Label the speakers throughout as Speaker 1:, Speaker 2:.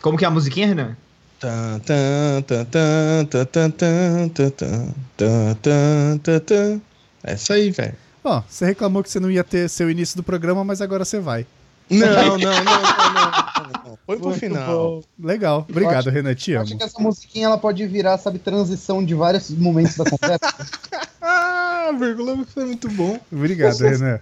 Speaker 1: Como que é a musiquinha, Renan?
Speaker 2: Tan, tan, tan, tan, tan, tan, tan, tan, tan, tan, tan, tan. É isso aí, velho.
Speaker 3: Ó, você reclamou que você não ia ter seu início do programa, mas agora você vai.
Speaker 2: Não, não, não, não, não, não. Foi pro
Speaker 3: Muito
Speaker 2: final.
Speaker 3: Legal. Obrigado, Renan.
Speaker 2: É
Speaker 3: Te
Speaker 4: Acho
Speaker 3: amo.
Speaker 4: que essa musiquinha ela pode virar, sabe, transição de vários momentos da conversa.
Speaker 2: Ah, vírgula foi muito bom.
Speaker 3: Obrigado, Renan.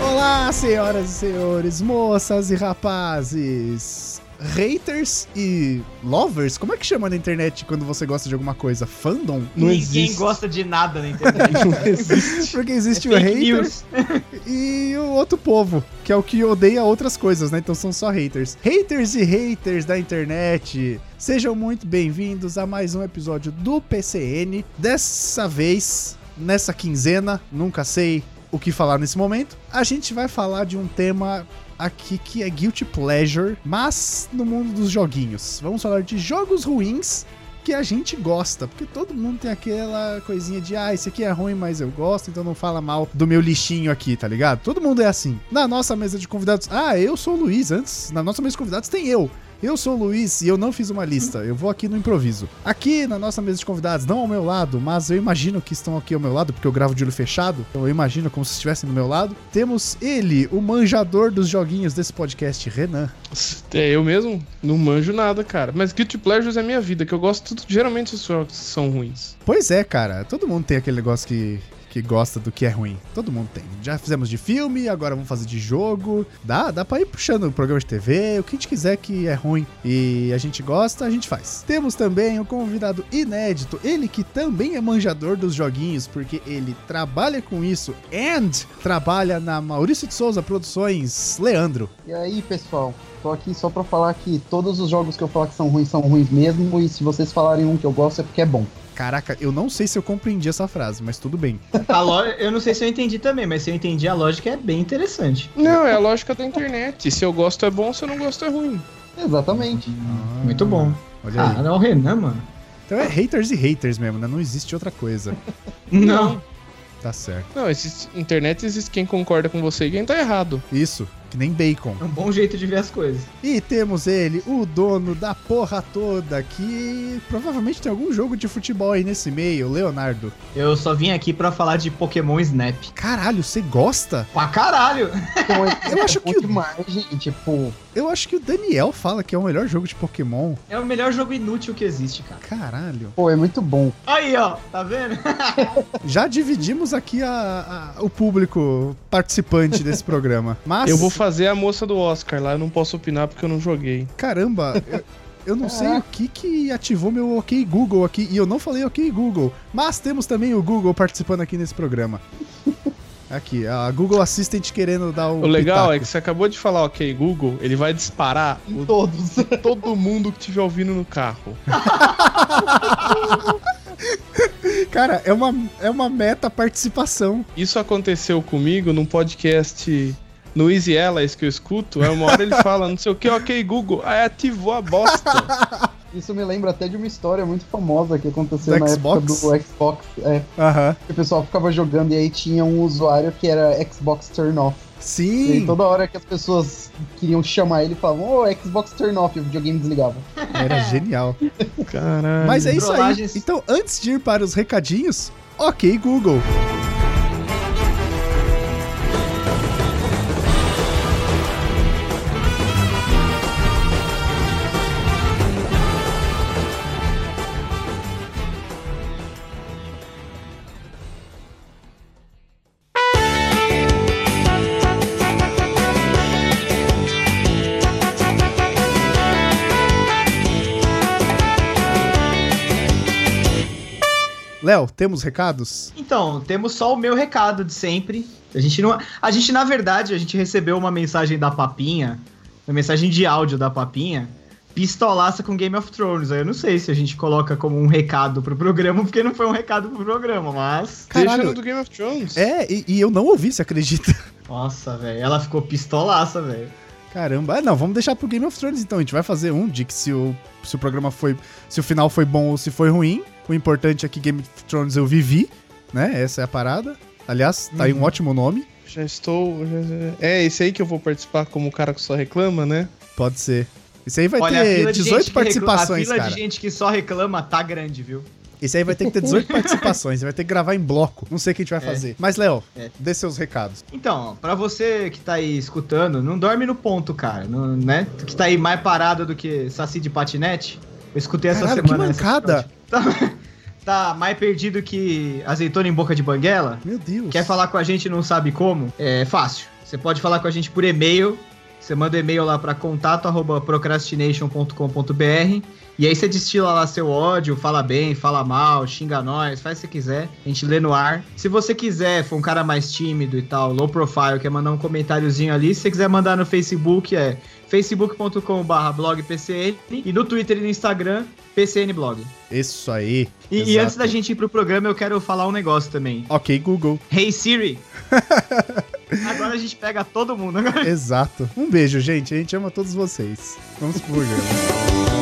Speaker 3: Olá, Senhoras e senhores, moças e rapazes, haters e lovers, como é que chama na internet quando você gosta de alguma coisa? Fandom?
Speaker 2: Não
Speaker 1: Ninguém
Speaker 2: existe.
Speaker 1: gosta de nada na internet.
Speaker 2: Não existe.
Speaker 3: Porque existe o
Speaker 1: Fake
Speaker 3: hater
Speaker 1: news.
Speaker 3: e o outro povo, que é o que odeia outras coisas, né? Então são só haters. Haters e haters da internet, sejam muito bem-vindos a mais um episódio do PCN. Dessa vez, nessa quinzena, nunca sei o que falar nesse momento, a gente vai falar de um tema aqui que é guilty pleasure, mas no mundo dos joguinhos. Vamos falar de jogos ruins que a gente gosta, porque todo mundo tem aquela coisinha de, ah, esse aqui é ruim, mas eu gosto, então não fala mal do meu lixinho aqui, tá ligado? Todo mundo é assim. Na nossa mesa de convidados, ah, eu sou o Luiz, antes, na nossa mesa de convidados tem eu. Eu sou o Luiz e eu não fiz uma lista, eu vou aqui no improviso. Aqui na nossa mesa de convidados, não ao meu lado, mas eu imagino que estão aqui ao meu lado, porque eu gravo de olho fechado, então eu imagino como se estivessem do meu lado. Temos ele, o manjador dos joguinhos desse podcast, Renan.
Speaker 2: É eu mesmo? Não manjo nada, cara. Mas Guilty Pleasures é minha vida, que eu gosto tudo. Geralmente os jogos são ruins.
Speaker 3: Pois é, cara. Todo mundo tem aquele negócio que, que gosta do que é ruim. Todo mundo tem. Já fizemos de filme, agora vamos fazer de jogo. Dá, dá pra ir puxando o programa de TV, o que a gente quiser que é ruim e a gente gosta, a gente faz. Temos também um convidado inédito, ele que também é manjador dos joguinhos, porque ele trabalha com isso and trabalha na Maurício de Souza Produções Leandro.
Speaker 4: e aí, pessoal? Tô aqui só pra falar que todos os jogos que eu falar que são ruins são ruins mesmo, e se vocês falarem um que eu gosto é porque é bom.
Speaker 3: Caraca, eu não sei se eu compreendi essa frase, mas tudo bem.
Speaker 1: A lo... Eu não sei se eu entendi também, mas se eu entendi, a lógica é bem interessante.
Speaker 2: Não, é a lógica da internet. Se eu gosto é bom, se eu não gosto é ruim.
Speaker 4: Exatamente.
Speaker 1: Muito bom.
Speaker 3: Olha aí.
Speaker 1: Ah, não, o Renan, mano.
Speaker 3: Então é haters e haters mesmo, né? Não existe outra coisa.
Speaker 1: Não.
Speaker 3: Tá certo.
Speaker 2: Não, existe, internet existe quem concorda com você e quem tá errado.
Speaker 3: Isso, que nem bacon.
Speaker 1: É um bom jeito de ver as coisas.
Speaker 3: E temos ele, o dono da porra toda, que provavelmente tem algum jogo de futebol aí nesse meio, Leonardo.
Speaker 1: Eu só vim aqui pra falar de Pokémon Snap.
Speaker 3: Caralho, você gosta?
Speaker 1: Pra caralho!
Speaker 4: Então, é-
Speaker 3: Eu acho
Speaker 4: é
Speaker 3: que
Speaker 4: bom
Speaker 3: o-
Speaker 4: demais, gente. tipo, Pô,
Speaker 3: Eu acho que o Daniel fala que é o melhor jogo de Pokémon.
Speaker 1: É o melhor jogo inútil que existe, cara.
Speaker 3: Caralho.
Speaker 4: pô, é muito bom.
Speaker 1: Aí, ó, tá vendo?
Speaker 3: Já dividimos aqui a- a- o público participante desse programa. Mas,
Speaker 2: Eu vou fazer a moça do Oscar lá, eu não posso opinar porque eu não joguei.
Speaker 3: caramba, eu, eu não sei o que que ativou meu OK Google aqui. E eu não falei OK Google. Mas temos também o Google participando aqui nesse programa. Aqui, a Google Assistant querendo dar o.
Speaker 2: O legal
Speaker 3: Um pitaco.
Speaker 2: é que você acabou de falar, ok, Google, ele vai disparar o-
Speaker 4: Todos.
Speaker 2: todo mundo que estiver ouvindo no carro.
Speaker 3: Cara, é uma, é uma meta participação.
Speaker 2: Isso aconteceu comigo num podcast no Easy Allies que eu escuto. Aí uma hora ele fala, não sei o que, ok, Google, aí ativou a bosta.
Speaker 4: Isso me lembra até de uma história muito famosa que aconteceu
Speaker 3: Do
Speaker 4: na
Speaker 3: Xbox?
Speaker 4: época do Xbox. É,
Speaker 3: Aham.
Speaker 4: que o pessoal ficava jogando e aí tinha um usuário que era Xbox Turn Off. E aí
Speaker 3: Sim.
Speaker 4: toda hora que as pessoas queriam chamar ele, falavam, ô, Xbox Turn Off, e o videogame desligava.
Speaker 3: Era genial.
Speaker 2: Caralho.
Speaker 3: Mas é isso aí.
Speaker 1: Trollagens.
Speaker 3: Então, antes de ir para os recadinhos, ok, Google. Léo, temos recados?
Speaker 1: Então, temos só o meu recado de sempre. A gente não. A gente, na verdade, a gente recebeu uma mensagem da Papinha, uma mensagem de áudio da Papinha, pistolaça com Game of Thrones. Aí eu não sei se a gente coloca como um recado pro programa, porque não foi um recado pro programa, mas.
Speaker 2: Deixa
Speaker 3: Caralho.
Speaker 2: no do Game of Thrones.
Speaker 3: É, e, e eu não ouvi, você acredita?
Speaker 1: Nossa, velho. Ela ficou pistolaça, velho.
Speaker 3: Caramba. Ah, não, vamos deixar pro Game of Thrones então. A gente vai fazer um de que se o, se o programa foi. Se o final foi bom ou se foi ruim. O importante é que Game of Thrones eu vivi, né? Essa é a parada. Aliás,
Speaker 1: Uhum.
Speaker 3: tá aí um ótimo nome.
Speaker 2: Já estou. já- É esse aí que eu vou participar como o cara que só reclama, né?
Speaker 3: Pode ser. Isso aí vai
Speaker 1: a
Speaker 3: ter
Speaker 1: fila de gente que
Speaker 3: 18
Speaker 1: reclama-
Speaker 3: participações,
Speaker 1: A fila
Speaker 3: cara.
Speaker 1: de gente que só reclama tá grande, viu?
Speaker 3: Esse aí vai ter que ter 18 participações, vai ter que gravar em bloco. Não sei o que a gente vai
Speaker 1: É.
Speaker 3: fazer. Mas, Léo,
Speaker 1: É.
Speaker 3: dê seus recados.
Speaker 1: Então, pra você que tá aí escutando, não dorme no ponto, cara. Não, né? Tu Que tá aí mais parado do que saci de patinete. Eu escutei essa
Speaker 3: Caralho, que
Speaker 1: semana. essa
Speaker 3: mancada!
Speaker 1: frase. Tá, tá mais perdido que azeitona em boca de banguela?
Speaker 3: Meu Deus.
Speaker 1: Quer falar com a gente e não sabe como? É fácil. Você pode falar com a gente por e-mail. Você manda um e-mail lá para contato@procrastination.com.br e aí você destila lá seu ódio, fala bem, fala mal, xinga nós, faz o que quiser, a gente lê no ar. Se você quiser, for um cara mais tímido e tal, low profile, quer mandar um comentáriozinho ali, se você quiser mandar no Facebook é facebook.com/blogpcn e no Twitter e no Instagram pcnblog.
Speaker 3: Isso aí.
Speaker 1: E, e
Speaker 3: Exato.
Speaker 1: antes da gente ir pro programa, eu quero falar um negócio também.
Speaker 3: Ok, Google.
Speaker 1: Hey Siri. Agora a gente pega todo mundo.
Speaker 3: Exato. Um beijo, gente. A gente ama todos vocês. Vamos pro programa.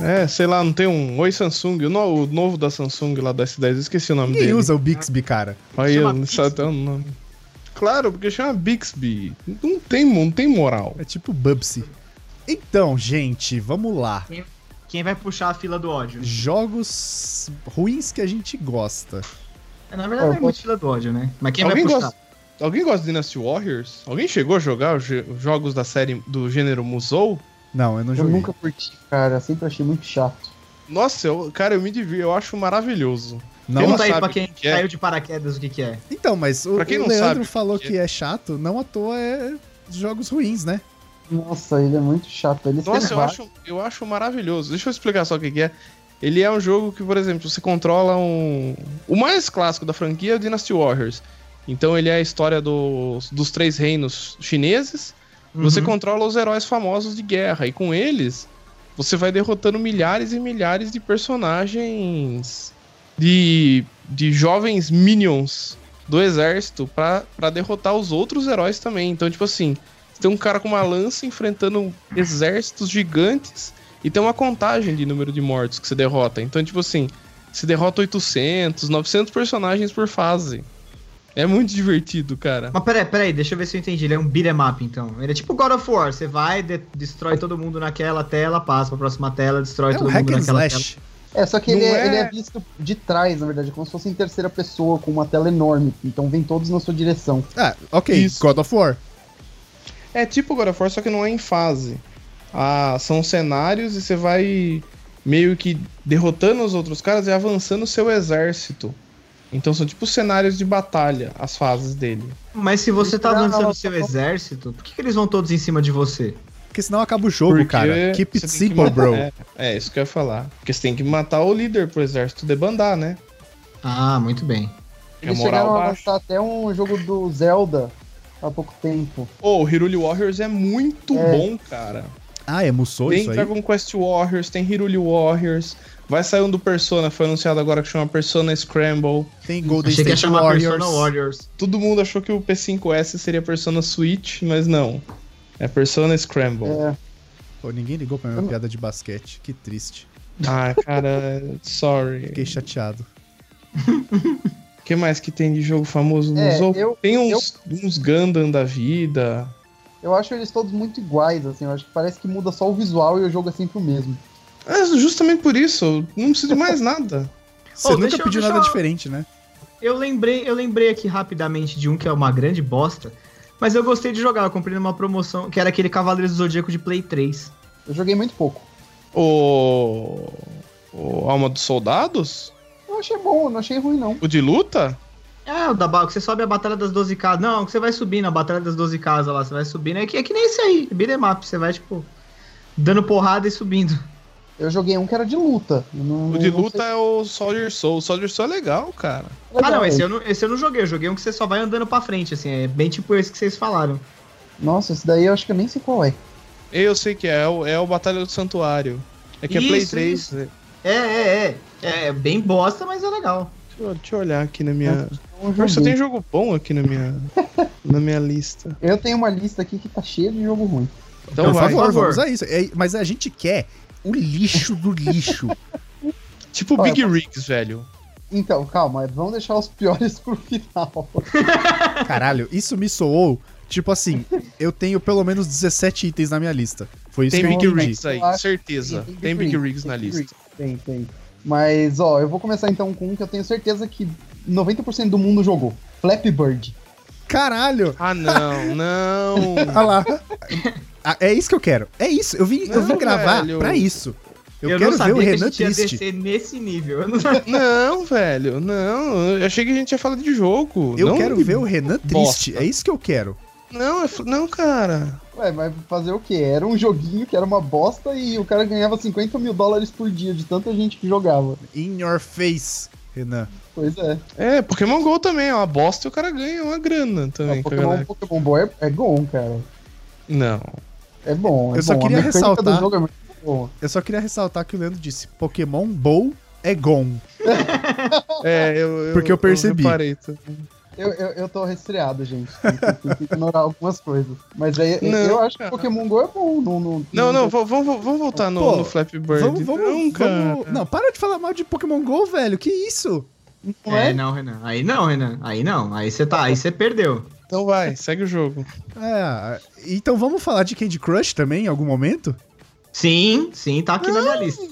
Speaker 2: É, sei lá, não tem um Oi Samsung, o, no- o novo da Samsung lá do S10, eu esqueci o nome
Speaker 3: Ninguém
Speaker 2: dele.
Speaker 3: usa o Bixby, cara.
Speaker 2: Aí eu
Speaker 1: Chama
Speaker 2: não sei até o nome. Claro, porque chama Bixby. Não tem, não tem moral.
Speaker 3: É tipo Bubsy. Então, gente, vamos lá.
Speaker 1: Quem vai puxar a fila do ódio?
Speaker 3: Jogos ruins que a gente gosta.
Speaker 1: Na verdade, não é muito fila do ódio, né? Mas quem
Speaker 2: Alguém
Speaker 1: vai puxar?
Speaker 2: gosta, alguém gosta de Dynasty Warriors? Alguém chegou a jogar os ge- os jogos da série do gênero Musou?
Speaker 3: Não, eu não
Speaker 4: Eu
Speaker 3: joguei.
Speaker 4: nunca curti, cara. Sempre achei muito chato.
Speaker 2: Nossa, eu- cara, eu me divirto, eu acho maravilhoso.
Speaker 3: Não,
Speaker 2: Eu-
Speaker 1: Conta aí
Speaker 2: sabe
Speaker 1: pra
Speaker 2: o
Speaker 1: quem
Speaker 2: que é.
Speaker 1: caiu de paraquedas o que, que é.
Speaker 3: Então, mas o,
Speaker 2: Pra quem
Speaker 3: o
Speaker 2: não
Speaker 3: Leandro
Speaker 2: sabe,
Speaker 3: falou
Speaker 2: que-
Speaker 3: que é chato, não à toa é jogos ruins, né?
Speaker 4: Nossa, ele é muito chato. Ele
Speaker 2: Nossa,
Speaker 4: sempre
Speaker 2: eu
Speaker 4: vai.
Speaker 2: acho, eu acho maravilhoso. Deixa eu explicar só o que, que é. Ele é um jogo que, por exemplo, você controla um. O mais clássico da franquia é o Dynasty Warriors. Então ele é a história dos, dos três reinos chineses. Você
Speaker 1: Uhum.
Speaker 2: controla os heróis famosos de guerra. E com eles, você vai derrotando milhares e milhares de personagens. De, de jovens minions do exército pra pra derrotar os outros heróis também. Então, tipo assim, tem um cara com uma lança enfrentando exércitos gigantes e tem uma contagem de número de mortos que você derrota. Então, tipo assim, você derrota 800, 900 personagens por fase. É muito divertido, cara.
Speaker 1: Mas peraí, peraí, deixa eu ver se eu entendi. Ele é um beat'em up, então. Ele é tipo God of War. Você vai, de- destrói todo mundo naquela tela, passa pra próxima tela, destrói
Speaker 3: É um
Speaker 1: todo
Speaker 3: hack
Speaker 1: mundo
Speaker 3: and
Speaker 1: naquela
Speaker 3: slash.
Speaker 4: É, só que
Speaker 2: Não
Speaker 4: ele é,
Speaker 2: é-
Speaker 4: ele é visto de trás, na verdade, como se fosse em terceira pessoa, com uma tela enorme. Então vem todos na sua direção.
Speaker 3: Ah, ok.
Speaker 2: Isso.
Speaker 3: God of War.
Speaker 2: É tipo God of War, só que não é em fase. Ah, são cenários e você vai meio que derrotando os outros caras e avançando o seu exército. Então são tipo cenários de batalha, as fases dele.
Speaker 1: tela. Mas se você tá
Speaker 4: Não,
Speaker 1: lançando
Speaker 4: não,
Speaker 1: o seu
Speaker 4: não.
Speaker 1: exército, por que, que eles vão todos em cima de você?
Speaker 3: Porque senão acaba o jogo, cara. Keep
Speaker 2: você
Speaker 3: it
Speaker 2: tem que
Speaker 3: simple,
Speaker 2: matar-
Speaker 3: bro.
Speaker 2: É, é, isso que eu ia falar. Porque você tem que matar o líder pro exército debandar, né?
Speaker 1: Ah, muito bem.
Speaker 2: É
Speaker 4: Eles
Speaker 2: moral
Speaker 4: chegaram a
Speaker 2: baixa.
Speaker 4: lançar até um jogo do Zelda há pouco tempo.
Speaker 2: Ô, o Hiruli Warriors é muito
Speaker 4: É.
Speaker 2: bom, cara.
Speaker 3: Ah, é Musou
Speaker 2: Tem
Speaker 3: isso aí?
Speaker 2: Dragon Quest Warriors, tem Hiruli Warriors. Vai sair um do Persona, foi anunciado agora que chama Persona Scramble.
Speaker 3: Tem Golden
Speaker 1: Achei que ia
Speaker 3: State
Speaker 1: chamar
Speaker 3: Warriors.
Speaker 1: Persona Warriors.
Speaker 2: Todo mundo achou que o P5S seria Persona Switch, mas não. É Persona Scramble.
Speaker 4: É,
Speaker 3: Pô, ninguém ligou pra minha
Speaker 4: Eu não-
Speaker 3: piada de basquete. Que triste.
Speaker 2: Ah, cara, sorry.
Speaker 3: Fiquei chateado.
Speaker 2: O que mais que tem de jogo famoso no
Speaker 4: É,
Speaker 2: Zou?
Speaker 4: eu-
Speaker 2: Tem uns, uns Gundam da vida.
Speaker 4: eu acho eles todos muito iguais, assim. Eu acho que parece que muda só o visual e o jogo é sempre o mesmo.
Speaker 2: É justamente por isso, não preciso de mais nada.
Speaker 3: Você
Speaker 1: Ô,
Speaker 3: nunca
Speaker 1: deixa eu-
Speaker 3: pediu
Speaker 1: deixa
Speaker 3: nada
Speaker 1: eu-
Speaker 3: diferente, né?
Speaker 1: Eu lembrei, eu lembrei aqui rapidamente de um que é uma grande bosta, mas eu gostei de jogar. Eu comprei numa promoção que era aquele Cavaleiros do Zodíaco de Play 3.
Speaker 4: Eu joguei muito pouco.
Speaker 2: O. O Alma dos Soldados?
Speaker 4: Eu achei bom, eu não achei ruim, não.
Speaker 2: O de luta?
Speaker 1: É, o da ba- que você sobe a Batalha das 12 Casas. Não, que você vai subindo a Batalha das 12 Casas lá, você vai subindo. É que, é que nem esse aí, beat'em up, você vai, tipo, dando porrada e subindo.
Speaker 4: Eu joguei um que era de luta. Eu não-
Speaker 2: O de
Speaker 4: não sei
Speaker 2: luta é o Soldier Soul. O Soldier Soul é legal, cara.
Speaker 4: se é
Speaker 1: ah,
Speaker 4: legal,
Speaker 1: não esse,
Speaker 4: velho.
Speaker 1: eu não, esse eu não joguei, eu joguei um que você só vai andando pra frente, assim, é bem tipo esse que vocês falaram.
Speaker 4: Nossa, esse daí eu acho que eu nem sei qual é.
Speaker 2: Eu sei que é, é o, é o Batalha do Santuário. É que é Play
Speaker 1: Isso,
Speaker 2: 3.
Speaker 1: isso.
Speaker 2: né?
Speaker 1: É, é, é. É bem bosta, mas é legal.
Speaker 2: Deixa, eu- deixa eu olhar aqui na minha.
Speaker 4: Eu,
Speaker 2: Nossa,
Speaker 4: joguei.
Speaker 2: tem jogo bom aqui na minha, na minha lista.
Speaker 4: Eu tenho uma lista aqui que tá cheia de jogo ruim.
Speaker 2: Então
Speaker 1: Por
Speaker 3: Por
Speaker 2: vai.
Speaker 3: favor,
Speaker 1: Por favor.
Speaker 3: vamos a isso. É, mas a gente quer o lixo do lixo.
Speaker 2: Tipo
Speaker 4: Olha,
Speaker 2: Big Rigs, velho.
Speaker 4: Então, calma, vamos deixar os piores pro final.
Speaker 3: Caralho, isso me soou. Tipo assim, eu tenho pelo menos 17 itens na minha lista. Foi isso
Speaker 2: Tem
Speaker 3: que é um eu
Speaker 2: Big
Speaker 1: um
Speaker 3: entendi.
Speaker 2: Rigs aí,
Speaker 4: Eu acho
Speaker 2: certeza.
Speaker 4: que
Speaker 2: Tem Big
Speaker 4: Rig,
Speaker 2: Rigs na
Speaker 4: tem Big
Speaker 2: lista.
Speaker 4: Rig, Tem, tem. Mas, ó, eu vou começar então com um que eu tenho certeza que 90% do mundo jogou. Flappy Bird.
Speaker 3: Caralho!
Speaker 2: Ah, não, não.
Speaker 3: Olha lá. Ah, É isso que eu quero. É isso. Eu vim, eu
Speaker 2: Não,
Speaker 3: vim gravar
Speaker 2: velho.
Speaker 3: pra isso. Eu,
Speaker 1: Eu, não
Speaker 3: quero ver
Speaker 1: sabia
Speaker 3: o
Speaker 1: que
Speaker 3: Renan
Speaker 1: a gente ia
Speaker 3: triste.
Speaker 1: descer nesse nível. Eu não
Speaker 2: Não, velho, não. Eu achei que a gente ia falar de jogo.
Speaker 3: Eu
Speaker 2: não
Speaker 3: quero
Speaker 2: de-
Speaker 3: ver o Renan triste. É isso que eu quero.
Speaker 2: Não, é f- não, cara.
Speaker 4: Ué, mas fazer o quê? Era um joguinho que era uma bosta e o cara ganhava 50 mil dólares por dia de tanta gente que jogava.
Speaker 3: In your face, Renan.
Speaker 4: Pois é.
Speaker 2: É, Pokémon GO também é uma bosta e o cara ganha uma grana também.
Speaker 4: Não,
Speaker 2: com a
Speaker 4: Pokémon,
Speaker 2: galera.
Speaker 4: Pokémon Ball é, é bom, cara.
Speaker 2: Não.
Speaker 4: É bom, é
Speaker 3: Eu só
Speaker 4: bom.
Speaker 3: queria
Speaker 4: a mecânica
Speaker 3: ressaltar-
Speaker 4: do jogo é muito boa.
Speaker 3: Eu só queria ressaltar que o Leandro disse: Pokémon Bowl é Gon.
Speaker 2: É, eu,
Speaker 3: Porque eu percebi.
Speaker 2: reparei também.
Speaker 4: Eu, eu, eu tô resfriado, gente. Tem que- Tem que ignorar algumas coisas. Mas aí eu-
Speaker 2: Não,
Speaker 4: eu acho que
Speaker 2: cara.
Speaker 4: Pokémon Go é bom. Não, não,
Speaker 2: Não, não, vamos, vamos, vamos voltar no,
Speaker 3: Pô,
Speaker 2: no Flappy Bird.
Speaker 3: Vamos, vamos,
Speaker 2: não, cara.
Speaker 3: vamos- Não, para de falar mal de Pokémon GO, velho. Que isso?
Speaker 4: não é?
Speaker 1: É, não, Renan. Aí não, Renan. Aí não. Aí você tá, aí você perdeu.
Speaker 2: Então vai, segue o jogo.
Speaker 3: É, então vamos falar de Candy Crush também em algum momento?
Speaker 1: Sim, sim, tá aqui na minha lista.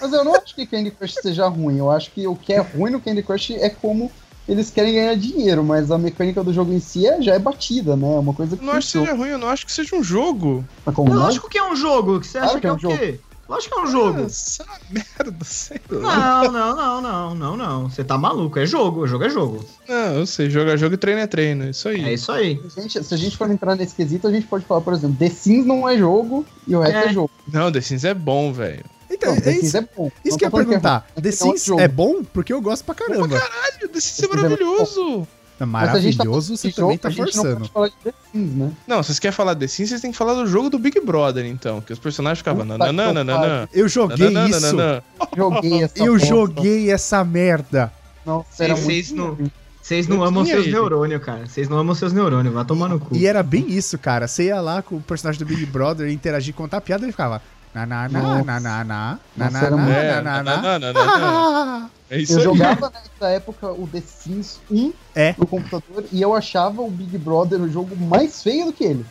Speaker 4: Mas eu não acho que Candy Crush seja ruim. Eu acho que o que é ruim no Candy Crush é como eles querem ganhar dinheiro, mas a mecânica do jogo em si é- já é batida, né? É uma coisa que
Speaker 2: Eu não acho que
Speaker 4: funciona.
Speaker 2: seja ruim, eu não acho que seja um jogo.
Speaker 4: Mas como
Speaker 1: É
Speaker 4: não?
Speaker 1: lógico que é um jogo. Que você acha
Speaker 4: Claro
Speaker 1: que é, o quê? Lógico que é um jogo.
Speaker 2: Essa merda, sei lá.
Speaker 1: Não, não, não, não, não, não. Você tá maluco. É jogo, jogo é jogo.
Speaker 2: Não, eu sei, joga jogo e treino é treino, é isso aí.
Speaker 1: É isso aí.
Speaker 4: Gente, se a gente for entrar nesse quesito, a gente pode falar, por exemplo, The Sims não é jogo e o resto é,
Speaker 1: É.
Speaker 4: jogo.
Speaker 2: Não, The Sims é bom, velho.
Speaker 3: Então,
Speaker 4: Não,
Speaker 3: é
Speaker 4: The Sims
Speaker 3: isso,
Speaker 4: é bom.
Speaker 3: isso
Speaker 4: Não
Speaker 3: que eu
Speaker 4: tô
Speaker 3: ia
Speaker 4: falando é
Speaker 3: perguntar.
Speaker 4: ruim,
Speaker 3: The
Speaker 4: é um
Speaker 3: Sims
Speaker 4: jogo.
Speaker 3: é bom porque eu gosto pra caramba. É
Speaker 2: Caralho, The Sims
Speaker 4: The
Speaker 2: é
Speaker 4: Sims é
Speaker 2: maravilhoso.
Speaker 4: Mas se a gente tá
Speaker 3: Maravilhoso, você
Speaker 4: falando
Speaker 3: também
Speaker 4: de
Speaker 3: tá
Speaker 4: jogo, a gente não
Speaker 3: forçando.
Speaker 4: pode falar de The Sims, né?
Speaker 2: Não, vocês querem falar de The Sims, vocês têm que falar do jogo do Big Brother, então. Que os personagens ficavam.
Speaker 4: Puta
Speaker 2: nananã,
Speaker 4: que
Speaker 2: nananã,
Speaker 3: Eu joguei
Speaker 2: nananã,
Speaker 3: isso.
Speaker 2: nananã.
Speaker 4: Joguei essa
Speaker 3: Eu
Speaker 4: bosta.
Speaker 3: joguei essa merda.
Speaker 4: Nossa, era muito...
Speaker 1: Vocês não, vocês
Speaker 2: Eu
Speaker 1: não amam
Speaker 2: tinha
Speaker 1: seus
Speaker 2: ele.
Speaker 1: neurônios, cara. Vocês não amam seus neurônios. Vai tomar no cu.
Speaker 4: é-
Speaker 3: E era bem isso, cara. Você ia lá com o personagem do Big Brother, interagir, contar piada, ele ficava. Na na na na
Speaker 4: Nossa.
Speaker 3: na na na na
Speaker 4: Nossa,
Speaker 3: na
Speaker 4: era muito-
Speaker 2: É,
Speaker 3: na na na.
Speaker 2: nananã, nananã.
Speaker 3: Ah!
Speaker 2: É isso
Speaker 4: Eu
Speaker 2: aí.
Speaker 4: jogava nessa época o The Sims 1
Speaker 3: É.
Speaker 4: no computador e eu achava o Big Brother o jogo mais feio do que ele.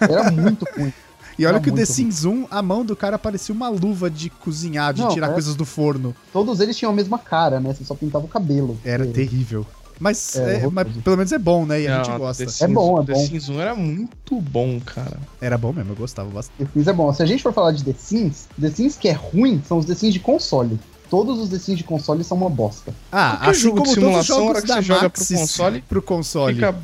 Speaker 4: Era muito ruim.
Speaker 3: E olha
Speaker 4: Era
Speaker 3: que o The
Speaker 4: muito
Speaker 3: Sims 1, a mão do cara parecia uma luva de cozinhar, de
Speaker 4: Não,
Speaker 3: tirar
Speaker 4: é-
Speaker 3: coisas do forno.
Speaker 4: Todos eles tinham a mesma cara, né? Você só pintava o cabelo.
Speaker 3: Era
Speaker 4: É.
Speaker 3: terrível. Mas,
Speaker 4: É,
Speaker 3: é,
Speaker 4: horroroso.
Speaker 3: mas pelo menos é bom, né? E a
Speaker 2: Não,
Speaker 3: gente gosta.
Speaker 2: The Sims-
Speaker 4: bom, é
Speaker 2: The
Speaker 4: bom.
Speaker 2: Sims 1 era muito bom, cara.
Speaker 3: Era bom mesmo, eu gostava bastante.
Speaker 4: The Sims é bom. Se a gente for falar de The Sims, The Sims que é ruim são os The Sims de console. Todos os The Sims de console são uma bosta.
Speaker 3: Ah,
Speaker 2: Qualquer
Speaker 3: assim
Speaker 2: jogo
Speaker 3: como
Speaker 2: de
Speaker 3: todos os
Speaker 2: simulação, a
Speaker 3: jogos
Speaker 2: hora que
Speaker 3: da
Speaker 2: você joga pro
Speaker 3: Maxis
Speaker 2: console,
Speaker 3: pro console.
Speaker 2: Fica,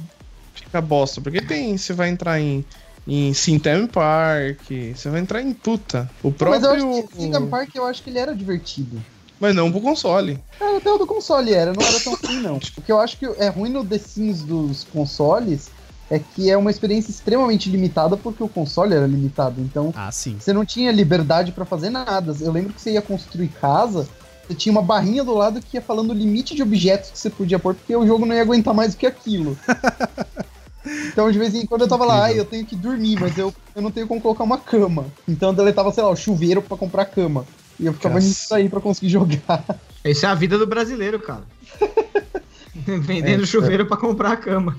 Speaker 2: fica bosta. Porque tem. Você vai entrar em. Em Sintem Park, você vai entrar em puta. O
Speaker 4: Mas eu
Speaker 2: próprio.
Speaker 4: acho que Kingdom Park, eu acho que ele era divertido.
Speaker 2: Mas não pro console.
Speaker 4: Cara, até o do console era, não era tão ruim, não. O que eu acho que é ruim no The Sims dos consoles é que é uma experiência extremamente limitada porque o console era limitado. Então,
Speaker 3: Ah, sim.
Speaker 4: você não tinha liberdade pra fazer nada. Eu lembro que você ia construir casa, você tinha uma barrinha do lado que ia falando o limite de objetos que você podia pôr, porque o jogo não ia aguentar mais do que aquilo. Então, de vez em quando eu tava lá, ai, eu tenho que dormir, mas eu, eu não tenho como colocar uma cama. Então, eu deletava, sei lá, o chuveiro pra comprar cama. E eu ficava
Speaker 2: Cacete.
Speaker 4: nisso aí pra conseguir jogar.
Speaker 1: Isso é a vida do brasileiro, cara. Vendendo
Speaker 4: É.
Speaker 1: chuveiro pra comprar a cama.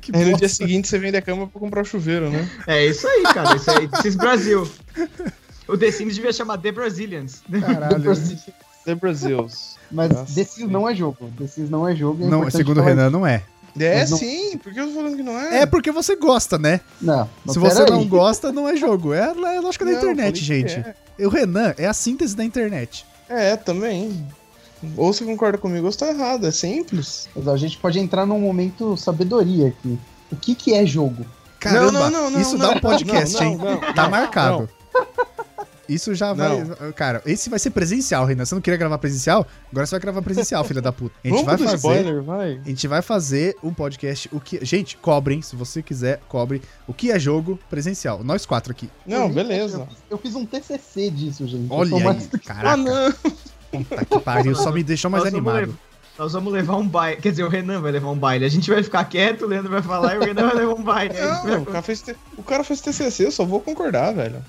Speaker 3: que
Speaker 2: Aí no
Speaker 3: bosta.
Speaker 2: dia seguinte você vende a cama pra comprar o chuveiro, né?
Speaker 1: É isso aí, cara. Isso aí. This is Brasil. O The Sims devia chamar The Brazilians.
Speaker 3: Caralho.
Speaker 4: é
Speaker 2: The Brazils.
Speaker 4: Mas
Speaker 2: Nossa,
Speaker 4: The Sims
Speaker 2: sim.
Speaker 4: não é jogo. The Sims não é jogo. é
Speaker 3: Não,
Speaker 4: importante
Speaker 3: segundo o
Speaker 4: falar
Speaker 3: Renan, não é.
Speaker 2: É
Speaker 4: Mas não-
Speaker 2: sim, por que eu tô falando que não é?
Speaker 3: É porque você gosta, né?
Speaker 4: isso. Não,
Speaker 3: Se você não
Speaker 4: gosta.
Speaker 3: gosta, não é jogo. É a lógica da
Speaker 2: Não,
Speaker 3: internet,
Speaker 2: falei que
Speaker 3: é gente. O Renan é a síntese da internet.
Speaker 2: É, é também. Ou você concorda comigo ou você tá errado, é simples.
Speaker 4: Mas a gente pode entrar num momento sabedoria aqui. O que que é jogo?
Speaker 3: Caramba,
Speaker 2: não, não, não,
Speaker 3: isso
Speaker 2: não,
Speaker 3: dá um podcast,
Speaker 2: não,
Speaker 3: hein?
Speaker 2: não, não,
Speaker 3: tá marcado. Isso já vai.
Speaker 2: Não.
Speaker 3: Cara, esse vai ser presencial, Renan. Você não queria gravar presencial? Agora você vai gravar presencial, filha da puta. A gente
Speaker 2: Vamos
Speaker 3: vai
Speaker 2: pro
Speaker 3: fazer.
Speaker 2: spoiler, vai.
Speaker 3: A gente vai fazer um podcast. O que... Gente, cobrem, se você quiser, cobre. O que é jogo presencial? Nós quatro aqui.
Speaker 2: Não,
Speaker 4: Eu- Eu
Speaker 2: beleza.
Speaker 4: fiz, eu fiz um TCC disso, gente. Eu
Speaker 3: Olha
Speaker 4: sou mais-
Speaker 3: aí.
Speaker 2: Ah,
Speaker 3: Caraca,
Speaker 2: não.
Speaker 3: puta que pariu. Só me deixou mais
Speaker 1: Nós vamos
Speaker 3: é animado.
Speaker 1: Nós vamos levar um baile. Quer dizer, o Renan vai levar um baile. A gente vai ficar quieto, o Leandro vai falar e o Renan vai levar um baile.
Speaker 2: Não, o cara fez, T- o cara fez TCC, eu só vou concordar, velho.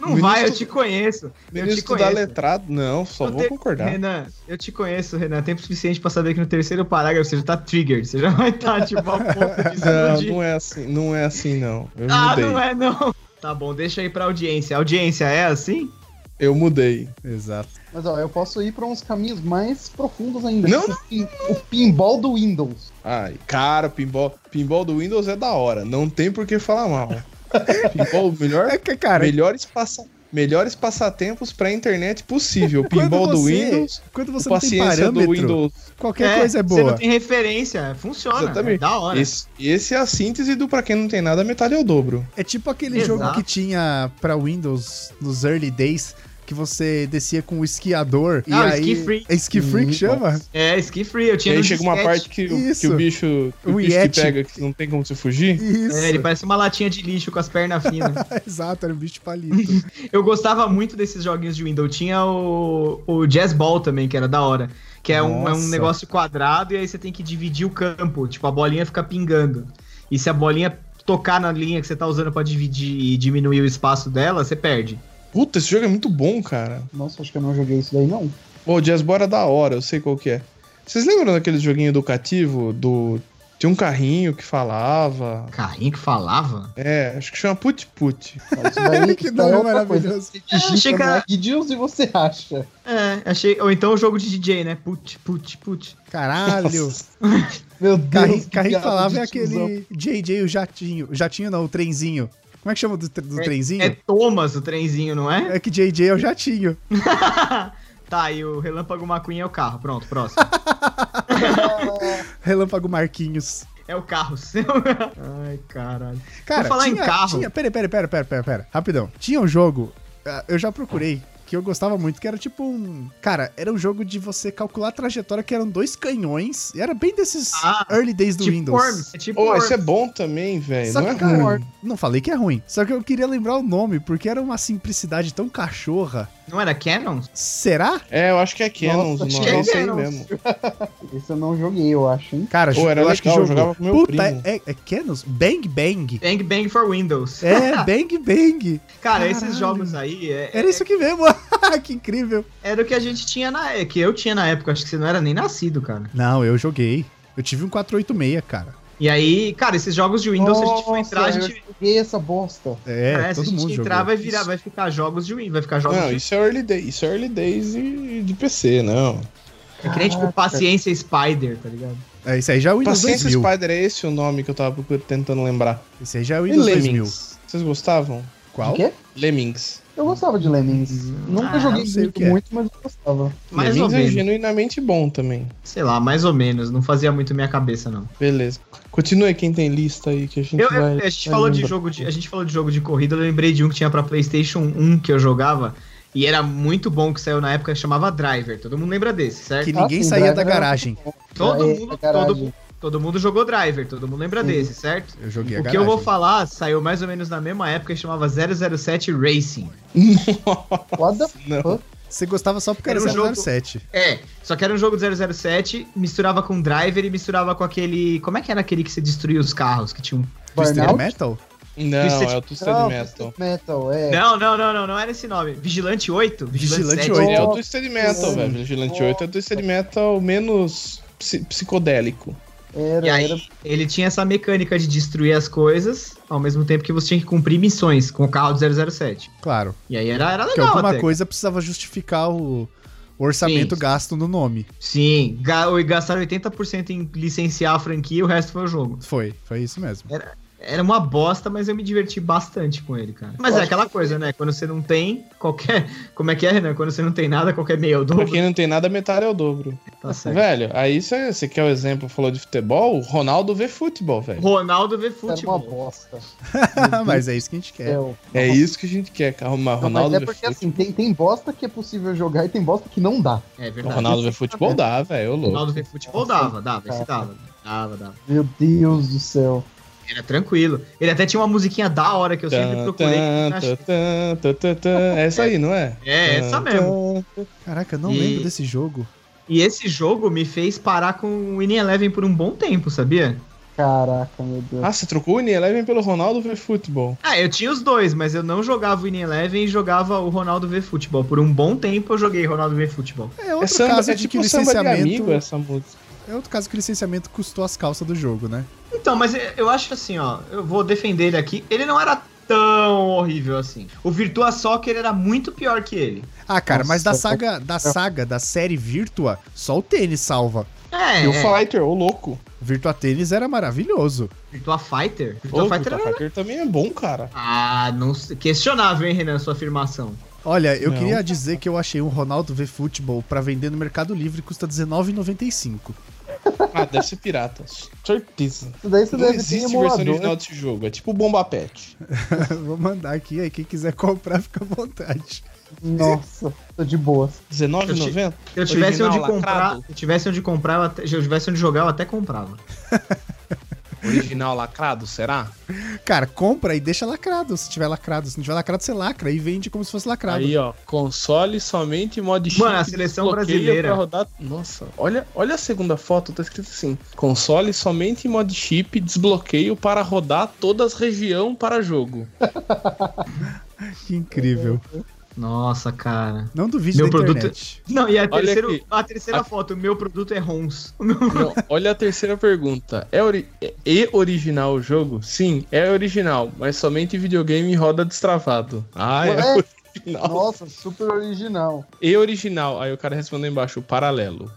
Speaker 1: Não vai, eu te conheço. Eu
Speaker 2: Menino
Speaker 1: te
Speaker 2: estudar
Speaker 1: conheço.
Speaker 2: letrado, não, só
Speaker 1: Não
Speaker 2: vou
Speaker 1: tem-
Speaker 2: concordar.
Speaker 1: Renan, eu te conheço, Renan. Tempo suficiente pra saber que no terceiro parágrafo você já tá triggered. Você já vai estar, tipo, a ponto de se
Speaker 2: Não,
Speaker 1: iludir.
Speaker 2: não é assim, não é assim, não. Eu
Speaker 1: Ah,
Speaker 2: mudei.
Speaker 1: não é não. Tá bom, deixa aí pra audiência. Audiência é assim?
Speaker 2: Eu mudei.
Speaker 3: Exato.
Speaker 4: Mas ó, eu posso ir pra uns caminhos mais profundos ainda.
Speaker 2: Não,
Speaker 4: Tipo, O pinball do Windows.
Speaker 2: Ai, cara, pinball, pinball do Windows é da hora. Não tem por que falar mal. pinball, melhor,
Speaker 3: É que, cara,
Speaker 2: melhores, passa, melhores passatempos pra internet possível. Pinball
Speaker 3: quando
Speaker 2: do
Speaker 3: você-
Speaker 2: Windows,
Speaker 3: Quando você não tem
Speaker 2: paciência
Speaker 3: parâmetro,
Speaker 2: do Windows.
Speaker 3: qualquer coisa é
Speaker 1: Você não
Speaker 3: boa.
Speaker 1: tem referência. Funciona.
Speaker 2: Exatamente.
Speaker 1: É da hora.
Speaker 2: Esse, esse é a síntese do pra quem não tem nada, metade é o dobro.
Speaker 3: É tipo aquele
Speaker 1: Exato.
Speaker 3: jogo que tinha pra Windows nos early days, que você descia com o esquiador e
Speaker 1: Ah, o
Speaker 3: aí...
Speaker 1: Ski Free.
Speaker 3: É Ski Free que chama?
Speaker 1: É, ski free. Eu
Speaker 2: E
Speaker 1: tinha
Speaker 2: aí
Speaker 1: no
Speaker 2: chega uma
Speaker 1: disquete.
Speaker 2: parte que, o- que
Speaker 3: Isso.
Speaker 2: o bicho, que
Speaker 3: O
Speaker 2: o bicho que
Speaker 3: Yeti.
Speaker 2: pega, que não tem como se fugir.
Speaker 3: Isso,
Speaker 1: É, ele parece uma latinha de lixo com as pernas finas.
Speaker 3: exato, era um bicho palito.
Speaker 1: Eu gostava muito desses joguinhos de Windows. Tinha o, o Jazz Ball também, que era da hora. Que é um, é um
Speaker 3: Nossa.
Speaker 1: negócio quadrado e aí você tem que dividir o campo. Tipo, a bolinha fica pingando. E se a bolinha tocar na linha que você tá usando pra dividir e diminuir o espaço dela, você perde.
Speaker 2: Puta, esse jogo é muito bom, cara.
Speaker 4: Nossa, acho que eu não joguei isso daí, não.
Speaker 2: Pô, o Jazz Bora é da hora, eu sei qual que é. Vocês lembram daquele joguinho educativo do. Tinha um carrinho que falava.
Speaker 1: Carrinho que falava?
Speaker 2: É, acho que chama Put Put.
Speaker 4: Cara, Isso daí,
Speaker 3: que
Speaker 4: isso daí é
Speaker 1: tá,
Speaker 3: nome
Speaker 4: outra coisa.
Speaker 3: maravilhoso.
Speaker 4: Você
Speaker 1: Eu achei
Speaker 4: digita
Speaker 1: que era-
Speaker 4: no iTunes é e você acha.
Speaker 1: É, achei. Ou então o jogo de DJ, né? Put, put, put.
Speaker 3: Caralho.
Speaker 4: Meu Deus.
Speaker 3: Carrinho,
Speaker 4: que
Speaker 3: carrinho que
Speaker 4: piada
Speaker 3: falava
Speaker 4: de
Speaker 3: é
Speaker 4: tiozão.
Speaker 3: aquele JJ, o jatinho. O jatinho não, o trenzinho. Como é que chama do, tre- do trenzinho?
Speaker 1: É
Speaker 3: É...
Speaker 1: Thomas o trenzinho, não é?
Speaker 3: que JJ é o jatinho.
Speaker 1: Tá, e o Relâmpago Macunha é o carro. Pronto, próximo.
Speaker 3: Relâmpago Marquinhos.
Speaker 1: é o carro seu. Ai, caralho.
Speaker 3: Cara,
Speaker 1: Por falar em
Speaker 3: tinha,
Speaker 1: carro.
Speaker 3: tinha... Pera, pera, pera, pera, pera, pera. Rapidão. Tinha um jogo, ah, eu já procurei, que eu gostava muito, que era tipo um... Cara, era um jogo de você calcular a trajetória, que eram dois canhões, e era bem desses
Speaker 1: Ah,
Speaker 3: early days do
Speaker 1: tipo
Speaker 3: Windows.
Speaker 1: Worms, é tipo
Speaker 2: Pô, esse é
Speaker 1: Worms.
Speaker 2: bom também, velho.
Speaker 3: Só
Speaker 2: Não é
Speaker 3: que, cara,
Speaker 2: ruim.
Speaker 3: não falei que é ruim. Só que eu queria lembrar o nome, porque era uma simplicidade tão cachorra.
Speaker 1: Não era Canon?
Speaker 3: Será?
Speaker 2: É, eu acho que é Canon, mano.
Speaker 4: Nossa,
Speaker 1: acho que é
Speaker 2: É isso aí
Speaker 1: Canons.
Speaker 2: mesmo.
Speaker 4: Esse eu não joguei, eu acho, hein?
Speaker 3: Cara,
Speaker 2: Pô, era legal, eu jogava com meu
Speaker 3: Puta,
Speaker 2: primo.
Speaker 3: é, é Kenos? Bang Bang.
Speaker 1: Bang Bang for Windows.
Speaker 3: É, Bang Bang.
Speaker 1: Cara,
Speaker 3: Caralho.
Speaker 1: esses jogos aí é-
Speaker 3: Era isso aqui mesmo. que incrível.
Speaker 1: era o que a gente tinha na é, que eu tinha na época, acho que você não era nem nascido, cara.
Speaker 3: Não, eu joguei. Eu tive um 486, cara.
Speaker 1: E aí, cara, esses jogos de Windows, se a gente for
Speaker 4: Nossa,
Speaker 1: entrar, a gente,
Speaker 4: Eu joguei essa bosta.
Speaker 3: É,
Speaker 1: é, se a
Speaker 3: todo
Speaker 1: gente
Speaker 3: mundo
Speaker 1: entrar,
Speaker 3: jogou.
Speaker 1: vai virar, vai ficar jogos de Windows, vai ficar jogos
Speaker 2: Não,
Speaker 1: de
Speaker 2: isso é early days. Isso é early days e de PC, não.
Speaker 1: É que nem tipo Paciência Spider, tá ligado?
Speaker 3: É, esse aí já é o Windows
Speaker 2: Paciência
Speaker 3: 2000.
Speaker 2: Spider é esse o nome que eu tava procurando- tentando lembrar.
Speaker 3: Esse aí já é o
Speaker 2: E
Speaker 3: Windows 2000.
Speaker 2: Lemmings. Vocês gostavam?
Speaker 3: Qual? Hum,
Speaker 4: O quê?
Speaker 2: Lemmings.
Speaker 4: Eu gostava de Lemmings. Nunca
Speaker 1: Ah,
Speaker 4: joguei
Speaker 3: não sei o
Speaker 4: muito,
Speaker 3: que é.
Speaker 4: muito, mas eu gostava.
Speaker 1: Mais ou
Speaker 2: Lemmings é
Speaker 1: menos.
Speaker 2: genuinamente bom também.
Speaker 1: Sei lá, mais ou menos. Não fazia muito minha cabeça, não.
Speaker 2: Beleza. Continue quem tem lista aí que a gente
Speaker 1: Eu- eu-
Speaker 2: vai.
Speaker 1: a gente
Speaker 2: vai
Speaker 1: falou de
Speaker 2: lembrar.
Speaker 1: jogo de, a gente falou de jogo de corrida, eu lembrei de um que tinha pra PlayStation 1 que eu jogava e era muito bom que saiu na época, chamava Driver. Todo mundo lembra desse, certo?
Speaker 3: Que ninguém
Speaker 4: sim,
Speaker 3: saía da
Speaker 4: Driver.
Speaker 3: garagem.
Speaker 1: Todo
Speaker 4: É,
Speaker 1: mundo,
Speaker 4: caralho.
Speaker 1: todo, todo mundo jogou Driver, todo mundo lembra
Speaker 4: Sim.
Speaker 1: desse, certo?
Speaker 3: Eu joguei a
Speaker 1: O que
Speaker 3: garagem.
Speaker 1: eu vou falar saiu mais ou menos na mesma época e chamava 007 Racing.
Speaker 4: What the
Speaker 2: Não.
Speaker 4: fuck?
Speaker 3: Você gostava só porque era,
Speaker 1: Era um jogo-
Speaker 3: 007.
Speaker 1: É, só que era um jogo do 007, misturava com Driver e misturava com aquele... Como é que era aquele que você destruía os carros, que tinha um...
Speaker 3: Twisted
Speaker 4: Burnout?
Speaker 3: Metal?
Speaker 2: Não,
Speaker 1: Twisted-
Speaker 2: é o Twisted
Speaker 4: Não,
Speaker 2: Metal.
Speaker 4: Twisted Metal, é.
Speaker 1: Não, não, não, não, não era esse nome. Vigilante 8?
Speaker 3: Vigilante
Speaker 1: 7.
Speaker 3: 8.
Speaker 2: Ele é o
Speaker 4: Nossa,
Speaker 2: Twisted Metal,
Speaker 4: sim.
Speaker 2: velho. Vigilante 8 é o Twisted Metal menos psi- psicodélico.
Speaker 4: Era,
Speaker 1: E
Speaker 4: era.
Speaker 1: aí, ele tinha essa mecânica de destruir as coisas, ao mesmo tempo que você tinha que cumprir missões com o carro do 007.
Speaker 3: Claro.
Speaker 1: E aí era, era
Speaker 3: Porque
Speaker 1: legal
Speaker 3: alguma
Speaker 1: até.
Speaker 3: é coisa precisava justificar o o orçamento
Speaker 1: Sim.
Speaker 3: gasto no nome.
Speaker 1: Sim, ga- gastaram 80% em licenciar a franquia e o resto foi o jogo.
Speaker 3: Foi, foi isso mesmo.
Speaker 1: Era uma bosta, mas eu me diverti bastante com ele, cara. Mas
Speaker 4: Eu
Speaker 1: é
Speaker 4: acho
Speaker 1: aquela coisa, né? Quando você não tem qualquer. Como é que é, Renan? Quando você não tem nada, qualquer meio eu dou.
Speaker 2: Pra quem não tem nada, metade é o dobro.
Speaker 1: Tá certo.
Speaker 2: Velho, aí você você quer o exemplo, falou de futebol, o Ronaldo vê futebol, velho.
Speaker 1: Ronaldo vê
Speaker 4: Era uma
Speaker 1: futebol.
Speaker 4: bosta. Ah,
Speaker 3: mas é isso que a gente quer.
Speaker 4: Céu.
Speaker 2: É isso que a gente quer, cara. Mas
Speaker 4: Não, mas
Speaker 2: Ronaldo
Speaker 4: é
Speaker 2: vê
Speaker 4: porque
Speaker 2: futebol.
Speaker 4: assim, tem, tem bosta que é possível jogar e tem bosta que não dá.
Speaker 1: É
Speaker 2: O
Speaker 1: verdade.
Speaker 2: Ronaldo vê futebol dá, velho, ô louco.
Speaker 1: Ronaldo vê futebol dava, dava,
Speaker 4: assim,
Speaker 1: esse dava. Dava, dava.
Speaker 4: Meu Deus do céu.
Speaker 1: Era tranquilo. Ele até tinha uma musiquinha da hora que eu sempre
Speaker 2: Tan,
Speaker 1: procurei. que
Speaker 2: tan,
Speaker 1: nunca achei.
Speaker 2: tan, tan, tan, tan. É essa aí, não é?
Speaker 1: É, essa
Speaker 2: Tan,
Speaker 1: mesmo.
Speaker 2: tan.
Speaker 3: Caraca, eu não
Speaker 1: E-
Speaker 3: lembro desse jogo.
Speaker 1: E esse jogo me fez parar com o In Eleven por um bom tempo, sabia?
Speaker 4: Caraca, meu Deus.
Speaker 2: Ah, você trocou o Eleven pelo Ronaldo ver futebol.
Speaker 1: Ah, eu tinha os dois, mas eu não jogava o In Eleven e jogava o Ronaldo V Futebol. Por um bom tempo eu joguei Ronaldo V Futebol.
Speaker 3: É
Speaker 2: É,
Speaker 3: outro
Speaker 2: samba,
Speaker 3: caso
Speaker 2: é
Speaker 3: de que
Speaker 2: tipo samba de amigo
Speaker 3: licenciamento.
Speaker 2: essa música.
Speaker 3: É outro caso que licenciamento custou as calças do jogo, né?
Speaker 1: Então, mas eu- eu acho assim, ó, eu vou defender ele aqui. Ele não era tão horrível assim. O Virtua Soccer era muito pior que ele.
Speaker 3: Ah, cara, mas da
Speaker 4: Nossa,
Speaker 3: saga, da saga, da série Virtua, só o tênis salva.
Speaker 1: É,
Speaker 2: E o
Speaker 1: é.
Speaker 2: Fighter, ô louco.
Speaker 3: Virtua Tênis era maravilhoso.
Speaker 1: Virtua Fighter? Virtua
Speaker 2: Ô,
Speaker 1: Fighter
Speaker 2: Fighter,
Speaker 1: era...
Speaker 2: Fighter também é bom, cara.
Speaker 1: Ah, não sei. questionável, hein, Renan, sua afirmação.
Speaker 3: Olha, eu
Speaker 2: Não.
Speaker 3: queria dizer que eu achei um Ronaldo V Futebol pra vender no Mercado Livre custa R$19,95.
Speaker 2: Ah, deve ser pirata. Certeza.
Speaker 4: Isso daí você
Speaker 2: Não
Speaker 4: deve ter em
Speaker 2: existe versão
Speaker 4: emulador. né?
Speaker 2: original desse jogo. É tipo Bomba Pet.
Speaker 3: Vou mandar aqui, aí quem quiser comprar fica à vontade.
Speaker 4: Nossa, tô de boas.
Speaker 2: R$19,90?
Speaker 1: Se eu tivesse
Speaker 2: Original,
Speaker 1: onde comprar,
Speaker 2: lacrado.
Speaker 1: se eu tivesse onde comprar, eu até- se eu tivesse onde jogar, eu até comprava.
Speaker 2: Original lacrado, será?
Speaker 3: Cara, compra e deixa lacrado, se tiver lacrado. Se não tiver lacrado, você lacra e vende como se fosse lacrado.
Speaker 2: Aí, ó, console somente mod chip.
Speaker 1: Mano, a seleção
Speaker 2: desbloqueia
Speaker 1: brasileira.
Speaker 2: pra rodar- Nossa, olha, olha a segunda foto, tá escrito assim: console somente mod chip, desbloqueio para rodar todas as região para jogo.
Speaker 3: Que incrível.
Speaker 1: Nossa, cara.
Speaker 3: Não duvide
Speaker 1: é. Meu
Speaker 3: da
Speaker 1: produto-
Speaker 3: internet.
Speaker 1: Não, e a, terceiro-
Speaker 2: aqui.
Speaker 1: a terceira
Speaker 2: A-
Speaker 1: foto, o meu produto é ROMs.
Speaker 2: Não, olha a terceira pergunta. É, ori- é- é original o jogo? Sim, é original, mas somente videogame roda destravado. Ah, é
Speaker 4: Ué?
Speaker 2: original.
Speaker 4: Nossa, super original.
Speaker 2: E original. Aí o cara respondeu embaixo, paralelo.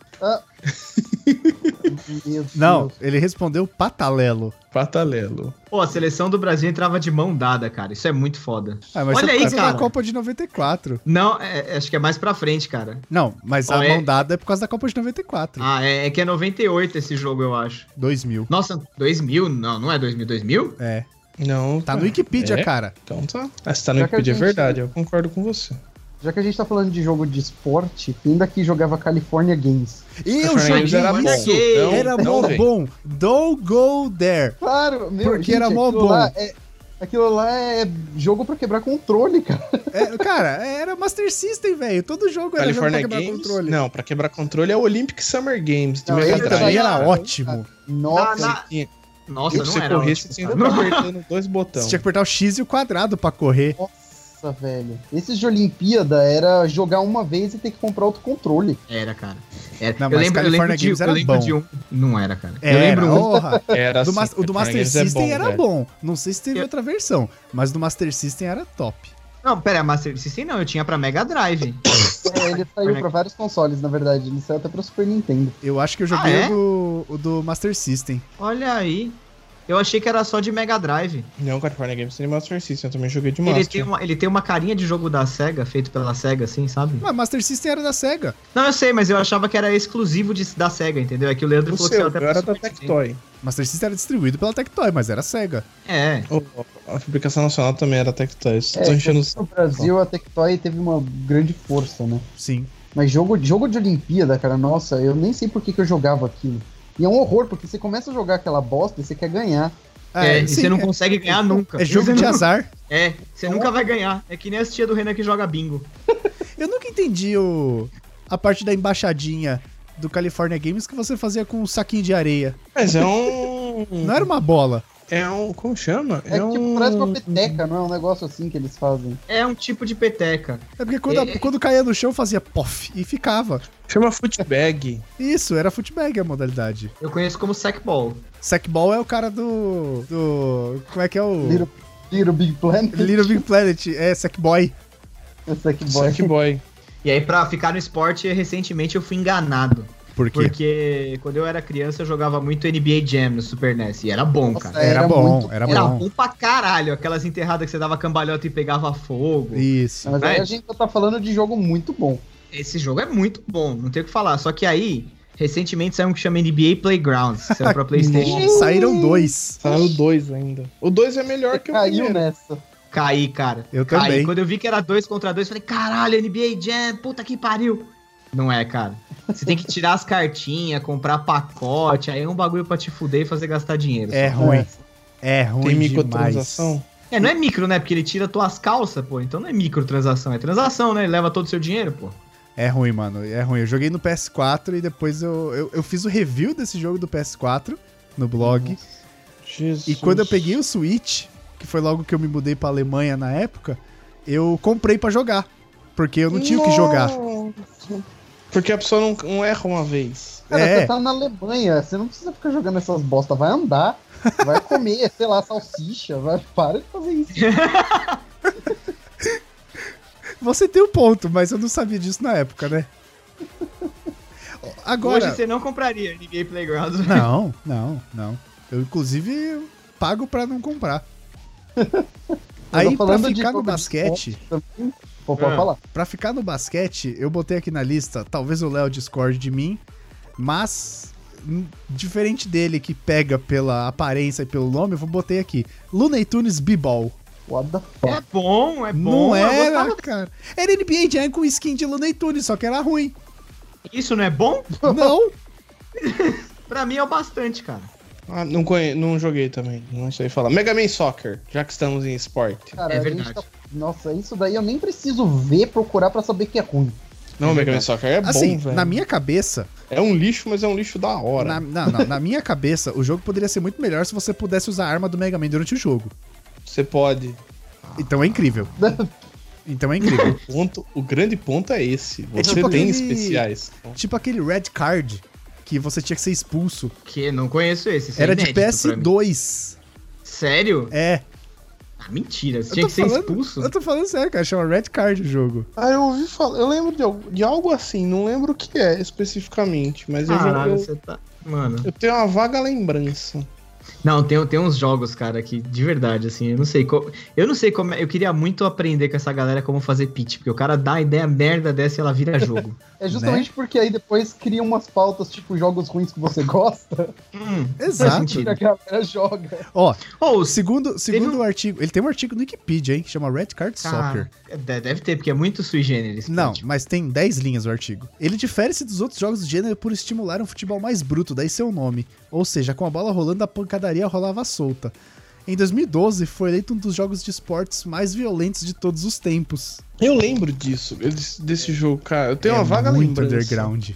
Speaker 4: Meu
Speaker 1: é-
Speaker 3: Não,
Speaker 4: Deus.
Speaker 3: ele respondeu patalelo.
Speaker 2: Patalelo.
Speaker 1: Pô, a seleção do Brasil entrava de mão dada, cara. Isso é muito foda.
Speaker 3: Ah, mas
Speaker 1: Olha
Speaker 3: você
Speaker 1: aí,
Speaker 3: tá falando da
Speaker 1: cara.
Speaker 3: Copa de 94.
Speaker 1: Não, é- é- acho que é mais pra frente, cara.
Speaker 3: Não, mas a
Speaker 1: Ó, é-
Speaker 3: mão dada é por causa da Copa de 94.
Speaker 1: Ah, é, é que é 98 esse jogo, eu acho.
Speaker 3: 2000.
Speaker 1: Nossa, 2000? Não, não é 2000, 2000?
Speaker 3: É.
Speaker 2: Não.
Speaker 3: Tá no
Speaker 2: cara.
Speaker 3: Wikipedia,
Speaker 2: É?
Speaker 3: cara.
Speaker 2: Então tá. Ah, se tá no
Speaker 4: Já que a
Speaker 2: Wikipedia é
Speaker 4: gente-
Speaker 2: verdade, eu concordo com você.
Speaker 4: Já que a gente tá falando de jogo de esporte, quem daqui jogava California Games?
Speaker 3: Eu
Speaker 2: Fernandes
Speaker 3: joguei
Speaker 1: bom.
Speaker 3: isso.
Speaker 1: Não,
Speaker 3: Era mó
Speaker 2: vem.
Speaker 3: bom. Don't go there.
Speaker 4: Claro, meu
Speaker 3: Porque era mó
Speaker 4: aquilo
Speaker 3: bom.
Speaker 4: Lá é, aquilo lá é jogo pra quebrar controle, cara.
Speaker 3: É, cara, era Master System, velho. Todo jogo era
Speaker 2: California
Speaker 3: jogo pra
Speaker 2: Games?
Speaker 3: quebrar controle.
Speaker 2: Não, pra quebrar controle é o Olympic Summer Games de
Speaker 4: Não,
Speaker 2: Mega
Speaker 4: esse
Speaker 3: Ele também
Speaker 2: Drive.
Speaker 4: daí-
Speaker 3: era
Speaker 4: Ah,
Speaker 3: ótimo.
Speaker 1: na,
Speaker 4: Nossa,
Speaker 1: na...
Speaker 2: Tinha-
Speaker 1: Nossa,
Speaker 2: Se
Speaker 1: não
Speaker 2: você
Speaker 1: era
Speaker 2: correr,
Speaker 1: ótimo,
Speaker 2: você tinha
Speaker 1: cara.
Speaker 2: que ficar apertando dois
Speaker 3: Você
Speaker 2: botões.
Speaker 3: tinha que apertar o X e o quadrado pra correr.
Speaker 4: nossa, velho. Esses de Olimpíada era jogar uma vez e ter que comprar outro controle.
Speaker 1: Era, cara. Era.
Speaker 3: Não,
Speaker 1: eu
Speaker 3: mas
Speaker 1: lembro, eu
Speaker 3: California
Speaker 1: lembro, de,
Speaker 3: Games
Speaker 1: eu
Speaker 3: era
Speaker 1: lembro
Speaker 3: bom. É.
Speaker 1: de um. Não era, cara.
Speaker 3: Era,
Speaker 1: eu lembro um.
Speaker 3: porra.
Speaker 2: Era
Speaker 3: Do
Speaker 2: assim,
Speaker 3: Mas- o
Speaker 2: California
Speaker 3: do Master
Speaker 2: Games é
Speaker 3: System
Speaker 2: bom,
Speaker 3: era
Speaker 2: velho.
Speaker 3: bom. Não sei se teve
Speaker 1: Eu-
Speaker 3: outra versão, mas do Master System era top.
Speaker 1: Não, pera, Master System não, eu tinha pra Mega Drive.
Speaker 4: É, ele saiu pra vários consoles, na verdade. Ele saiu até pra Super Nintendo.
Speaker 3: Eu acho que eu joguei
Speaker 1: Ah, é?
Speaker 3: o, o do Master System.
Speaker 1: Olha aí. Eu achei que era só de Mega Drive.
Speaker 2: Não, California Games tem Master System, é um eu também joguei de
Speaker 1: Ele tem,
Speaker 2: Master.
Speaker 1: uma, ele tem uma carinha de jogo da SEGA, feito pela SEGA, assim, sabe?
Speaker 3: Mas Master System era da SEGA.
Speaker 1: Não, eu sei, mas eu achava que era exclusivo de- da SEGA, entendeu? É que o Leandro
Speaker 2: O
Speaker 1: falou
Speaker 2: seu,
Speaker 1: que
Speaker 2: eu era da
Speaker 1: pra Super Nintendo.
Speaker 2: Tectoy.
Speaker 3: Master System era distribuído pela Tectoy, mas era SEGA.
Speaker 1: É.
Speaker 2: O- A publicação nacional também era Tectoy. Vocês
Speaker 4: É,
Speaker 2: estão enchendo
Speaker 4: No Brasil, a Tectoy teve uma grande força, né?
Speaker 3: Sim.
Speaker 4: Mas jogo, jogo de Olimpíada, cara, nossa, eu nem sei por que, que eu jogava aquilo. E é um horror, porque você começa a jogar aquela bosta e você quer ganhar.
Speaker 1: É, e
Speaker 3: sim,
Speaker 1: você não
Speaker 3: é-
Speaker 1: consegue ganhar nunca.
Speaker 3: É jogo
Speaker 1: Você
Speaker 3: de
Speaker 1: não-
Speaker 3: azar.
Speaker 1: É, você nunca vai ganhar. É que nem a tia do Renan que joga bingo.
Speaker 3: Eu nunca entendi o, a parte da embaixadinha do California Games que você fazia com um saquinho de areia.
Speaker 2: Mas é um.
Speaker 3: Não era uma bola.
Speaker 2: É um. Como chama?
Speaker 4: É, que
Speaker 2: um...
Speaker 4: tipo, parece uma peteca, não é um negócio assim que eles fazem.
Speaker 1: É um tipo de peteca.
Speaker 3: É porque quando, a- quando caía no chão fazia pof e ficava.
Speaker 2: Chama footbag.
Speaker 3: Isso, era footbag a modalidade.
Speaker 1: Eu conheço como sackball.
Speaker 3: Sackball é o cara do. do. Como é que é o.
Speaker 4: Little, Little Big Planet.
Speaker 3: Little Big Planet, é Sackboy.
Speaker 4: Esse aqui, boy.
Speaker 2: Sackboy.
Speaker 1: E aí, pra ficar no esporte, recentemente eu fui enganado.
Speaker 3: Por quê?
Speaker 1: Porque quando eu era criança eu jogava muito NBA Jam no Super NES. E era bom,
Speaker 4: Nossa,
Speaker 1: cara.
Speaker 3: Era,
Speaker 4: Era
Speaker 3: bom,
Speaker 4: muito-
Speaker 3: era
Speaker 1: Era
Speaker 3: é bom.
Speaker 1: bom pra caralho. Aquelas enterradas que você dava cambalhota e pegava fogo.
Speaker 3: Isso.
Speaker 4: Mas aí
Speaker 1: Vai.
Speaker 4: a gente tá falando de jogo muito bom.
Speaker 1: Esse jogo é muito bom, não tem o que falar. Só que aí, recentemente saiu um que chama NBA Playgrounds, que saiu pra PlayStation.
Speaker 3: Nossa, Saíram dois.
Speaker 2: Saiu tá dois ainda. O dois é melhor
Speaker 4: Você
Speaker 2: que o
Speaker 4: caiu né?
Speaker 2: primeiro.
Speaker 4: nessa.
Speaker 1: Caí, cara.
Speaker 3: Eu
Speaker 1: Caí.
Speaker 3: também.
Speaker 1: Quando eu vi que era dois contra dois, eu falei, caralho, NBA Jam, puta que pariu. Não é, cara. Você tem que tirar as cartinhas, comprar pacote, aí é um bagulho pra te fuder e fazer gastar dinheiro.
Speaker 3: É
Speaker 1: só.
Speaker 3: ruim. É ruim
Speaker 2: Tem
Speaker 3: demais.
Speaker 2: microtransação.
Speaker 1: É, não é micro, né? Porque ele tira tuas calças, pô. Então não é microtransação, é transação, né? Ele leva todo o seu dinheiro, pô.
Speaker 3: É ruim, mano. É ruim. Eu joguei no PS4 e depois eu, eu, eu fiz o review desse jogo do PS4 no blog.
Speaker 2: Jesus.
Speaker 3: E quando eu peguei o Switch, que foi logo que eu me mudei pra Alemanha na época, eu comprei pra jogar. Porque eu não tinha o que jogar.
Speaker 2: Nossa. Porque a pessoa não, não erra uma vez.
Speaker 4: Cara,
Speaker 3: É.
Speaker 4: você tá na Alemanha, você não precisa ficar jogando essas bosta, vai andar, vai comer, sei lá, salsicha, vai, para de fazer isso.
Speaker 3: Você tem o ponto, mas eu não sabia disso na época, né? Agora.
Speaker 1: Hoje você não compraria NBA Playgrounds.
Speaker 3: Não, não, não. Eu, inclusive, pago pra não comprar. Aí, pra
Speaker 4: falando de
Speaker 3: ficar no
Speaker 4: jogo de
Speaker 3: basquete,
Speaker 4: Pô, pode
Speaker 1: É.
Speaker 4: falar.
Speaker 3: pra ficar no basquete, eu botei aqui na lista, talvez o Léo discorde de mim, mas hum, diferente dele que pega pela aparência e pelo nome, eu vou botei aqui. Looney Tunes B-Ball.
Speaker 4: What the fuck?
Speaker 1: É bom, é bom. eu
Speaker 3: Não era,
Speaker 1: gostava
Speaker 3: cara. Era NBA Jam com skin de Looney Tunes, só que era ruim.
Speaker 1: Isso não é bom?
Speaker 3: Não,
Speaker 1: Pra mim é o bastante, cara.
Speaker 2: Ah, não, conhe... não joguei também. Não sei falar. Mega Man Soccer, já que estamos em esporte.
Speaker 4: Cara,
Speaker 1: É
Speaker 4: a gente
Speaker 1: verdade.
Speaker 4: tá- Nossa, isso daí eu nem preciso ver, procurar pra saber que é ruim.
Speaker 2: Não,
Speaker 1: É
Speaker 2: Mega Man
Speaker 1: verdade.
Speaker 2: Soccer é
Speaker 3: assim,
Speaker 2: bom, velho.
Speaker 3: na minha cabeça,
Speaker 2: É um lixo, mas é um lixo da hora.
Speaker 3: Na, não, não, na minha cabeça, o jogo poderia ser muito melhor se você pudesse usar a arma do Mega Man durante o jogo.
Speaker 2: Você pode.
Speaker 3: Então é incrível. Então é incrível.
Speaker 2: Ponto... O grande ponto é esse. Você
Speaker 3: tipo
Speaker 2: tem
Speaker 3: aquele-
Speaker 2: especiais. então.
Speaker 3: tipo aquele Red Card, que você tinha que ser expulso.
Speaker 1: Que não conheço esse. isso é
Speaker 3: Era de
Speaker 1: inédito pra mim.
Speaker 3: PS2.
Speaker 1: Sério?
Speaker 3: É.
Speaker 1: Ah, mentira. Você
Speaker 3: Eu
Speaker 1: tinha
Speaker 3: tô
Speaker 1: que ser
Speaker 3: falando-
Speaker 1: expulso.
Speaker 3: Eu tô falando sério, cara. Chama Red Card o jogo.
Speaker 2: Ah, eu ouvi falar. Eu lembro de algo, de algo assim, não lembro o que é especificamente, mas eu, já,
Speaker 1: Caralho,
Speaker 2: eu,
Speaker 1: você tá. Mano.
Speaker 2: eu tenho uma vaga lembrança.
Speaker 1: Não, tem, tem uns jogos, cara, que de verdade, assim, eu não sei como. Eu não sei como. Eu queria muito aprender com essa galera como fazer pitch, porque o cara dá a ideia merda dessa e ela vira jogo.
Speaker 4: É justamente
Speaker 2: Né?
Speaker 4: porque aí depois criam umas pautas, tipo, jogos ruins que você gosta,
Speaker 1: Hum, Faz
Speaker 3: Exato.
Speaker 4: que a
Speaker 1: sentido.
Speaker 4: galera joga.
Speaker 3: Ó,
Speaker 1: Ou
Speaker 3: o segundo, segundo
Speaker 1: Teve
Speaker 3: o artigo. Ele tem um artigo no Wikipedia, hein? que Chama Red Card Soccer.
Speaker 1: Cara, de- deve ter, porque é muito sui generis.
Speaker 3: Não,
Speaker 1: pitch.
Speaker 3: mas tem 10 linhas o artigo. Ele difere-se dos outros jogos do gênero por estimular um futebol mais bruto, daí seu nome. Ou seja, com a bola rolando, a pancadaria rolava solta. Em 2012, foi eleito um dos jogos de esportes mais violentos de todos os tempos.
Speaker 2: Eu lembro disso, eu desse, desse jogo, cara. Eu tenho
Speaker 3: É
Speaker 2: uma vaga
Speaker 3: muito
Speaker 2: lembrança.
Speaker 3: underground.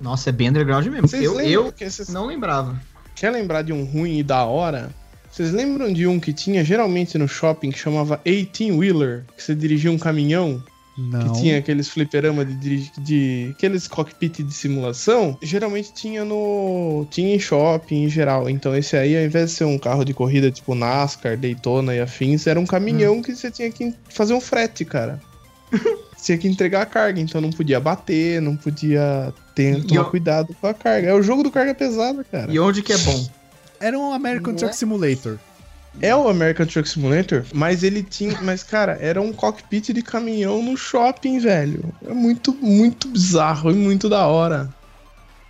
Speaker 1: Nossa, é bem underground mesmo.
Speaker 2: Vocês
Speaker 1: eu,
Speaker 2: lembram?
Speaker 1: eu
Speaker 2: que vocês
Speaker 1: não lembrava.
Speaker 2: querem lembrar de um ruim e da hora? Vocês lembram de um que tinha geralmente no shopping que chamava 18 Wheeler? Que você dirigia um caminhão?
Speaker 3: Não.
Speaker 2: Que tinha aqueles fliperama de, dirigi- de. aqueles cockpit de simulação? Geralmente tinha no. tinha em shopping em geral. Então esse aí, ao invés de ser um carro de corrida tipo NASCAR, Daytona e afins, era um caminhão
Speaker 1: Hum.
Speaker 2: que você tinha que fazer um frete, cara. Você tinha que entregar a carga, então não podia bater, não podia ter,
Speaker 1: E
Speaker 2: tomar
Speaker 1: eu-
Speaker 2: cuidado com a carga. É o jogo do carga pesada, cara.
Speaker 1: E onde que é bom?
Speaker 3: Era um American
Speaker 4: Não é?
Speaker 3: Truck Simulator.
Speaker 2: É o American Truck Simulator, mas ele tinha. Mas, cara, era um cockpit de caminhão no shopping, velho. É muito, muito bizarro e muito da hora.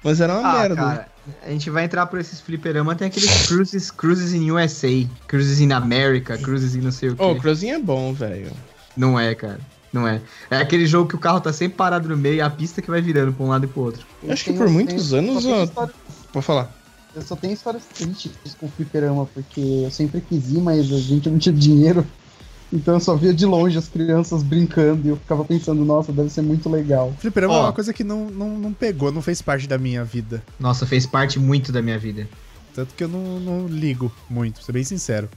Speaker 2: Mas era é uma merda.
Speaker 1: Ah,
Speaker 2: né?
Speaker 1: cara, a gente vai entrar por esses fliperama, tem aqueles cruises, cruises in USA, cruises in America, cruises in não sei o quê.
Speaker 2: Ô, o Cruzinho é bom, velho.
Speaker 1: Não é, cara. Não é. É aquele jogo que o carro tá sempre parado no meio e a pista que vai virando pra um lado e pro outro.
Speaker 4: Eu
Speaker 2: Acho que
Speaker 4: tenho-
Speaker 2: por muitos
Speaker 4: tenho-
Speaker 2: anos,
Speaker 4: um só tenho
Speaker 2: ó.
Speaker 4: história-
Speaker 2: Pode falar.
Speaker 4: Eu só tenho histórias tristes com o fliperama, porque eu sempre quis ir, mas a gente não tinha dinheiro. Então eu só via de longe as crianças brincando e eu ficava pensando, nossa, deve ser muito legal.
Speaker 3: Fliperama é
Speaker 1: Ó.
Speaker 3: uma coisa que não, não, não pegou, não fez parte da minha vida.
Speaker 1: Nossa, fez parte muito da minha vida.
Speaker 3: Tanto que eu não, não ligo muito, pra ser bem sincero.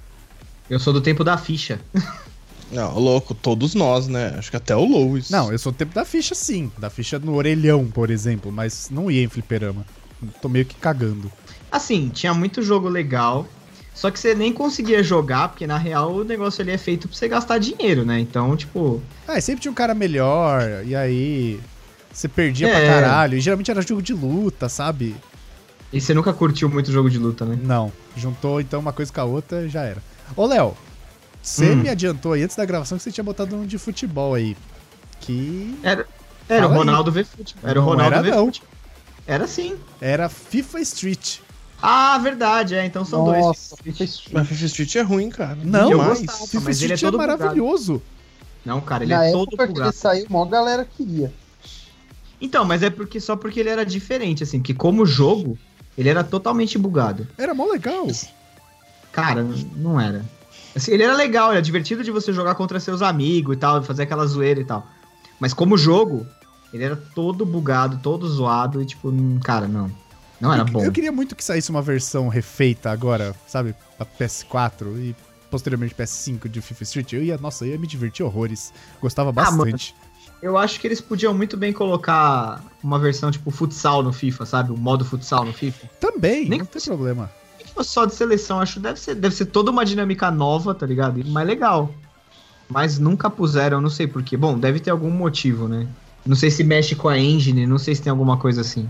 Speaker 1: Eu sou do tempo da ficha.
Speaker 2: Não, louco, todos nós, né? Acho que até o Lois.
Speaker 3: Não, eu sou do tempo da ficha, sim. Da ficha no orelhão, por exemplo, mas não ia em fliperama. Tô meio que cagando.
Speaker 1: Assim, tinha muito jogo legal. Só que você nem conseguia jogar, porque na real o negócio ali é feito pra você gastar dinheiro, né? Então, tipo,
Speaker 3: Ah, e sempre tinha um cara melhor, e aí. Você perdia pra
Speaker 1: É.
Speaker 3: caralho. E geralmente era jogo de luta, sabe?
Speaker 1: E você nunca curtiu muito jogo de luta, né?
Speaker 3: Não. Juntou então uma coisa com a outra já era. Ô, Léo, você
Speaker 1: Hum.
Speaker 3: me adiantou aí antes da gravação que você tinha botado um de futebol aí. Que
Speaker 1: Era o
Speaker 3: Fala aí.
Speaker 1: Ronaldo V Foot. Era o
Speaker 3: Não
Speaker 1: Ronaldo
Speaker 3: era,
Speaker 1: V
Speaker 3: não.
Speaker 1: Foot. Era sim.
Speaker 3: era FIFA Street.
Speaker 1: Ah, verdade, é. Então são dois.
Speaker 4: Nossa, foi
Speaker 2: Mas FIFA Street é ruim, cara.
Speaker 3: Não,
Speaker 1: Eu
Speaker 2: Demais.
Speaker 1: gostava.
Speaker 3: FIFA
Speaker 1: mas ele é
Speaker 3: Street é,
Speaker 1: todo bugado.
Speaker 3: maravilhoso.
Speaker 1: Não, cara, ele
Speaker 4: Na
Speaker 1: é todo
Speaker 4: época que ele
Speaker 1: bugado.
Speaker 4: saiu, mó galera queria.
Speaker 1: Então, mas é porque só porque ele era diferente, assim, porque como jogo, ele era totalmente bugado.
Speaker 3: Era mó legal.
Speaker 1: Cara, n- não era. Assim, ele era legal, era divertido de você jogar contra seus amigos e tal, fazer aquela zoeira e tal. Mas como jogo, ele era todo bugado, todo zoado e tipo, hum, cara, não. Não era
Speaker 4: Tá
Speaker 3: Eu-
Speaker 1: bom.
Speaker 3: Eu queria muito que saísse uma versão refeita agora, sabe? Pra PS4 e posteriormente PS5 de FIFA Street. Eu ia, nossa, eu ia me divertir horrores.
Speaker 4: Ah,
Speaker 3: Gostava
Speaker 1: mano.
Speaker 3: bastante.
Speaker 1: Eu acho que eles podiam muito bem colocar uma versão tipo futsal no FIFA, sabe? O modo futsal no FIFA.
Speaker 3: Também,
Speaker 1: Nem
Speaker 3: não tem problema.
Speaker 1: E que fosse só de seleção, acho que deve ser, deve ser toda uma dinâmica nova, tá ligado? E mais legal. Mas nunca puseram, não sei porquê. Bom, deve ter algum motivo, né? Não sei se mexe com a engine, não sei se tem alguma coisa assim.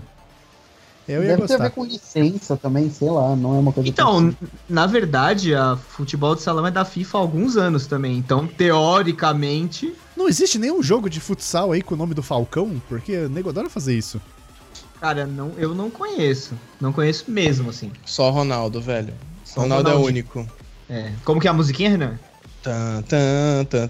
Speaker 3: Eu ia
Speaker 4: Deve ter a
Speaker 3: gostar.
Speaker 4: ver com licença também, sei lá, não é uma coisa
Speaker 1: Então,
Speaker 4: tão
Speaker 1: n- na verdade, a futebol de salão é da FIFA há alguns anos também. Então, teoricamente,
Speaker 3: Não existe nenhum jogo de futsal aí com o nome do Falcão, porque o nego adora fazer isso.
Speaker 1: cara, não, eu não conheço. Não conheço mesmo, assim.
Speaker 2: Só Ronaldo, velho.
Speaker 1: Só
Speaker 2: Ronaldo é
Speaker 1: Ronaldinho.
Speaker 2: único.
Speaker 1: É. Como que é a musiquinha, Renan?
Speaker 2: Tan, tan, tan,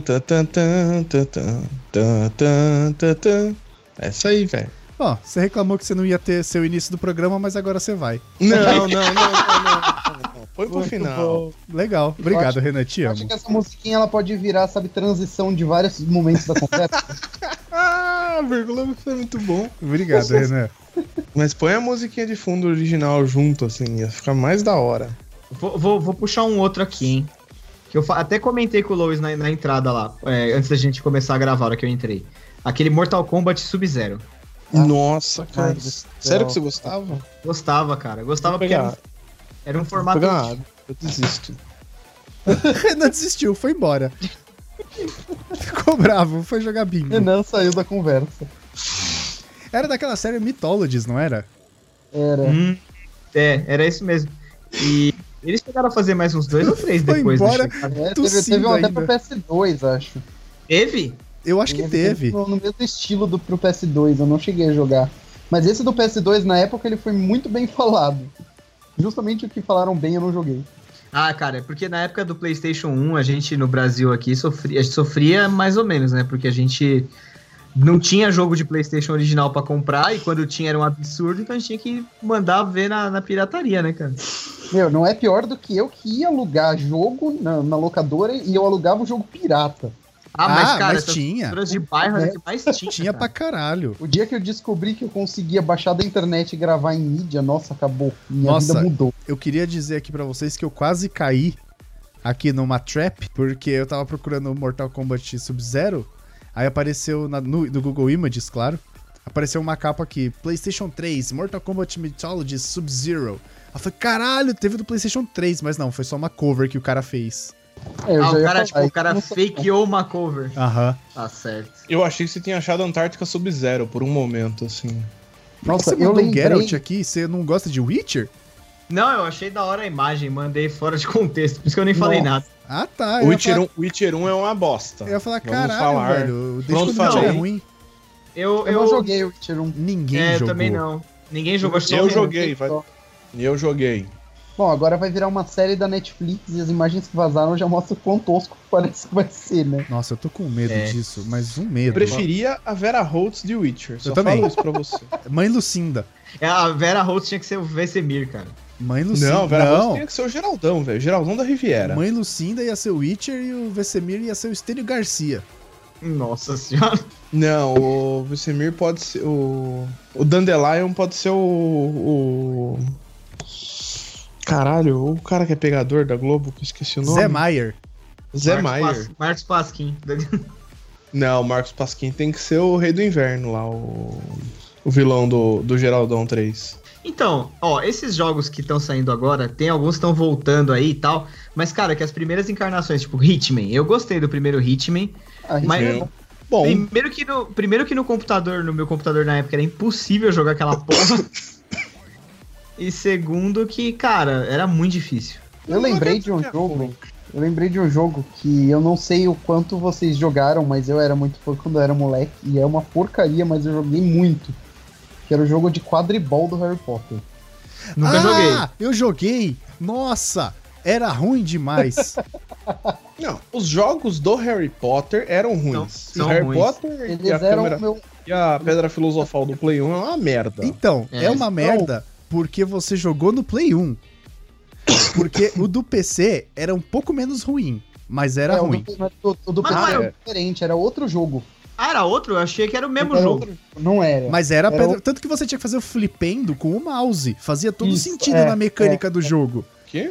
Speaker 2: tan, tan, tan, tan, tan, tan, tan, tan, tan, tan. Essa aí, velho.
Speaker 3: Ó, você reclamou que você não ia ter seu início do programa, mas agora você vai.
Speaker 2: Não, não, não, não, não, não. Põe pro
Speaker 4: Muito
Speaker 2: final.
Speaker 3: Legal. Obrigado, Renan, te
Speaker 4: Eu
Speaker 3: amo.
Speaker 4: Acho que essa musiquinha ela pode virar, sabe, transição de vários momentos da conversa.
Speaker 2: Ah, vírgula foi muito bom.
Speaker 4: é
Speaker 3: Obrigado, Renan.
Speaker 2: Mas põe a musiquinha de fundo original junto, assim, ia ficar mais da hora.
Speaker 1: Vou, vou- vou puxar um outro aqui, hein? Que eu fa- até comentei com o Lois na, na entrada lá, é, antes da gente começar a gravar, a hora que eu entrei. Aquele Mortal Kombat Sub-Zero.
Speaker 4: Ah,
Speaker 2: Nossa, cara.
Speaker 4: do
Speaker 2: Sério que você
Speaker 4: Tá
Speaker 2: gostava?
Speaker 1: Gostava, cara. Gostava
Speaker 2: Vou
Speaker 1: porque era,
Speaker 2: pegar.
Speaker 1: um- era um formato.
Speaker 2: Pegar uma água, eu desisto.
Speaker 3: Renan desistiu, foi embora. Ficou bravo, foi jogar bingo.
Speaker 4: Renan saiu da conversa.
Speaker 3: Era daquela série Mythologies, não era?
Speaker 4: Era.
Speaker 1: Hum, é, era isso mesmo. E eles chegaram a fazer mais uns dois ou três
Speaker 3: Foi
Speaker 1: depois.
Speaker 3: embora.
Speaker 1: né, cara?
Speaker 4: É, teve,
Speaker 3: Tossindo
Speaker 4: teve um até
Speaker 3: ainda.
Speaker 4: pro PS2, acho.
Speaker 1: Teve?
Speaker 3: Eu acho que
Speaker 1: Uhum.
Speaker 3: teve.
Speaker 4: é No mesmo estilo do pro PS2, eu não cheguei a jogar. Mas esse do PS2, na época, ele foi muito bem falado. Justamente o que falaram bem, eu não joguei.
Speaker 1: Ah, cara, é porque na época do PlayStation 1, a gente no Brasil aqui sofria, a gente sofria mais ou menos, né? Porque a gente não tinha jogo de PlayStation original pra comprar e quando tinha era um absurdo, então a gente tinha que mandar ver na, na pirataria, né, cara?
Speaker 4: Meu, não é pior do que eu que ia alugar jogo na, na locadora e eu alugava o jogo pirata.
Speaker 1: Ah,
Speaker 3: Ah,
Speaker 1: mas, cara,
Speaker 3: mas
Speaker 1: essas
Speaker 3: tinha.
Speaker 1: culturas de bairro era o que mais tinha.
Speaker 3: Tinha pra
Speaker 1: cara.
Speaker 3: caralho.
Speaker 4: O dia que eu descobri que eu conseguia baixar da internet e gravar em mídia, nossa, acabou. Minha
Speaker 3: Nossa.
Speaker 4: vida mudou.
Speaker 3: Eu queria dizer aqui pra vocês que eu quase caí aqui numa trap, porque eu tava procurando Mortal Kombat Sub-Zero, aí apareceu na- no, no Google Images, claro, apareceu uma capa aqui, PlayStation 3, Mortal Kombat Mythology Sub-Zero. Eu falei, caralho, teve do PlayStation 3, mas não, foi só uma cover que o cara fez.
Speaker 4: É, eu
Speaker 1: Ah,
Speaker 4: já
Speaker 1: o
Speaker 4: ia
Speaker 1: cara, tipo,
Speaker 4: falar,
Speaker 1: o cara
Speaker 4: não sou-
Speaker 1: fakeou uma cover.
Speaker 3: Aham.
Speaker 1: Tá certo.
Speaker 2: Eu achei que você tinha achado a Antártica Sub-Zero por um momento, assim.
Speaker 4: Nossa,
Speaker 3: Você
Speaker 4: eu
Speaker 3: mandou um
Speaker 4: lembrei,
Speaker 3: Geralt aqui, você não gosta de Witcher?
Speaker 1: Não, eu achei da hora a imagem, mandei fora de contexto, por isso que eu nem falei
Speaker 4: Nossa.
Speaker 1: nada.
Speaker 3: Ah, tá. eu ia
Speaker 2: Witcher
Speaker 3: falar-
Speaker 2: 1, Witcher 1 é uma bosta.
Speaker 3: Eu ia falar,
Speaker 2: Vamos
Speaker 3: caralho,
Speaker 2: falar.
Speaker 3: velho, desde
Speaker 2: Vamos
Speaker 3: quando o Witcher é
Speaker 1: falar.
Speaker 3: ruim,
Speaker 1: Eu,
Speaker 4: Eu, não joguei o Witcher 1.
Speaker 3: ninguém
Speaker 1: É, eu
Speaker 3: jogou.
Speaker 1: também não. Ninguém jogou. acho que
Speaker 2: Eu
Speaker 1: só
Speaker 2: joguei. vai-
Speaker 4: Só.
Speaker 2: E eu joguei.
Speaker 4: Bom, agora vai virar uma série da Netflix e as imagens que vazaram já mostram o quão tosco parece que vai ser, né?
Speaker 3: Nossa, eu tô com medo
Speaker 1: É.
Speaker 3: disso, mas um
Speaker 2: Eu
Speaker 3: medo.
Speaker 2: preferia a Vera Holtz de Witcher. Só
Speaker 3: Eu também.
Speaker 2: falo isso pra você.
Speaker 3: Mãe Lucinda.
Speaker 1: É, A Vera Holtz tinha que ser o Vesemir, cara.
Speaker 3: Mãe Lucinda.
Speaker 2: não, Vera Holtz
Speaker 3: não.
Speaker 2: tinha que ser o Geraldão, velho. Geraldão da Riviera.
Speaker 3: Mãe Lucinda ia ser o Witcher e o Vesemir ia ser o Estênio Garcia.
Speaker 1: Nossa senhora.
Speaker 2: Não, o Vicemir pode ser. O, o Dandelion pode ser o, o. Caralho, o cara que é pegador da Globo, que eu esqueci o nome.
Speaker 3: Zé Maier.
Speaker 2: Zé
Speaker 1: Marcos
Speaker 2: Maier.
Speaker 1: Pas- Marcos Pasquim.
Speaker 2: Não, o Marcos Pasquim tem que ser o Rei do Inverno lá, o, o vilão do, do Geraldão 3.
Speaker 1: Então, ó, esses jogos que estão saindo agora, tem alguns que estão voltando aí e tal. Mas, cara, que as primeiras encarnações, tipo Hitman, eu gostei do primeiro Hitman,
Speaker 4: A gente
Speaker 1: mas
Speaker 2: Sim. Bom,
Speaker 1: Primeiro que, no, primeiro que no computador, no meu computador na época, era impossível jogar aquela porra. e segundo que, cara, era muito difícil.
Speaker 4: Eu lembrei de um jogo. Eu lembrei de um jogo que eu não sei o quanto vocês jogaram, mas eu era muito fã quando eu era moleque. E é uma porcaria, mas eu joguei muito. Que era o jogo de quadribol do Harry Potter.
Speaker 1: Nunca
Speaker 3: ah,
Speaker 1: joguei.
Speaker 3: eu joguei. Nossa, era ruim demais.
Speaker 2: não, os jogos do Harry Potter eram ruins.
Speaker 1: são
Speaker 2: o Harry
Speaker 1: ruins.
Speaker 2: Potter e a,
Speaker 4: Eles eram
Speaker 2: câmera-
Speaker 4: o meu.
Speaker 2: e a Pedra Filosofal do Play 1 é uma merda.
Speaker 3: Então, é,
Speaker 1: É,
Speaker 3: uma merda porque você jogou no Play 1. Porque o do PC era um pouco menos ruim, mas era
Speaker 4: é, o
Speaker 3: ruim.
Speaker 4: do- mas O do, do
Speaker 1: Mas
Speaker 4: PC
Speaker 2: não
Speaker 4: era diferente, era outro jogo.
Speaker 1: Ah, era outro? Eu achei que era o mesmo
Speaker 4: Era
Speaker 1: jogo.
Speaker 4: outro- Não era.
Speaker 3: Mas era,
Speaker 4: Era
Speaker 3: pedra-
Speaker 4: outro-
Speaker 3: tanto que você tinha que fazer o flipendo com o mouse. Fazia todo
Speaker 4: Isso,
Speaker 3: sentido
Speaker 4: é,
Speaker 3: na mecânica do jogo.
Speaker 2: Que?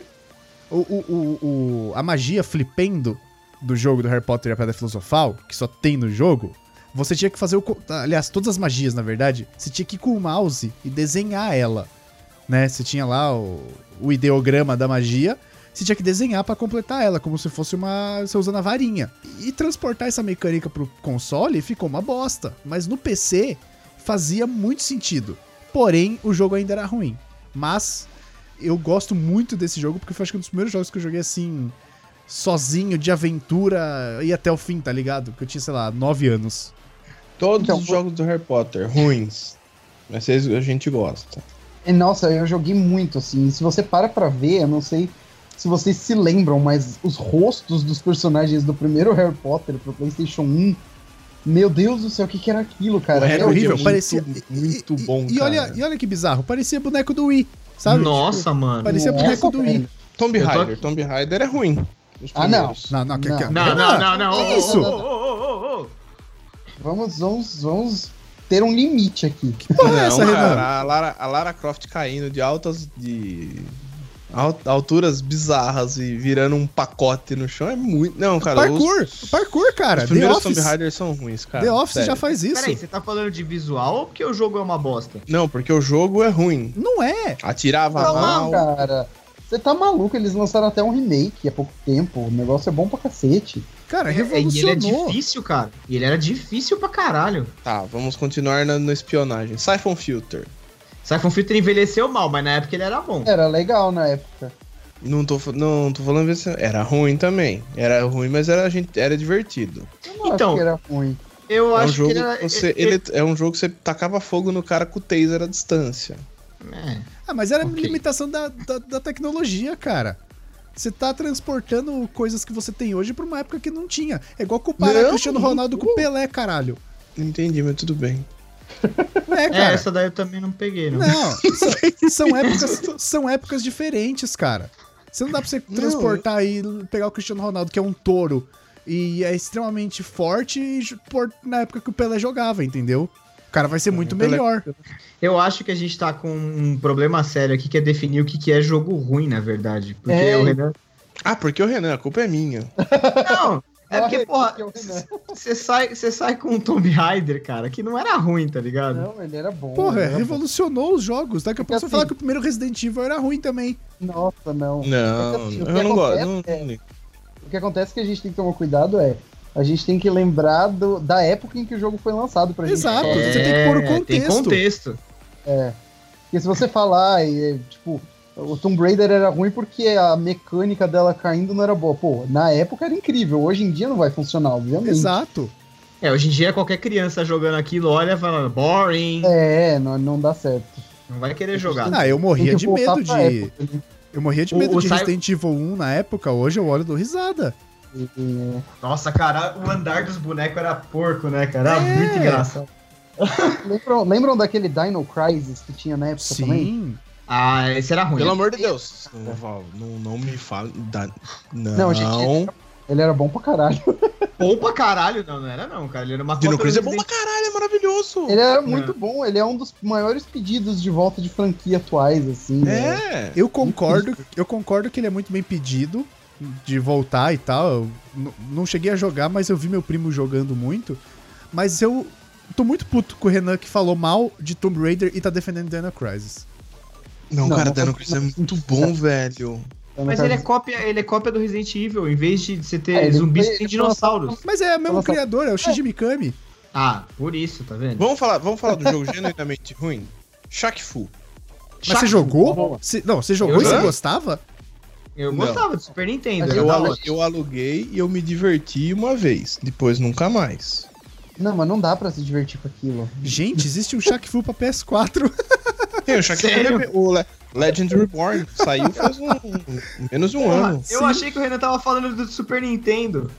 Speaker 3: O, o- o- o- a magia flipendo do jogo do Harry Potter e a Pedra Filosofal, que só tem no jogo, você tinha que fazer o. co- Aliás, todas as magias, na verdade, você tinha que ir com o mouse e desenhar ela. Né? Você tinha lá o, o ideograma da magia, você tinha que desenhar pra completar ela, como se fosse uma. você usando a varinha. E transportar essa mecânica pro console ficou uma bosta. Mas no PC fazia muito sentido. Porém, o jogo ainda era ruim. Mas eu gosto muito desse jogo porque foi acho que um dos primeiros jogos que eu joguei assim, sozinho, de aventura, e até o fim, tá ligado? Porque eu tinha, sei lá, 9 anos.
Speaker 2: Todos
Speaker 4: Então,
Speaker 2: os
Speaker 4: vou-
Speaker 2: jogos do Harry Potter, ruins. Mas vocês- a gente gosta.
Speaker 4: E, Nossa, eu joguei muito, assim. Se você para pra ver, eu não sei se vocês se lembram, mas os rostos dos personagens do primeiro Harry Potter pro PlayStation 1. Meu Deus do céu, o que, que era aquilo, cara? É
Speaker 2: O Harry
Speaker 4: Até
Speaker 3: Era
Speaker 2: Potter é
Speaker 4: hoje
Speaker 3: é horrível,
Speaker 2: muito-
Speaker 3: parecia.
Speaker 2: muito
Speaker 3: e- e-
Speaker 2: bom,
Speaker 3: e, olha,
Speaker 2: cara.
Speaker 3: e olha que bizarro, parecia boneco do Wii, sabe? Tipo,
Speaker 1: Nossa, mano.
Speaker 3: Parecia
Speaker 4: Nossa,
Speaker 3: boneco do Wii.
Speaker 4: velho.
Speaker 2: Tomb
Speaker 1: Eu tô
Speaker 2: Raider. Tomb Raider é ruim. Os
Speaker 4: Ah, não.
Speaker 2: primeiros.
Speaker 3: Não, não, que, que-
Speaker 4: Não.
Speaker 1: Não, não, não, não.
Speaker 3: Que
Speaker 1: Ô, ô,
Speaker 3: isso?
Speaker 1: ô, ô, ô, ô, ô.
Speaker 4: Vamos, vamos, vamos ter um limite aqui.
Speaker 3: Porra, é essa,
Speaker 2: Não,
Speaker 3: Renan?
Speaker 2: cara, a Lara, a Lara Croft caindo de altas de al- alturas bizarras e virando um pacote no chão é muito. Não, cara,
Speaker 3: Parkour, parkour,
Speaker 2: os,
Speaker 3: cara.
Speaker 2: os
Speaker 3: The
Speaker 2: primeiros Tomb
Speaker 3: Office,
Speaker 2: Raider são ruins, cara.
Speaker 3: The Office
Speaker 2: sério.
Speaker 3: já faz isso.
Speaker 1: Peraí, você tá falando de visual ou porque o jogo é uma bosta?
Speaker 2: Não, porque o jogo é ruim.
Speaker 3: Não é.
Speaker 2: Atirava
Speaker 4: Não,
Speaker 2: mal.
Speaker 4: cara. Você tá maluco? Eles lançaram até um remake há pouco tempo. O negócio é bom pra cacete.
Speaker 3: Cara,
Speaker 1: É, e ele é
Speaker 3: revolucionou.
Speaker 1: difícil, cara. E ele era difícil pra caralho.
Speaker 2: Tá, vamos continuar na, na espionagem. Siphon Filter.
Speaker 1: Siphon Filter um envelheceu mal, mas na época ele era bom.
Speaker 4: Era legal na época.
Speaker 2: Não tô, fa- não, tô falando isso. Era ruim também. Era ruim, mas era, a gente, era divertido.
Speaker 4: É, Eu não
Speaker 1: Então,
Speaker 4: acho que era ruim.
Speaker 1: Eu
Speaker 2: é um
Speaker 1: acho
Speaker 2: jogo
Speaker 1: que
Speaker 2: que,
Speaker 1: ele era.
Speaker 2: você,
Speaker 1: eu-
Speaker 2: ele, é um jogo que você tacava fogo no cara com o taser à distância.
Speaker 1: é.
Speaker 3: Ah, mas era
Speaker 1: Ok.
Speaker 3: limitação da, da, da tecnologia, cara. Você tá transportando coisas que você tem hoje pra uma época que não tinha. É igual comparar
Speaker 2: Não,
Speaker 3: Cristiano Ronaldo com o Pelé, caralho.
Speaker 2: Entendi, mas tudo bem.
Speaker 3: É,
Speaker 1: É,
Speaker 3: cara.
Speaker 1: essa daí eu também não peguei,
Speaker 4: Né?
Speaker 1: não.
Speaker 3: Não, são, são épocas, são épocas diferentes, cara. Você não dá pra você
Speaker 2: Não,
Speaker 3: transportar e pegar o Cristiano Ronaldo, que é um touro e é extremamente forte, e ju- por- na época que o Pelé jogava, entendeu? O cara vai ser muito
Speaker 2: o Pelé-
Speaker 3: melhor.
Speaker 1: Eu acho que a gente tá com um problema sério aqui que é definir o que, que é jogo ruim, na verdade. Porque
Speaker 4: É,
Speaker 1: o Renan.
Speaker 2: Ah, porque o Renan, a culpa é minha.
Speaker 1: Não! É porque,
Speaker 4: Olha,
Speaker 1: porra,
Speaker 4: que é o Renan.
Speaker 1: você sai, você sai com um Tomb Raider, cara, que não era ruim, tá ligado?
Speaker 4: Não, ele era bom.
Speaker 3: Porra,
Speaker 4: ele era bom.
Speaker 3: revolucionou os jogos. Daqui a pouco
Speaker 4: Porque
Speaker 3: você vai falar
Speaker 4: assim-
Speaker 3: que o primeiro Resident Evil era ruim também.
Speaker 4: Nossa, não.
Speaker 2: Não,
Speaker 4: assim, o que
Speaker 2: eu não gosto.
Speaker 4: acontece
Speaker 2: não-
Speaker 4: é-
Speaker 2: não ligo.
Speaker 4: O que acontece é que a gente tem que tomar cuidado é. A gente tem que lembrar do- da época em que o jogo foi lançado pra
Speaker 3: Exato.
Speaker 4: gente. É.
Speaker 3: você tem que pôr o
Speaker 1: É, Tem
Speaker 3: contexto.
Speaker 1: contexto.
Speaker 4: Porque se você falar, e, é, tipo, o Tomb Raider era ruim porque a mecânica dela caindo não era boa. Pô, na época era incrível, hoje em dia não vai funcionar, obviamente.
Speaker 3: Exato.
Speaker 1: É, hoje em dia qualquer criança jogando aquilo olha e fala, boring,
Speaker 4: É, não, não dá certo.
Speaker 1: não vai querer jogar.
Speaker 3: Ah, eu
Speaker 4: Tem
Speaker 3: morria
Speaker 4: que
Speaker 3: de
Speaker 4: voltar
Speaker 3: medo
Speaker 4: pra
Speaker 3: de.
Speaker 4: época, né?
Speaker 3: Eu morria de
Speaker 1: O-
Speaker 3: medo
Speaker 1: o
Speaker 3: de
Speaker 1: Cy-
Speaker 3: Resident Evil 1 na época, hoje eu olho e dou risada.
Speaker 4: E- e-
Speaker 1: Nossa, cara, o andar dos bonecos era porco, né, cara? Era
Speaker 3: É.
Speaker 1: muito engraçado.
Speaker 4: Lembram, lembram daquele Dino Crisis que tinha na época também?
Speaker 3: Sim.
Speaker 1: Ah, esse era ruim.
Speaker 2: Pelo amor de Deus. Não, vá- não, não me fale. da- não.
Speaker 4: Não, gente, Ele era bom pra caralho.
Speaker 1: Bom pra caralho, não, não era não, cara. Ele era uma
Speaker 2: Dino
Speaker 1: cópia
Speaker 2: Crisis é
Speaker 1: do
Speaker 2: bom pra
Speaker 1: Resident-
Speaker 2: caralho, é maravilhoso.
Speaker 4: Ele era muito bom, ele é um dos maiores pedidos de volta de franquia atuais, assim. né?
Speaker 2: É.
Speaker 3: Eu concordo, eu concordo que ele é muito bem pedido de voltar e tal. Eu n- não cheguei a jogar, mas eu vi meu primo jogando muito. Mas eu tô muito puto com o Renan que falou mal de Tomb Raider e tá defendendo Dino Crisis.
Speaker 2: Não,
Speaker 4: Não,
Speaker 2: cara,
Speaker 4: não
Speaker 2: Dino
Speaker 4: faz-
Speaker 2: Crisis é muito bom, velho.
Speaker 4: Então, no
Speaker 1: Mas
Speaker 4: caso.
Speaker 1: ele é cópia, ele é cópia do Resident Evil. Em vez de você ter
Speaker 4: É, ele-
Speaker 1: zumbis,
Speaker 4: ele-
Speaker 1: tem dinossauros.
Speaker 3: Mas é o mesmo
Speaker 4: Olha só.
Speaker 3: criador, é o Shinji Mikami.
Speaker 1: Ah, por isso, tá vendo?
Speaker 2: Vamos falar, vamos falar do jogo genuinamente ruim? Shaq Fu.
Speaker 3: Mas você jogou? Você- não, você jogou
Speaker 1: Eu
Speaker 3: e você
Speaker 2: joguei.
Speaker 3: gostava?
Speaker 1: Eu
Speaker 2: Não.
Speaker 1: gostava do Super Nintendo.
Speaker 4: Mas
Speaker 1: era
Speaker 2: Eu,
Speaker 1: da
Speaker 2: alu-
Speaker 1: hora.
Speaker 2: eu aluguei e eu me diverti uma vez, depois nunca mais.
Speaker 4: Não, mas não dá pra se divertir com aquilo.
Speaker 3: Gente, existe um Shaq Fu pra PS4.
Speaker 2: Tem o Shaq Fu,
Speaker 1: Sério?
Speaker 2: Rebe- o Le- Legend Reborn, saiu faz um, um- menos
Speaker 1: é
Speaker 2: de um ano.
Speaker 1: Eu achei que o Renan tava falando do Super Nintendo.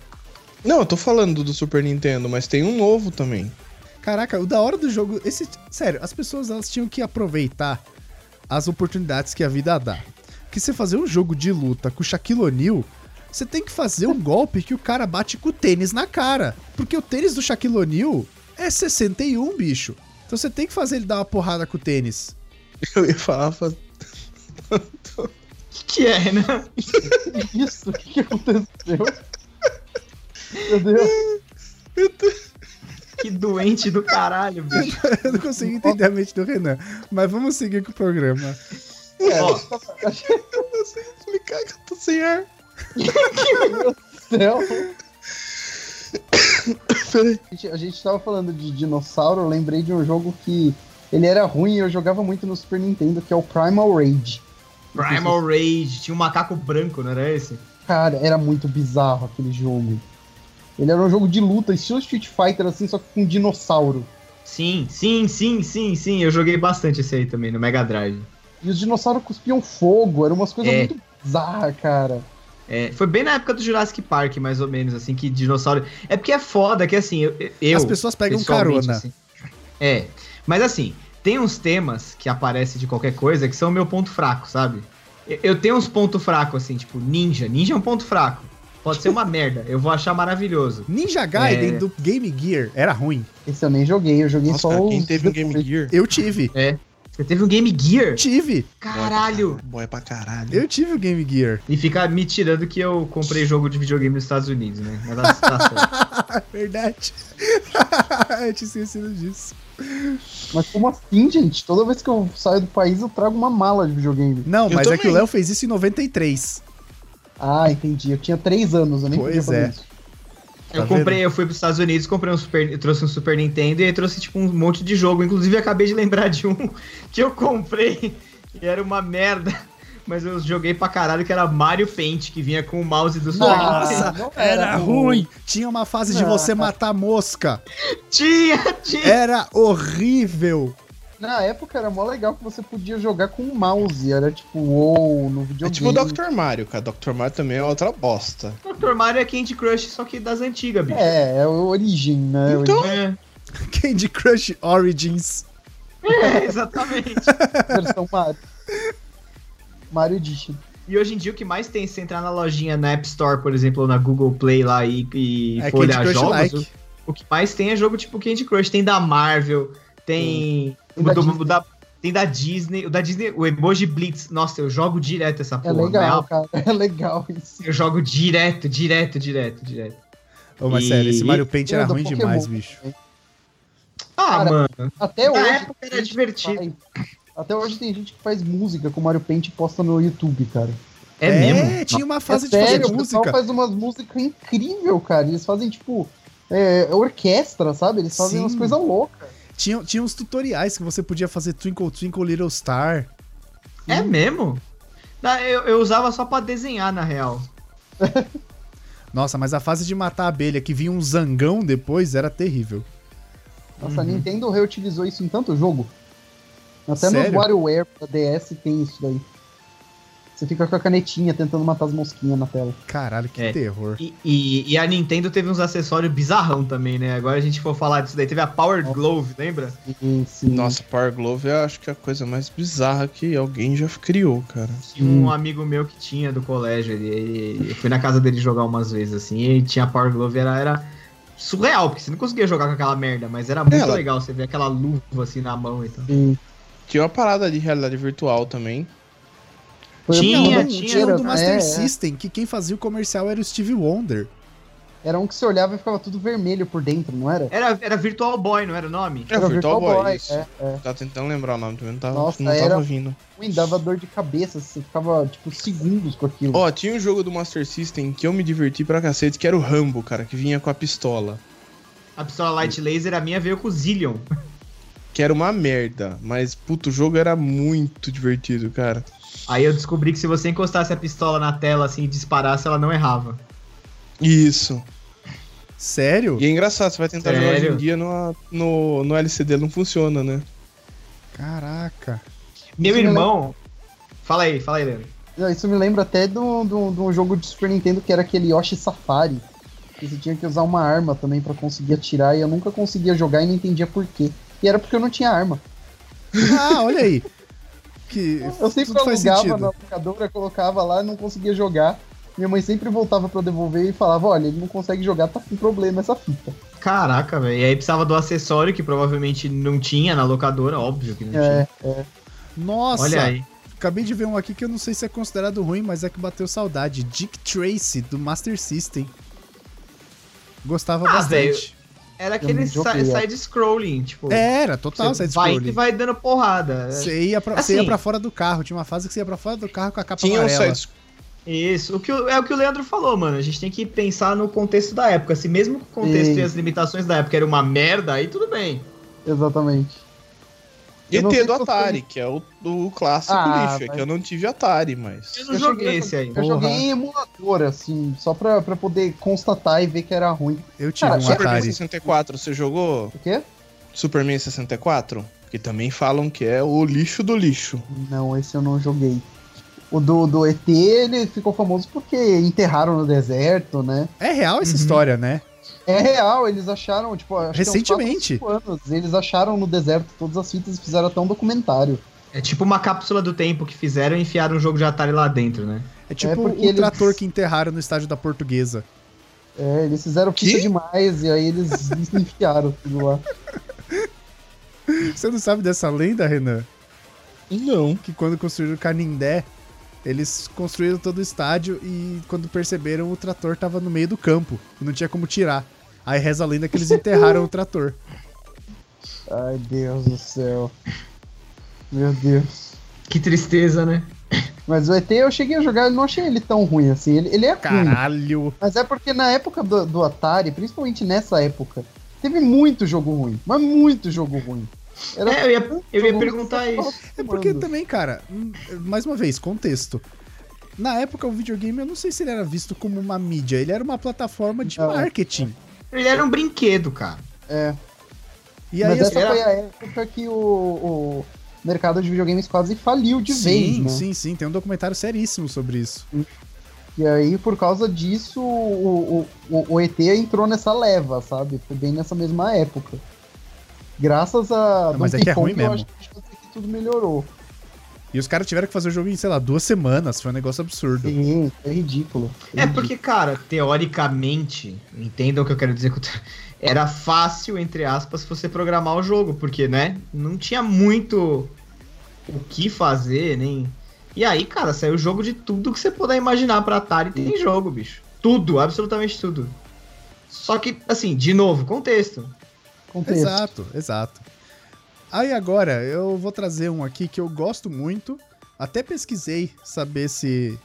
Speaker 2: Não, eu tô falando do Super Nintendo, mas tem um novo também.
Speaker 3: Caraca, o da hora do jogo. Esse, sério, as pessoas elas tinham que aproveitar as oportunidades que a vida dá. Que você fazer um jogo de luta com o Shaquille O'Neal, você tem que fazer um golpe que o cara bate com o tênis na cara. Porque o tênis do Shaquille O'Neal é 61, bicho. Então você tem que fazer ele dar uma porrada com o tênis.
Speaker 2: Eu ia falar, faz-
Speaker 1: O que, que é, Renan?
Speaker 4: Isso? O que, que aconteceu? Meu Deus.
Speaker 1: Que doente do caralho, bicho.
Speaker 3: Eu não consigo entender a mente do Renan. Mas vamos seguir com o programa.
Speaker 2: É,
Speaker 1: Ó,
Speaker 2: eu não sei explicar que eu tô sem ar.
Speaker 4: Céu. A gente, a gente tava falando de dinossauro, eu lembrei de um jogo que ele era ruim e eu jogava muito no Super Nintendo, que é o Primal Rage.
Speaker 1: Primal Rage, tinha um macaco branco, não era esse?
Speaker 4: Cara, era muito bizarro aquele jogo. Ele era um jogo de luta, estilo Street Fighter, assim, só que com dinossauro.
Speaker 1: Sim, sim, sim, sim, sim. Eu joguei bastante esse aí também, no Mega Drive.
Speaker 4: E os dinossauros cuspiam fogo, eram umas coisas
Speaker 1: É.
Speaker 4: muito bizarras, cara.
Speaker 1: É, foi bem na época do Jurassic Park, mais ou menos, assim, que dinossauro. É porque é foda que assim, eu. eu
Speaker 3: As pessoas pegam
Speaker 1: pessoalmente,
Speaker 3: carona.
Speaker 1: assim. É. Mas assim, tem uns temas que aparecem de qualquer coisa que são meu ponto fraco, sabe? Eu- Eu tenho uns pontos fracos, assim, tipo, ninja. Ninja é um ponto fraco. Pode ser uma merda. Eu vou achar maravilhoso.
Speaker 3: Ninja Gaiden
Speaker 1: É.
Speaker 3: do Game Gear era ruim.
Speaker 4: Esse eu nem joguei, eu joguei
Speaker 2: Nossa,
Speaker 4: só
Speaker 2: cara, quem
Speaker 4: os
Speaker 2: teve um Game Gear?
Speaker 3: Eu tive.
Speaker 1: Você teve um Game Gear?
Speaker 3: Tive.
Speaker 1: Caralho!
Speaker 2: Boy pra caralho.
Speaker 3: Eu tive o Game Gear.
Speaker 1: E fica me tirando que eu comprei jogo de videogame nos Estados Unidos, né? Mas tá- tá certo.
Speaker 3: Verdade. eu tinha esquecido disso.
Speaker 4: Mas como assim, gente? Toda vez que eu saio do país, eu trago uma mala de videogame.
Speaker 3: Não,
Speaker 2: Eu
Speaker 3: mas é que o
Speaker 2: também.
Speaker 3: Léo fez isso em 93.
Speaker 4: Ah, entendi. Eu tinha três anos, eu nem
Speaker 3: Pois é.
Speaker 4: isso.
Speaker 1: Eu
Speaker 3: Tá
Speaker 1: comprei, eu fui pros Estados Unidos, comprei um Super, eu trouxe um Super Nintendo e aí trouxe tipo um monte de jogo. Inclusive, eu acabei de lembrar de um que eu comprei e era uma merda. Mas eu joguei pra caralho que era Mario Paint, que vinha com o mouse do Super Nintendo.
Speaker 3: Nossa,
Speaker 4: não
Speaker 3: era,
Speaker 4: era
Speaker 3: ruim.
Speaker 4: ruim.
Speaker 3: Tinha uma fase de
Speaker 4: Não.
Speaker 3: você matar mosca.
Speaker 1: Tinha, tinha.
Speaker 3: Era horrível.
Speaker 4: Na época era mó legal que você podia jogar com o mouse. Era tipo, wow, no
Speaker 2: É
Speaker 4: videogame.
Speaker 2: tipo o Dr. Mario, cara. Dr. Mario também é outra bosta.
Speaker 1: Dr. Mario é Candy Crush, só que das antigas, bicho.
Speaker 4: É, é a origem, né?
Speaker 2: Então-
Speaker 1: É,
Speaker 3: Candy Crush Origins.
Speaker 1: é, exatamente.
Speaker 4: A versão Mario. Mario Edition.
Speaker 1: E hoje em dia o que mais tem, se entrar na lojinha na App Store, por exemplo, ou na Google Play lá e, e
Speaker 3: É
Speaker 1: for
Speaker 3: Candy
Speaker 1: olhar
Speaker 3: Crush
Speaker 1: jogos, né?
Speaker 3: like.
Speaker 1: o- O que mais tem é jogo tipo Candy Crush. Tem da Marvel, tem.
Speaker 4: Tem
Speaker 1: o
Speaker 4: da
Speaker 1: do-
Speaker 4: Disney.
Speaker 1: da- tem da Disney. O da Disney, o Emoji Blitz. Nossa, eu jogo direto essa
Speaker 4: É
Speaker 1: porra.
Speaker 4: legal,
Speaker 1: né?
Speaker 4: cara. É legal isso.
Speaker 1: Eu jogo direto, direto, direto, direto.
Speaker 3: Ô, mas
Speaker 1: E-
Speaker 3: sério, esse Mario Paint era
Speaker 4: Eu do
Speaker 3: ruim
Speaker 4: Pokémon.
Speaker 3: demais, bicho.
Speaker 1: Ah,
Speaker 4: Cara,
Speaker 1: mano.
Speaker 4: Até
Speaker 1: Na
Speaker 4: hoje.
Speaker 1: época era
Speaker 4: tem gente
Speaker 1: divertido.
Speaker 4: que faz- Até hoje tem gente que faz música com Mario Paint e posta no YouTube, cara.
Speaker 1: É, mesmo?
Speaker 3: tinha uma
Speaker 4: É
Speaker 3: fase de
Speaker 4: sério,
Speaker 3: fazer
Speaker 4: o pessoal
Speaker 3: tipo, música.
Speaker 4: faz umas músicas incríveis, cara. Eles fazem, tipo, é, orquestra, sabe? Eles fazem
Speaker 3: Sim.
Speaker 4: umas coisas loucas.
Speaker 3: Tinha, tinha uns tutoriais que você podia fazer Twinkle Twinkle Little Star.
Speaker 1: É mesmo? Na- Eu, eu usava só pra desenhar, na real.
Speaker 3: Nossa, mas a fase de matar a abelha que vinha um zangão depois era terrível.
Speaker 4: Nossa, a
Speaker 3: Uhum.
Speaker 4: Nintendo reutilizou isso em tanto jogo. Até
Speaker 3: Sério?
Speaker 4: no WarioWare da DS tem isso daí. Você fica com a canetinha tentando matar as mosquinhas na tela.
Speaker 3: Caralho, que
Speaker 1: É.
Speaker 3: terror.
Speaker 1: E, e- e a Nintendo teve uns acessórios bizarrão também, né? Agora a gente for falar disso daí. Teve a Power Glove, lembra?
Speaker 4: Sim, sim.
Speaker 2: Nossa, Power Glove eu acho que é a coisa mais bizarra que alguém já criou, cara.
Speaker 1: Tinha
Speaker 4: Hum.
Speaker 1: um amigo meu que tinha do colégio. Ele, ele- eu fui na casa dele jogar umas vezes assim. E tinha Power Glove, era, era surreal, porque você não conseguia jogar com aquela merda, mas era muito
Speaker 2: Ela-
Speaker 1: legal você ver aquela luva assim na mão e tal.
Speaker 4: Sim.
Speaker 2: Tinha uma parada de realidade virtual também.
Speaker 4: Foi
Speaker 1: Tinha,
Speaker 4: uma
Speaker 3: Não,
Speaker 1: tinha.
Speaker 3: tinha um do
Speaker 4: É,
Speaker 3: Master
Speaker 4: é.
Speaker 3: System que quem fazia o comercial era o Steve Wonder.
Speaker 4: Era um que você olhava e ficava tudo vermelho por dentro, não era?
Speaker 1: Era, era Virtual Boy, não era o nome?
Speaker 2: É o Virtual Boy, isso.
Speaker 4: é, é.
Speaker 2: Tá tentando lembrar o nome também, não tava,
Speaker 4: Nossa,
Speaker 2: não tava
Speaker 4: era-
Speaker 2: vindo.
Speaker 4: Ruim, dava dor de cabeça, você ficava, tipo, segundos com aquilo.
Speaker 2: Ó, tinha um jogo do Master System que eu me diverti pra cacete, que era o Rambo, cara, que vinha com a pistola.
Speaker 1: A pistola Light Laser, a minha veio com o Zillion.
Speaker 2: Que era uma merda, mas, puto, o jogo era muito divertido, cara.
Speaker 1: Aí eu descobri que se você encostasse a pistola na tela assim e disparasse, ela não errava.
Speaker 2: Isso.
Speaker 3: Sério?
Speaker 2: E é engraçado, você vai tentar jogar hoje
Speaker 1: Sério?
Speaker 2: em dia no, no, no LCD, não funciona, né?
Speaker 3: Caraca.
Speaker 1: Meu
Speaker 4: Isso é me
Speaker 1: irmão. Fala aí, fala aí, Leandro.
Speaker 4: Não, Isso me lembra até de do, do, do jogo de Super Nintendo que era aquele Yoshi Safari. Que você tinha que usar uma arma também pra conseguir atirar e eu nunca conseguia jogar e não entendia por quê. E era porque eu não tinha arma.
Speaker 3: Ah, olha aí. Que
Speaker 4: Eu sempre
Speaker 3: tudo faz
Speaker 4: alugava
Speaker 3: sentido.
Speaker 4: na locadora, colocava lá e não conseguia jogar. Minha mãe sempre voltava pra devolver e falava: Olha, ele não consegue jogar, tá com problema essa fita.
Speaker 1: Caraca, velho. E aí precisava do acessório que provavelmente não tinha na locadora, óbvio que não
Speaker 4: É,
Speaker 1: tinha.
Speaker 3: Nossa,
Speaker 1: Olha aí.
Speaker 3: acabei de ver um aqui que eu não sei se é considerado ruim, mas é que bateu saudade. Dick Tracy, do Master System. Gostava
Speaker 1: Ah,
Speaker 3: bastante. É,
Speaker 1: Era
Speaker 4: não
Speaker 1: aquele
Speaker 4: joguei, ó. É,
Speaker 1: side-scrolling, tipo.
Speaker 3: Era, total
Speaker 1: você vai
Speaker 3: side-scrolling.
Speaker 1: e vai dando porrada.
Speaker 3: Você ia, pra, você
Speaker 1: Assim.
Speaker 3: ia pra fora do carro. Tinha uma fase que você ia pra fora do carro com a capa
Speaker 2: Tinha um
Speaker 3: Tá amarela.
Speaker 2: site.
Speaker 1: Isso, o que, o- é o que o Leandro falou, mano. A gente tem que pensar no contexto da época. Se mesmo que o contexto
Speaker 4: Sim.
Speaker 1: e as limitações da época era uma merda, aí tudo bem.
Speaker 4: exatamente. Eu não sei
Speaker 2: ET do
Speaker 4: se eu fui-
Speaker 2: Atari, que é o, o clássico
Speaker 4: Ah,
Speaker 2: lixo, é
Speaker 4: mas-
Speaker 2: que eu não tive Atari, mas.
Speaker 1: Eu não joguei esse aí.
Speaker 4: Eu
Speaker 2: Porra.
Speaker 4: joguei em emulador, assim, só pra, pra poder constatar e ver que era ruim.
Speaker 3: Eu
Speaker 1: Ah,
Speaker 3: tive
Speaker 4: Cara,
Speaker 3: um
Speaker 4: Super
Speaker 2: Superman
Speaker 3: Atari.
Speaker 2: 64, você jogou
Speaker 4: O quê?
Speaker 2: Superman 64? Que também falam que é o lixo do lixo.
Speaker 4: Não, esse eu não joguei. O do, do ET, ele ficou famoso porque enterraram no deserto, né?
Speaker 3: É real essa
Speaker 1: Uhum.
Speaker 3: história, né?
Speaker 4: É real, eles acharam, tipo, acho que é uns
Speaker 3: Recentemente.
Speaker 4: quatro, cinco anos, eles acharam no deserto todas as fitas e fizeram até um documentário.
Speaker 1: É tipo uma cápsula do tempo que fizeram e enfiaram um jogo de Atari lá dentro, né?
Speaker 3: É tipo
Speaker 4: porque
Speaker 3: o
Speaker 4: eles-
Speaker 3: trator que enterraram no estádio da Portuguesa.
Speaker 4: É, eles fizeram
Speaker 2: Que?
Speaker 4: fita demais e aí eles enfiaram tudo lá.
Speaker 3: Você não sabe dessa lenda, Renan?
Speaker 2: Não.
Speaker 3: Que quando construíram o Canindé, eles construíram todo o estádio e quando perceberam o trator tava no meio do campo e não tinha como tirar. Aí reza a lenda que eles enterraram o trator.
Speaker 4: Hum. Ai, Deus do céu. Meu Deus.
Speaker 1: Que tristeza, né?
Speaker 4: Mas o ET eu cheguei a jogar, eu não achei ele tão ruim assim. Ele, ele é ruim,
Speaker 3: Caralho!
Speaker 4: Mas é porque na época do, do Atari, principalmente nessa época, teve muito jogo ruim. Mas muito jogo ruim. Era
Speaker 1: É, eu ia, eu ia
Speaker 4: Todo mundo
Speaker 1: perguntar
Speaker 4: só
Speaker 1: isso.
Speaker 4: tava
Speaker 3: É porque
Speaker 4: fumando.
Speaker 3: também, cara, hum, mais uma vez, contexto. Na época, o videogame, eu não sei se ele era visto como uma mídia, ele era uma plataforma de
Speaker 4: Não.
Speaker 3: marketing.
Speaker 1: Ele era um brinquedo, cara.
Speaker 4: É,
Speaker 3: E aí
Speaker 4: mas é
Speaker 3: as
Speaker 4: essa foi a época que o, o mercado de videogames quase faliu de vez,
Speaker 3: sim,
Speaker 4: né?
Speaker 3: sim, sim. Tem um documentário seríssimo sobre isso.
Speaker 4: E aí, por causa disso, o, o, o- o ET entrou nessa leva, sabe? Foi bem nessa mesma época. Graças a
Speaker 3: Não, mas é que é ruim
Speaker 4: eu
Speaker 3: mesmo.
Speaker 4: acho que tudo melhorou.
Speaker 3: E os caras tiveram que fazer o jogo em, sei lá, duas semanas. Foi um negócio absurdo.
Speaker 4: Sim, é ridículo.
Speaker 1: É porque, cara, teoricamente, entendam o que eu quero dizer. com- Era fácil, entre aspas, você programar o jogo, porque, né? Não tinha muito o que fazer, nem. E aí, cara, saiu jogo de tudo que você puder imaginar pra Atari tem jogo, bicho. Tudo, absolutamente tudo. Só que, assim, de novo, contexto.
Speaker 4: Contexto.
Speaker 3: Exato, exato. Aí agora, eu vou trazer um aqui que eu gosto muito. Até pesquisei saber se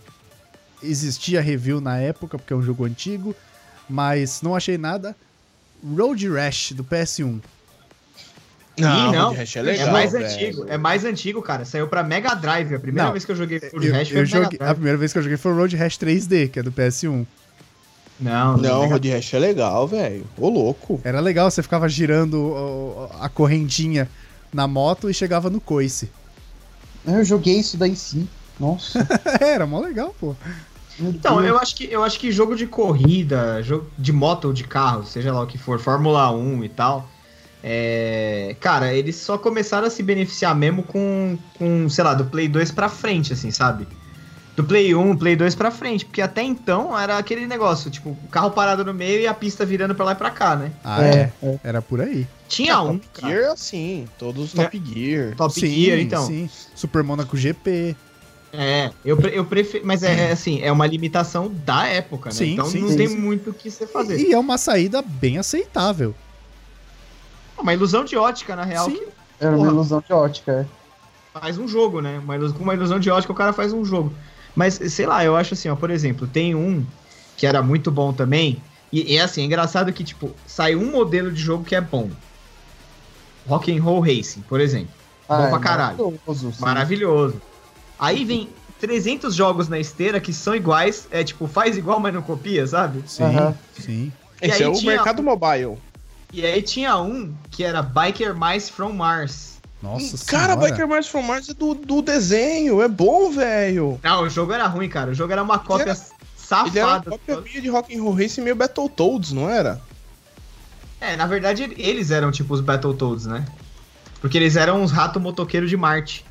Speaker 3: existia review na época, porque é um jogo antigo, mas não achei nada. Road Rash do PS1.
Speaker 1: Ih,
Speaker 2: Não,
Speaker 1: não.
Speaker 2: Road Rash é
Speaker 1: É,
Speaker 2: legal.
Speaker 1: mais
Speaker 2: velho.
Speaker 1: antigo, é mais antigo, cara. Saiu pra Mega Drive. A primeira
Speaker 3: Não,
Speaker 1: vez que eu joguei por
Speaker 3: Eu,
Speaker 1: Rash foi pro
Speaker 3: eu
Speaker 1: Mega
Speaker 3: joguei, a
Speaker 1: Drive.
Speaker 3: primeira vez que eu joguei foi o Road Rash 3D, que é do PS1.
Speaker 1: Não,
Speaker 2: Não,
Speaker 1: Mega-
Speaker 2: Road Rash é legal, velho. Ô, louco.
Speaker 3: Era legal, você ficava girando ó, ó, a correntinha na moto e chegava no coice.
Speaker 4: Eu joguei isso daí sim. Nossa.
Speaker 3: Era mó legal, pô.
Speaker 4: meu
Speaker 1: Então,
Speaker 3: Hum.
Speaker 4: Deus.
Speaker 1: eu acho que eu acho que jogo de corrida, jogo de moto ou de carro, seja lá o que for, Fórmula 1 e tal. é, cara, eles só começaram a se beneficiar mesmo com, com, sei lá, do Play 2 pra frente, assim, sabe? Do Play 1, Play 2 pra frente, porque até então era aquele negócio, tipo, o carro parado no meio e a pista virando pra lá e pra cá, né?
Speaker 3: Ah, é. Era por aí.
Speaker 1: Tinha
Speaker 3: é
Speaker 1: um,
Speaker 2: Top
Speaker 1: cara,
Speaker 2: Gear, assim, todos os Top Gear.
Speaker 1: Top Gear, então.
Speaker 3: Sim. Super Monaco GP.
Speaker 1: É, eu, pre- eu prefiro. Mas é, é assim, é uma limitação da época, né?
Speaker 3: Sim,
Speaker 1: então
Speaker 3: sim,
Speaker 1: não
Speaker 4: sim,
Speaker 1: tem
Speaker 4: sim.
Speaker 1: muito o que você fazer.
Speaker 3: E é uma saída bem aceitável.
Speaker 1: Uma ilusão de ótica, na real,
Speaker 3: Sim.
Speaker 1: que
Speaker 4: Era uma
Speaker 1: Porra.
Speaker 4: ilusão de ótica. é.
Speaker 1: faz um jogo, né? Uma ilusão, com uma ilusão de ótica, o cara faz um jogo. Mas, sei lá, eu acho assim, ó, por exemplo, tem um que era muito bom também. E, e assim, é engraçado que, tipo, sai um modelo de jogo que é bom. Rock'n'Roll Racing, por exemplo. Bom pra caralho.
Speaker 4: Maravilhoso. assim. sim.
Speaker 1: Maravilhoso. Aí vem 300 jogos na esteira que são iguais, é tipo, faz igual, mas não copia, sabe?
Speaker 3: Sim,
Speaker 4: Aham.
Speaker 3: sim.
Speaker 1: E
Speaker 2: Esse
Speaker 1: aí
Speaker 2: é o
Speaker 1: tinha- um-
Speaker 2: mercado mobile.
Speaker 1: E aí tinha um que era Biker Mice from Mars.
Speaker 3: Nossa
Speaker 2: cara,
Speaker 3: senhora.
Speaker 2: Biker Mice from Mars é do, do desenho, é bom, velho.
Speaker 1: Não, Ah, o jogo era ruim, cara. O jogo era uma cópia
Speaker 2: era- Ele era uma
Speaker 1: safada.
Speaker 2: cópia minha de Rock'n'Roll Race meio Battletoads, não era?
Speaker 1: É, na verdade, eles eram tipo os Battletoads, né? Porque eles eram uns rato motoqueiro de Marte.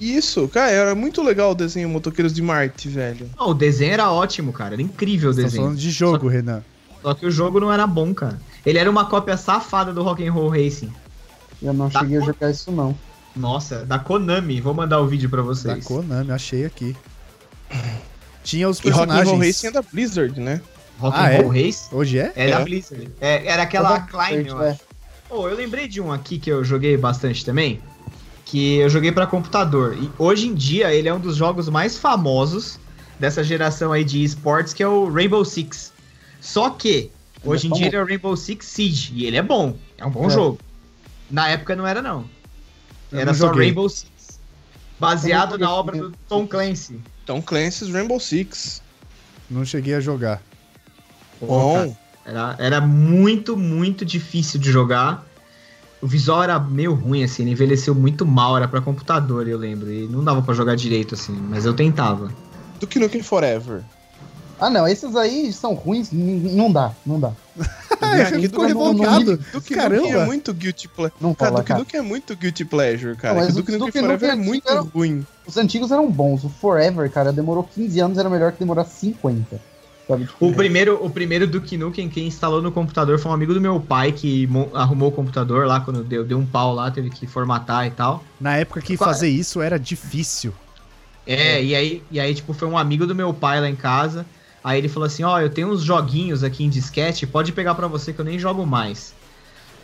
Speaker 2: Isso, cara, era muito legal o desenho Motoqueiros de Marte, velho.
Speaker 1: Não, o desenho era ótimo, cara. Era incrível o
Speaker 3: Você tá
Speaker 1: desenho.
Speaker 3: falando de jogo, Renan.
Speaker 1: Só que o jogo não era bom, cara. Ele era uma cópia safada do Rock'n'Roll Racing.
Speaker 4: Eu não
Speaker 1: Tá
Speaker 4: cheguei a
Speaker 1: bom.
Speaker 4: jogar isso, não.
Speaker 1: Nossa, da Konami. Vou mandar o vídeo pra
Speaker 3: Da
Speaker 1: vocês.
Speaker 3: Konami, achei aqui. Tinha os
Speaker 2: E Rock'n'Roll Race é
Speaker 3: personagens.
Speaker 2: da Blizzard, né?
Speaker 3: Ah, é?
Speaker 1: Rock'n'Roll Racing?
Speaker 3: Hoje é?
Speaker 1: Era
Speaker 2: É.
Speaker 1: a Blizzard. É, era aquela Climb, eu
Speaker 4: É.
Speaker 1: acho. Pô, eu lembrei de um aqui que eu joguei bastante também, que eu joguei pra computador. E hoje em dia ele é um dos jogos mais famosos dessa geração aí de esportes, que é o Rainbow Six. Só que
Speaker 4: Ele
Speaker 1: hoje
Speaker 4: é
Speaker 1: em dia
Speaker 4: famoso.
Speaker 1: ele é o Rainbow Six Siege e ele é bom, é um bom
Speaker 4: É.
Speaker 1: jogo. Na época não era não.
Speaker 3: Eu
Speaker 1: Era
Speaker 3: não
Speaker 1: só
Speaker 3: joguei.
Speaker 1: Rainbow Six. Baseado
Speaker 4: Eu não joguei
Speaker 1: na obra do
Speaker 4: também.
Speaker 1: Tom Clancy.
Speaker 2: Então, Clancy's Rainbow Six.
Speaker 3: Não cheguei a jogar.
Speaker 2: Bom.
Speaker 1: Era, era muito, muito difícil de jogar. O visual era meio ruim, assim, ele envelheceu muito mal, era pra computador, eu lembro. E não dava pra jogar direito, assim, mas eu tentava.
Speaker 2: Do que Nukem Forever.
Speaker 4: Ah, não. Esses aí são ruins. n- Não dá, não dá.
Speaker 3: Ah, ele ficou revoltado.
Speaker 2: Duke Nukem
Speaker 3: Caramba.
Speaker 2: é muito guilty pleasure.
Speaker 4: Não
Speaker 2: Cara,
Speaker 4: rola,
Speaker 2: Duke
Speaker 4: cara.
Speaker 2: Nukem é muito guilty pleasure,
Speaker 4: Não,
Speaker 2: cara.
Speaker 4: mas
Speaker 2: Que
Speaker 4: o
Speaker 2: Duke Nukem
Speaker 4: Duke
Speaker 2: Forever é
Speaker 4: Nukem
Speaker 2: muito
Speaker 4: era-
Speaker 2: ruim.
Speaker 4: Os antigos eram bons. O Forever, cara, demorou 15 anos. Era melhor que demorar 50. Sabe? Tipo,
Speaker 1: O primeiro, o primeiro do Nukem, quem instalou no computador foi um amigo do meu pai que mo- arrumou o computador lá quando deu, deu um pau lá, teve que formatar e tal.
Speaker 3: Na época que
Speaker 1: Qual-
Speaker 3: fazer isso era difícil.
Speaker 1: É, E, aí, e aí, tipo, foi um amigo do meu pai lá em casa. Aí ele falou assim: Ó, eu tenho uns joguinhos aqui em disquete, pode pegar pra você que eu nem jogo mais.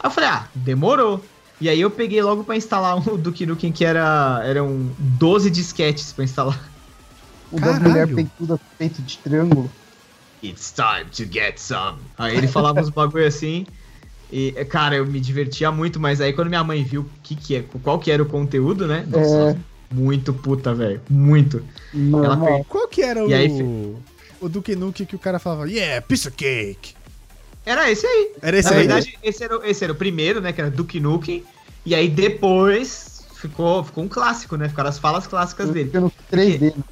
Speaker 1: Aí eu falei: Ah, demorou. E aí eu peguei logo pra instalar um do Nukem que era eram 12 disquetes pra instalar.
Speaker 4: o das
Speaker 3: Caralho.
Speaker 4: mulheres peitudas feito de triângulo.
Speaker 1: It's time to get some. Aí ele falava uns bagulho assim. E, é, cara, eu me divertia muito, mas aí quando minha mãe viu o que que é, qual que era o conteúdo, né? Nossa, muito puta, velho. Muito.
Speaker 4: Normal.
Speaker 3: Qual que era
Speaker 1: E aí,
Speaker 3: o. O Duke Nuke que o cara falava, yeah, piece of cake.
Speaker 1: Era esse aí.
Speaker 3: Era esse
Speaker 1: Na
Speaker 3: aí.
Speaker 1: verdade, esse era, o- esse era o primeiro, né? Que era Duke Nukem. E aí depois ficou, ficou um clássico, né? Ficaram as falas clássicas dele.
Speaker 4: Fica no 3D. né?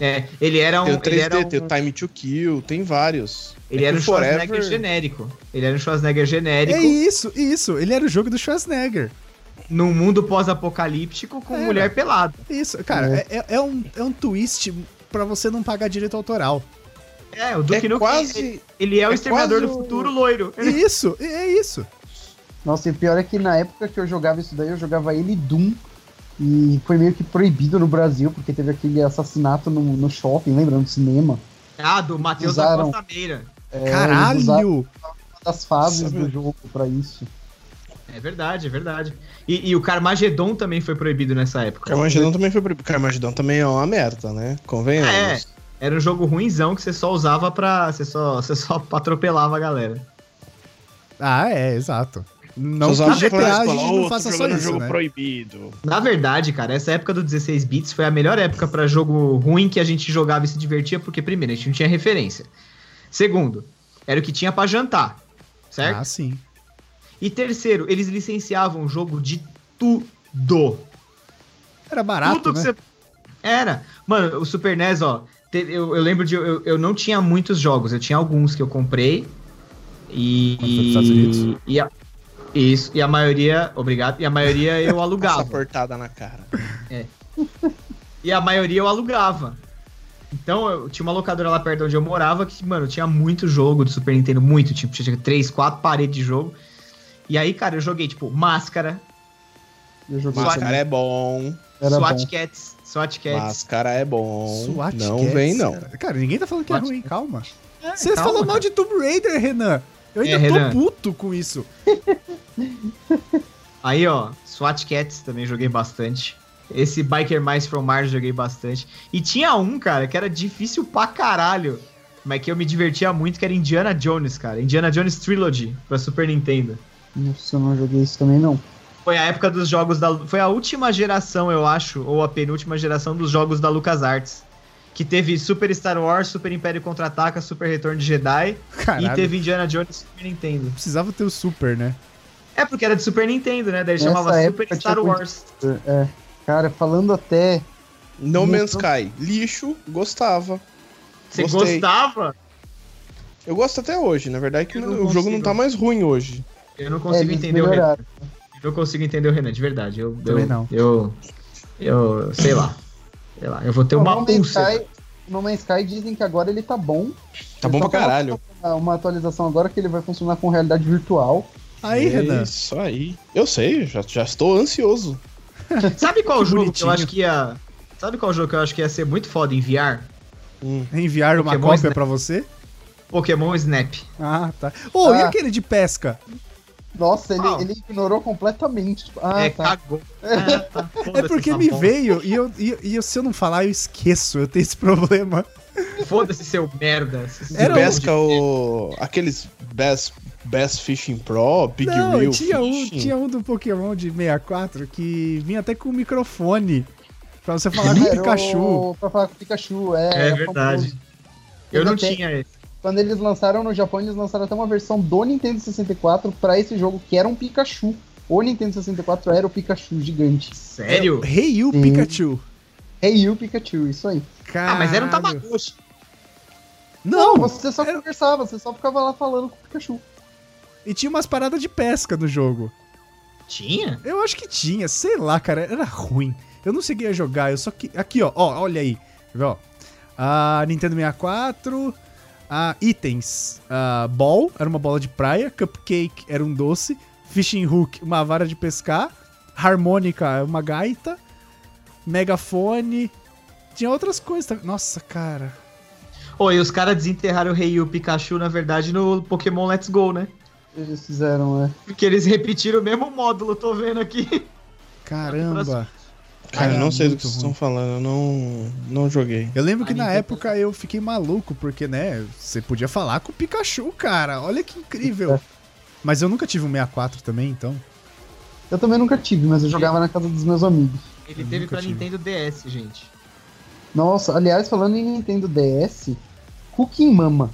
Speaker 1: É, ele era um.
Speaker 2: Tem o
Speaker 1: ele era
Speaker 2: 3D,
Speaker 1: um,
Speaker 2: tem o Time to Kill, tem vários.
Speaker 1: ele
Speaker 2: É
Speaker 1: era
Speaker 2: que
Speaker 1: um
Speaker 2: o Forever-
Speaker 1: Schwarzenegger genérico. Ele era um Schwarzenegger genérico
Speaker 3: É isso, isso. Ele era o jogo do Schwarzenegger.
Speaker 1: num mundo pós-apocalíptico com
Speaker 2: É.
Speaker 3: Era.
Speaker 1: mulher pelada.
Speaker 3: Isso,
Speaker 1: Uhum.
Speaker 3: cara, é, é- é um, é um twist pra você não pagar direito autoral.
Speaker 1: É, o Duke
Speaker 2: é
Speaker 1: Nukem. ele-
Speaker 2: quase...
Speaker 1: Ele é o
Speaker 2: é
Speaker 1: exterminador
Speaker 2: quase
Speaker 1: do
Speaker 2: o-
Speaker 1: futuro loiro.
Speaker 3: É Isso, é isso.
Speaker 4: Nossa, e o pior é que na época que eu jogava isso daí, eu jogava ele e Doom. E foi meio que proibido no Brasil, porque teve aquele assassinato no, no shopping, lembra? No cinema.
Speaker 1: Ah, do Matheus da
Speaker 4: Usaram.
Speaker 1: Costa Meira.
Speaker 4: É, eles usaram
Speaker 3: Caralho!
Speaker 4: uma das fases
Speaker 2: Sabe?
Speaker 4: do jogo pra isso.
Speaker 1: É verdade, é verdade. E, e o Carmageddon também foi proibido nessa época.
Speaker 2: Carmageddon também foi... proibido. Carmageddon também é uma merda, né? Convenhamos.
Speaker 1: Era um jogo ruinzão que você só usava pra. Você só, você só atropelava a galera.
Speaker 3: Ah, é, exato. Não que
Speaker 2: usava
Speaker 3: o
Speaker 2: pra
Speaker 3: GTA a
Speaker 2: falar,
Speaker 3: gente
Speaker 2: "Ô,
Speaker 3: não
Speaker 2: tô
Speaker 3: faça só
Speaker 2: jogando um
Speaker 3: isso,
Speaker 2: jogo
Speaker 3: né?
Speaker 2: proibido.
Speaker 1: Na verdade, cara, essa época do 16 bits foi a melhor época pra jogo ruim que a gente jogava e se divertia, porque primeiro, a gente não tinha referência. Segundo, era o que tinha pra jantar, certo?
Speaker 3: Ah, sim.
Speaker 1: E terceiro, eles licenciavam o jogo de tudo.
Speaker 3: Era barato,
Speaker 1: tudo que
Speaker 3: né?
Speaker 1: você era. Mano, o Super NES, ó, te- eu, eu lembro de eu, eu não tinha muitos jogos, eu tinha alguns que eu comprei e
Speaker 3: Quando foi pros Estados Unidos?
Speaker 1: e a, isso, e a maioria, obrigado, e a maioria eu
Speaker 2: Essa
Speaker 1: alugava.
Speaker 2: portada na cara.
Speaker 1: E a maioria eu alugava. Então, eu tinha uma locadora lá perto onde eu morava que, mano, tinha muito jogo do Super Nintendo, muito, tipo, tinha três, quatro paredes de jogo. E aí, cara, eu joguei, tipo, Máscara,
Speaker 4: Eu joguei
Speaker 1: Mas,
Speaker 4: também.
Speaker 2: Máscara é bom.
Speaker 4: Era
Speaker 1: SWAT
Speaker 4: bom.
Speaker 1: Cats. SWAT Cats.
Speaker 2: Máscara é bom.
Speaker 3: SWAT
Speaker 2: não
Speaker 3: Cats,
Speaker 2: vem, não.
Speaker 3: cara. Cara, ninguém tá falando que é
Speaker 1: SWAT
Speaker 3: ruim, calma.
Speaker 1: Ah,
Speaker 3: Você
Speaker 1: calma,
Speaker 3: falou mal
Speaker 1: cara.
Speaker 3: de Tomb Raider, Renan. Eu ainda
Speaker 1: É,
Speaker 3: tô
Speaker 1: Renan.
Speaker 3: puto com isso.
Speaker 1: Aí, ó, SWAT Cats também joguei bastante. Esse Biker Mice from Mars joguei bastante. E tinha um, cara, que era difícil pra caralho. Mas que eu me divertia muito, que era Indiana Jones, cara. Indiana Jones Trilogy, pra Super Nintendo.
Speaker 4: Nossa, eu não joguei isso também, não.
Speaker 1: Foi a época dos jogos da. Foi a última geração, eu acho, ou a penúltima geração dos jogos da LucasArts. Que teve Super Star Wars, Super Império Contra-Ataca, Super Retorno de Jedi
Speaker 3: Caralho,
Speaker 1: e teve Indiana Jones Super Nintendo.
Speaker 3: precisava ter o Super, né?
Speaker 1: É porque era de Super Nintendo, né? Daí
Speaker 4: Nessa
Speaker 1: chamava
Speaker 4: época
Speaker 1: Super
Speaker 4: tinha
Speaker 1: Star
Speaker 4: muito-
Speaker 1: Wars.
Speaker 4: É, cara, falando até.
Speaker 2: No Man's
Speaker 4: Não.
Speaker 2: Sky, lixo, gostava.
Speaker 1: Você
Speaker 2: Gostei.
Speaker 1: gostava?
Speaker 2: Eu gosto até hoje, na verdade que
Speaker 1: Eu
Speaker 2: o
Speaker 1: não
Speaker 2: jogo não
Speaker 1: consigo.
Speaker 2: tá mais ruim hoje.
Speaker 1: Eu não
Speaker 4: É,
Speaker 1: consigo
Speaker 4: eles
Speaker 1: entender o Renan.
Speaker 4: melhoraram.
Speaker 1: Eu consigo entender o Renan, de verdade. Eu,
Speaker 3: Também
Speaker 1: eu,
Speaker 3: não.
Speaker 1: Eu, eu. Sei lá. Sei lá. Eu vou ter
Speaker 4: O
Speaker 1: uma
Speaker 4: No Man's
Speaker 1: pulsa.
Speaker 4: Sky- o No Man's Sky dizem que agora ele tá bom.
Speaker 2: Tá bom
Speaker 4: Só
Speaker 2: pra
Speaker 4: que é uma-
Speaker 2: caralho.
Speaker 4: Uma, atualização agora que ele vai funcionar com realidade virtual.
Speaker 3: Aí, Renan.
Speaker 2: É Isso aí. Eu sei, já, já estou ansioso.
Speaker 1: Sabe qual
Speaker 3: Que
Speaker 1: jogo que eu
Speaker 3: bonitinho.
Speaker 1: acho que ia. Sabe qual jogo que eu acho que ia ser muito foda em VR?
Speaker 2: Hum.
Speaker 3: Enviaram uma
Speaker 1: Pokémon
Speaker 3: cópia
Speaker 1: Snap.
Speaker 3: pra você?
Speaker 1: Pokémon Snap.
Speaker 3: Ah, tá. Ô, e
Speaker 4: Ah.
Speaker 3: aquele de pesca?
Speaker 4: Nossa, ele,
Speaker 1: Qual?
Speaker 4: ele ignorou completamente. Tipo, ah,
Speaker 1: Ah. é,
Speaker 4: tá.
Speaker 1: cagou. Ah, tá.
Speaker 3: É
Speaker 1: Foda-se
Speaker 3: porque
Speaker 1: essa
Speaker 3: me
Speaker 1: bosta.
Speaker 3: veio e, eu, e, e eu- se eu não falar, eu esqueço. Eu tenho esse problema.
Speaker 1: Foda-se, seu merda. Esse
Speaker 3: Era
Speaker 2: Era
Speaker 3: um-
Speaker 2: pesca o... aqueles Bass, Bass Fishing Pro, Big
Speaker 3: não,
Speaker 2: Reel
Speaker 3: tinha um,
Speaker 2: Fishing.
Speaker 3: tinha um do Pokémon de 64 que vinha até com microfone pra você falar com o
Speaker 4: Era
Speaker 3: Pikachu.
Speaker 4: o- Pra falar com o Pikachu, é.
Speaker 1: É
Speaker 4: era
Speaker 1: verdade.
Speaker 4: famoso.
Speaker 1: Eu não
Speaker 4: Ainda tem-
Speaker 1: tinha esse.
Speaker 4: Quando eles lançaram no Japão, eles lançaram até uma versão do Nintendo 64 pra esse jogo, que era um Pikachu. O Nintendo 64 era o Pikachu gigante.
Speaker 1: Sério?
Speaker 3: Ryu
Speaker 4: Sim.
Speaker 3: Pikachu.
Speaker 4: Hey, you Pikachu, isso aí.
Speaker 3: Caralho.
Speaker 1: Ah, mas era um Tamagotchi.
Speaker 3: Não,
Speaker 4: Você só
Speaker 3: era-
Speaker 4: conversava, você só ficava lá falando com o Pikachu.
Speaker 3: e tinha umas paradas de pesca no jogo.
Speaker 1: Tinha?
Speaker 3: Eu acho que tinha, sei lá, cara, era ruim. Eu não cheguei a jogar, eu só que. Aqui, ó, ó, olha aí. Quer ver, ó? A Nintendo 64. A itens. A ball, era uma bola de praia. Cupcake era um doce. Fishing hook, uma vara de pescar. Harmônica é uma gaita. Megafone. Tinha outras coisas. também. Nossa, cara.
Speaker 1: Ô, e os caras desenterraram o Rei e o Pikachu, na verdade, no Pokémon Let's Go, né?
Speaker 4: Eles fizeram, é.
Speaker 1: Porque eles repetiram o mesmo módulo, tô vendo aqui.
Speaker 3: Caramba.
Speaker 2: Cara, eu não
Speaker 3: Era
Speaker 2: sei do
Speaker 3: um muito
Speaker 2: que vocês
Speaker 3: ruim.
Speaker 2: estão falando, eu não, não joguei.
Speaker 3: Eu lembro que
Speaker 1: A
Speaker 3: na
Speaker 1: Nintendo-
Speaker 3: época eu fiquei maluco, porque, né, você podia falar com o Pikachu, cara. Olha que incrível. Mas eu nunca tive um 64 também, então.
Speaker 4: Eu também nunca tive, mas eu jogava na casa dos meus amigos.
Speaker 1: Ele
Speaker 3: Eu
Speaker 1: teve
Speaker 3: nunca
Speaker 1: pra
Speaker 3: tive.
Speaker 1: Nintendo DS, gente.
Speaker 4: Nossa, aliás, falando em Nintendo DS, Cooking Mama.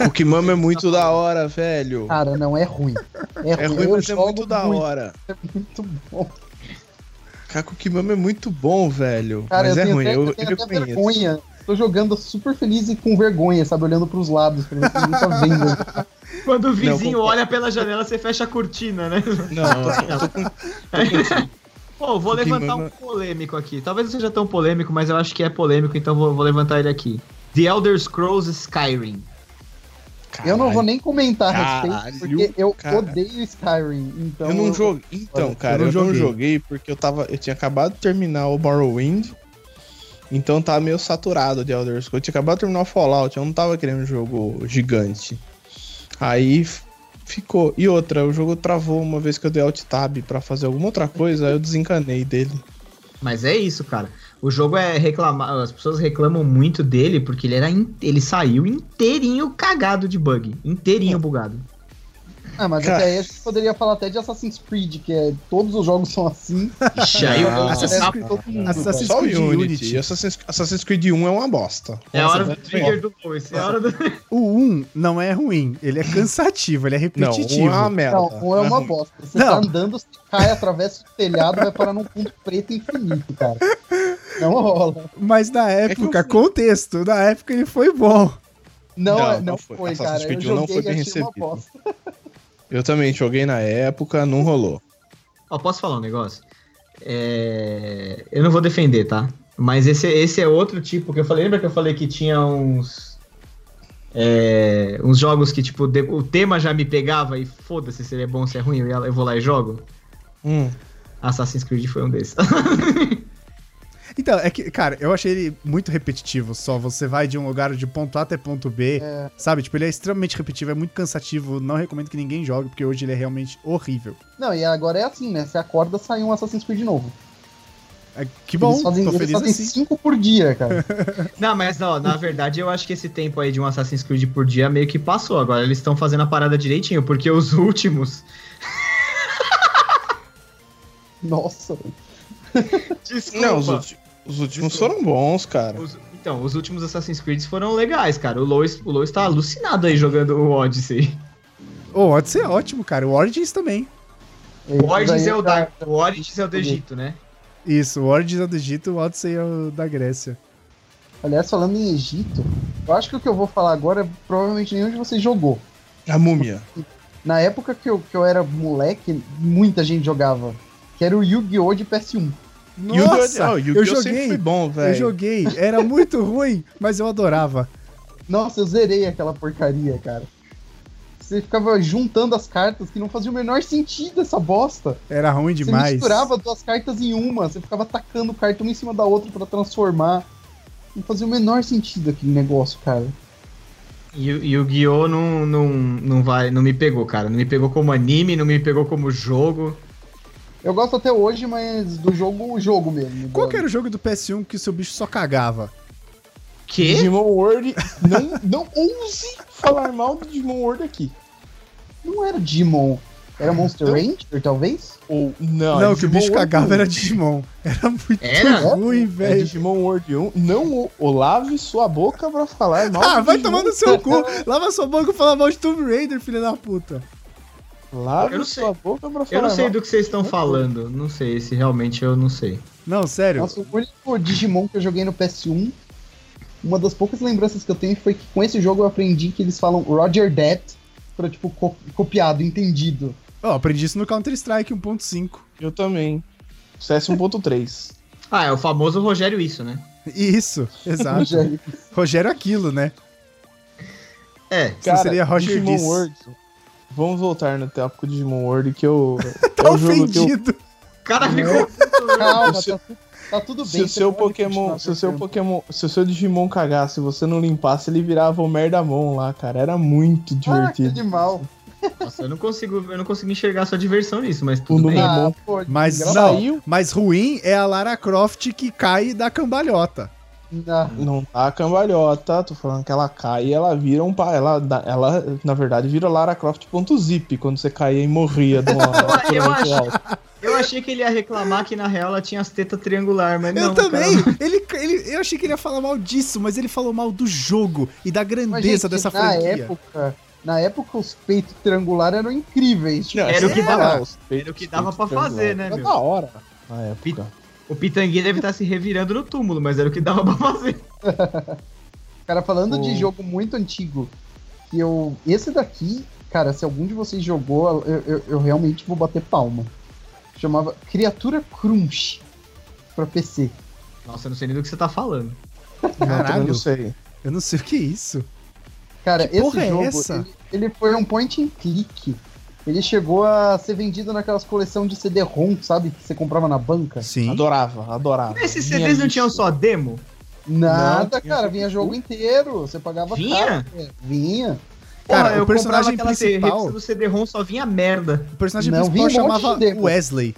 Speaker 2: O Kimama é muito da hora, velho.
Speaker 4: Cara, não é ruim. É,
Speaker 2: É ruim,
Speaker 4: eu
Speaker 2: mas é
Speaker 4: jogo
Speaker 2: muito da hora.
Speaker 4: É muito bom.
Speaker 2: Cara, o Kimama é muito bom, velho.
Speaker 4: Cara,
Speaker 2: mas
Speaker 4: eu
Speaker 2: é
Speaker 4: tenho
Speaker 2: ruim,
Speaker 4: até,
Speaker 2: eu,
Speaker 4: tenho
Speaker 2: eu
Speaker 4: até
Speaker 2: conheço.
Speaker 4: vergonha. Tô jogando super feliz e com vergonha, sabe? Olhando pros lados, pra ver se ninguém tá vendo.
Speaker 1: Quando o vizinho
Speaker 2: concordo.
Speaker 1: olha pela janela, você fecha a cortina, né?
Speaker 2: Não, eu tô, tô com-
Speaker 1: Pô, vou
Speaker 2: Porque,
Speaker 1: levantar
Speaker 2: mano-
Speaker 1: um polêmico aqui. Talvez não seja tão polêmico, mas eu acho que é polêmico, então vou, vou levantar ele aqui. The Elder Scrolls Skyrim.
Speaker 4: Eu não vou nem comentar a
Speaker 2: Caralho,
Speaker 4: respeito, porque eu
Speaker 2: cara.
Speaker 4: odeio Skyrim. Então
Speaker 2: Eu não joguei. Então,
Speaker 4: Olha,
Speaker 2: cara,
Speaker 3: eu
Speaker 2: eu
Speaker 3: não
Speaker 2: não,
Speaker 3: joguei.
Speaker 2: joguei porque eu tava. Eu tinha acabado de terminar o Morrowind. Então tava meio saturado de Elder Scrolls. Eu tinha acabado de terminar o Fallout, eu não tava querendo um jogo gigante. Aí f- ficou. E outra, o jogo travou uma vez que eu dei Alt Tab pra fazer alguma outra coisa, aí eu desencanei dele.
Speaker 1: Mas é isso, cara. O jogo é reclamar. As pessoas reclamam muito dele porque ele era. in- Ele saiu inteirinho cagado de bug. Inteirinho bugado.
Speaker 4: Ah, mas
Speaker 2: Cara.
Speaker 4: até aí a gente poderia falar até de Assassin's Creed, que é todos os jogos são assim.
Speaker 1: Ixi, aí eu vou é
Speaker 3: Assassin's
Speaker 1: passar-
Speaker 3: Creed-
Speaker 4: Todo mundo,
Speaker 3: Assassin's
Speaker 2: Só o
Speaker 3: Creed
Speaker 2: Unity.
Speaker 3: Unity.
Speaker 2: Assassin's, Assassin's Creed 1 é uma bosta.
Speaker 1: É a hora do
Speaker 2: Nossa,
Speaker 1: trigger do Lois. É a hora do.
Speaker 3: O 1 não é ruim, ele é cansativo, ele é
Speaker 2: Não,
Speaker 3: repetitivo.
Speaker 2: 1 é uma merda.
Speaker 4: Não, ou é uma
Speaker 2: ruim.
Speaker 4: bosta. Você
Speaker 3: Não.
Speaker 4: tá andando, você cai, atravessa o telhado, vai parar num ponto preto infinito, cara. Não rola.
Speaker 3: Mas na época,
Speaker 2: É eu-
Speaker 3: contexto, na época ele foi bom.
Speaker 4: Não, é-
Speaker 2: Não,
Speaker 4: não,
Speaker 2: não
Speaker 4: foi,
Speaker 2: foi.
Speaker 4: cara.
Speaker 2: Assassin's Creed um
Speaker 4: eu
Speaker 2: não
Speaker 4: joguei
Speaker 2: foi bem
Speaker 4: e achei uma
Speaker 2: recebido.
Speaker 4: bosta.
Speaker 2: Eu também joguei na época, não rolou.
Speaker 1: Ó, posso falar um negócio? É, Eu não vou defender, tá? Mas esse, esse é outro tipo que eu falei. Lembra que eu falei que tinha uns. é, uns jogos que, tipo, de- o tema já me pegava e foda-se se ele é bom ou se é ruim, eu, ia lá- eu vou lá e jogo?
Speaker 2: Hum.
Speaker 1: Assassin's Creed foi um desses.
Speaker 3: Então, é que, cara, eu achei ele muito repetitivo. Só você vai de um lugar de ponto A até ponto B,
Speaker 4: É.
Speaker 3: sabe? Tipo, ele é extremamente repetitivo, é muito cansativo. Não recomendo que ninguém jogue, porque hoje ele é realmente horrível.
Speaker 4: Não, e agora é assim, né? Você acorda, sai um Assassin's Creed novo.
Speaker 3: É, que bom,
Speaker 4: eles fazem,
Speaker 3: tô
Speaker 4: eles
Speaker 3: feliz
Speaker 4: fazem
Speaker 3: assim.
Speaker 4: cinco por dia, cara.
Speaker 1: Não, mas não, na verdade eu acho que esse tempo aí de um Assassin's Creed por dia meio que passou. Agora eles estão fazendo a parada direitinho, porque os últimos
Speaker 4: Nossa.
Speaker 1: Desculpa.
Speaker 2: Não, os, ulti- os últimos
Speaker 1: Desculpa.
Speaker 2: foram bons, cara.
Speaker 1: Os- então, os últimos Assassin's Creed foram legais, cara. O Lois, o Lois tá alucinado aí jogando o Odyssey.
Speaker 3: O Odyssey é ótimo, cara. O Origins também.
Speaker 1: O Origins é o,
Speaker 4: da
Speaker 1: da, o Origins é o do Egito, né?
Speaker 3: Isso, o Origins é do Egito, o Odyssey é o da Grécia.
Speaker 4: Aliás, falando em Egito, eu acho que o que eu vou falar agora é provavelmente nenhum de vocês jogou.
Speaker 2: A múmia.
Speaker 4: Na época que eu, que eu era moleque, muita gente jogava. Que era o Yu-Gi-Oh! de PS1.
Speaker 2: E o do-
Speaker 3: Nossa,
Speaker 2: Ah, o Yu-Gi-Oh!
Speaker 3: eu
Speaker 2: sempre
Speaker 3: joguei,
Speaker 2: foi bom,
Speaker 3: eu
Speaker 2: velho.
Speaker 3: joguei. Era muito ruim, mas eu adorava.
Speaker 4: Nossa, eu zerei aquela porcaria, cara. Você ficava juntando as cartas que não fazia o menor sentido essa bosta.
Speaker 3: Era ruim
Speaker 4: Você
Speaker 3: demais.
Speaker 4: misturava duas cartas em uma, você ficava tacando carta uma em cima da outra pra transformar. Não fazia o menor sentido aquele negócio, cara.
Speaker 1: E, o- e o Guiô não, não, não, vai, não me pegou, cara. Não me pegou como anime, não me pegou como jogo.
Speaker 4: Eu gosto até hoje, mas do jogo, o jogo mesmo.
Speaker 3: Qual que era o jogo do PS1 que o seu bicho só cagava?
Speaker 1: Que?
Speaker 2: Digimon World. Não, não ouse falar mal do Digimon World aqui.
Speaker 4: Não era Digimon. Era Monster Ranger, talvez?
Speaker 2: Ou não.
Speaker 3: não,
Speaker 2: é
Speaker 3: o que o bicho
Speaker 2: Digimon World
Speaker 3: cagava era
Speaker 2: 1.
Speaker 3: Digimon. Era muito
Speaker 1: Era?
Speaker 3: ruim,
Speaker 2: É
Speaker 3: velho.
Speaker 2: Digimon World 1. Não o- o lave sua boca pra falar mal.
Speaker 3: Ah,
Speaker 2: do
Speaker 3: vai
Speaker 2: Digimon.
Speaker 3: tomar no seu cu. Lava sua boca e fala mal de Tomb Raider, filha da puta.
Speaker 2: Lave
Speaker 1: Eu não sei.
Speaker 2: sua boca pra falar
Speaker 1: Eu não sei
Speaker 2: mal.
Speaker 1: do que vocês estão falando. Não sei, se realmente eu não sei.
Speaker 3: Não, sério.
Speaker 4: Nossa, o único Digimon que eu joguei no PS1. Uma das poucas lembranças que eu tenho foi que com esse jogo eu aprendi que eles falam Roger That pra, tipo, co- copiado, entendido.
Speaker 3: Ó, aprendi isso no Counter-Strike 1.5.
Speaker 2: Eu também. um CS 1.3.
Speaker 1: Ah, é o famoso Rogério Isso, né?
Speaker 3: Isso, exato.
Speaker 4: Rogério.
Speaker 3: Rogério Aquilo, né?
Speaker 1: É.
Speaker 3: Isso seria Roger
Speaker 2: Digimon
Speaker 3: Diz.
Speaker 2: World. Vamos voltar no tópico Digimon World que eu.
Speaker 3: Tá
Speaker 2: é o jogo que eu
Speaker 3: ofendido.
Speaker 1: O cara ficou.
Speaker 4: Calma,
Speaker 2: Se-
Speaker 4: tá, tu- tá tudo bem.
Speaker 2: Se o seu
Speaker 4: você pode
Speaker 2: Pokémon,
Speaker 4: continuar
Speaker 2: se o seu
Speaker 4: jogando.
Speaker 2: Pokémon, se o seu Digimon cagasse e você não limpasse, ele virava o Merdamon lá, cara. Era muito
Speaker 4: Ah, que
Speaker 2: divertido.
Speaker 4: animal.
Speaker 1: Nossa, eu não consigo, eu não consigo enxergar sua diversão nisso, mas
Speaker 2: O
Speaker 1: tudo
Speaker 2: número-
Speaker 1: bem.
Speaker 4: Ah, pô,
Speaker 3: Mas
Speaker 4: engraçado.
Speaker 3: não,
Speaker 2: Saiu.
Speaker 3: mas ruim é a Lara Croft que cai da cambalhota.
Speaker 4: Não,
Speaker 2: não tá a cambalhota, tô falando que ela cai e ela vira um pa... ela, dá- ela, na verdade, vira Lara Croft.zip quando você caía e morria de uma
Speaker 1: Eu
Speaker 3: é
Speaker 2: altura muito
Speaker 1: acho-
Speaker 2: alta.
Speaker 1: Eu achei que ele ia reclamar que na real ela tinha as tetas triangular, mas não.
Speaker 3: eu também. Ele, ele- eu achei que ele ia falar mal disso, mas ele falou mal do jogo e da
Speaker 4: mas,
Speaker 3: grandeza
Speaker 4: gente,
Speaker 3: dessa
Speaker 4: na
Speaker 3: franquia.
Speaker 4: época, na época os peitos triangulares eram incríveis. tipo,
Speaker 2: Não,
Speaker 1: Era o que
Speaker 2: é,
Speaker 1: dava-
Speaker 2: os peitos-
Speaker 1: era o que dava
Speaker 2: os
Speaker 1: pra
Speaker 2: peitos
Speaker 1: fazer, né,
Speaker 2: triangulares.
Speaker 1: meu?
Speaker 2: Era da hora na época.
Speaker 1: O Pitangui deve estar se revirando no túmulo, mas era o que dava pra fazer.
Speaker 4: Cara, falando
Speaker 2: O-
Speaker 4: de jogo muito antigo, que eu. Esse daqui, cara, se algum de vocês jogou, eu, eu, eu realmente vou bater palma. Chamava Criatura Crunch pra PC.
Speaker 1: Nossa, eu não sei nem do que você tá falando.
Speaker 2: Não, também
Speaker 3: Caralho.
Speaker 2: não sei.
Speaker 3: Eu não sei o que é isso.
Speaker 4: Cara,
Speaker 3: Que
Speaker 4: esse
Speaker 3: porra é
Speaker 4: jogo,
Speaker 3: essa?
Speaker 4: Ele, ele foi um point and click. Ele chegou a ser vendido naquelas coleção de CD-ROM, sabe? Que você comprava na banca.
Speaker 3: Sim.
Speaker 2: Adorava, adorava.
Speaker 1: Esses
Speaker 2: Minha
Speaker 1: CDs não
Speaker 2: lista.
Speaker 1: tinham só demo?
Speaker 4: Nada,
Speaker 2: Não, tinha
Speaker 4: cara,
Speaker 2: jogo
Speaker 4: vinha jogo inteiro. Você pagava
Speaker 1: Vinha?
Speaker 4: caro, cara. Vinha.
Speaker 3: Cara,
Speaker 1: Porra,
Speaker 3: o
Speaker 1: eu
Speaker 3: personagem
Speaker 1: comprava aquela
Speaker 3: principal-
Speaker 1: revista do CD-ROM só vinha merda.
Speaker 3: O personagem
Speaker 4: Não,
Speaker 3: principal
Speaker 4: vi um monte
Speaker 3: chamava
Speaker 4: de demo.
Speaker 3: Wesley.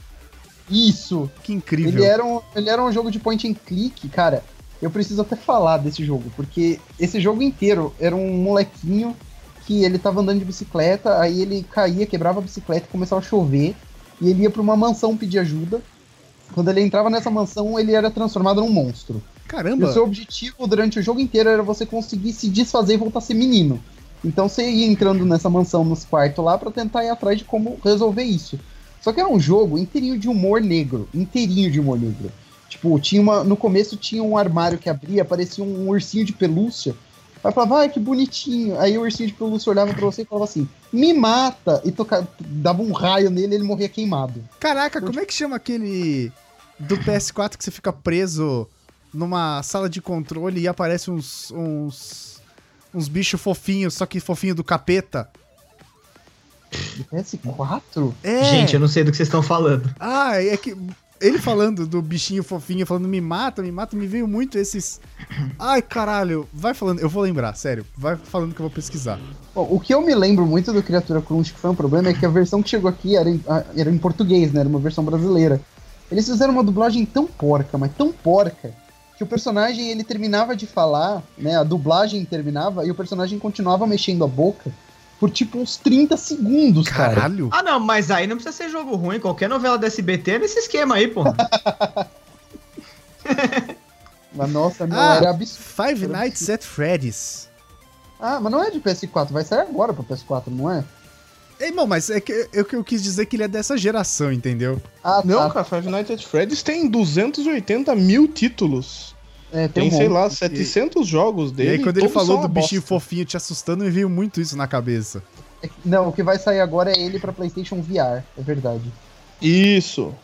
Speaker 4: Isso.
Speaker 3: Que
Speaker 4: Ele
Speaker 3: incrível.
Speaker 4: era, um, ele era um jogo de point and click, cara. Eu preciso até falar desse jogo, porque esse jogo inteiro era um molequinho que ele tava andando de bicicleta, aí ele caía, quebrava a bicicleta e começava a chover, e ele ia pra uma mansão pedir ajuda. Quando ele entrava nessa mansão, ele era transformado num monstro. E o
Speaker 3: Caramba.
Speaker 4: seu objetivo durante o jogo inteiro era você conseguir se desfazer e voltar a ser menino. Então você ia entrando nessa mansão nos quartos lá pra tentar ir atrás de como resolver isso. Só que era um jogo inteirinho de humor negro, inteirinho de humor negro. Tipo, tinha uma, no começo tinha um armário que abria, parecia um ursinho de pelúcia. Aí falava, ai que bonitinho. Aí o ursinho de pelúcia olhava pra você e falava assim, me mata! E tocava, dava um raio nele e ele morria queimado.
Speaker 3: Caraca, como é que chama aquele do PS4 que você fica preso numa sala de controle e aparece uns uns uns bichos fofinhos, só que fofinho do capeta?
Speaker 4: PS4?
Speaker 3: É.
Speaker 1: Gente, eu não sei do que vocês estão falando.
Speaker 3: Ah, é que ele falando do bichinho fofinho, falando me mata, me mata, me veio muito esses. Ai, caralho, vai falando, eu vou lembrar, sério, vai falando que eu vou pesquisar.
Speaker 4: Bom, o que eu me lembro muito do Criatura Crunch, que foi um problema, é que a versão que chegou aqui era em, a- era em português, né? Era uma versão brasileira. Eles fizeram uma dublagem tão porca, mas tão porca, que o personagem ele terminava de falar, né? A dublagem terminava e o personagem continuava mexendo a boca por tipo uns 30 segundos, cara.
Speaker 3: Caralho?
Speaker 1: Ah, não, mas aí não precisa ser jogo ruim. Qualquer novela da SBT é nesse esquema aí, pô.
Speaker 4: Mas nossa, não,
Speaker 3: Ah.
Speaker 4: era absurdo.
Speaker 3: Five Nights at Freddy's.
Speaker 4: Ah, mas não é de PS4, vai sair agora pra PS4, não é?
Speaker 3: Ei, Irmão, mas é que eu, eu quis dizer que ele é dessa geração, entendeu?
Speaker 4: Ah,
Speaker 2: Não,
Speaker 4: tá.
Speaker 2: cara, Five Nights at Freddy's tem 280 mil títulos.
Speaker 4: É,
Speaker 2: Tem,
Speaker 4: um
Speaker 2: sei
Speaker 4: monte.
Speaker 2: lá, 700 jogos
Speaker 3: e
Speaker 2: dele.
Speaker 3: aí, quando ele
Speaker 2: todos são
Speaker 3: falou
Speaker 2: uma
Speaker 3: do bichinho
Speaker 2: bosta.
Speaker 3: fofinho te assustando, me veio muito isso na cabeça.
Speaker 4: É que- Não, o que vai sair agora é ele pra PlayStation VR, é verdade.
Speaker 2: Isso.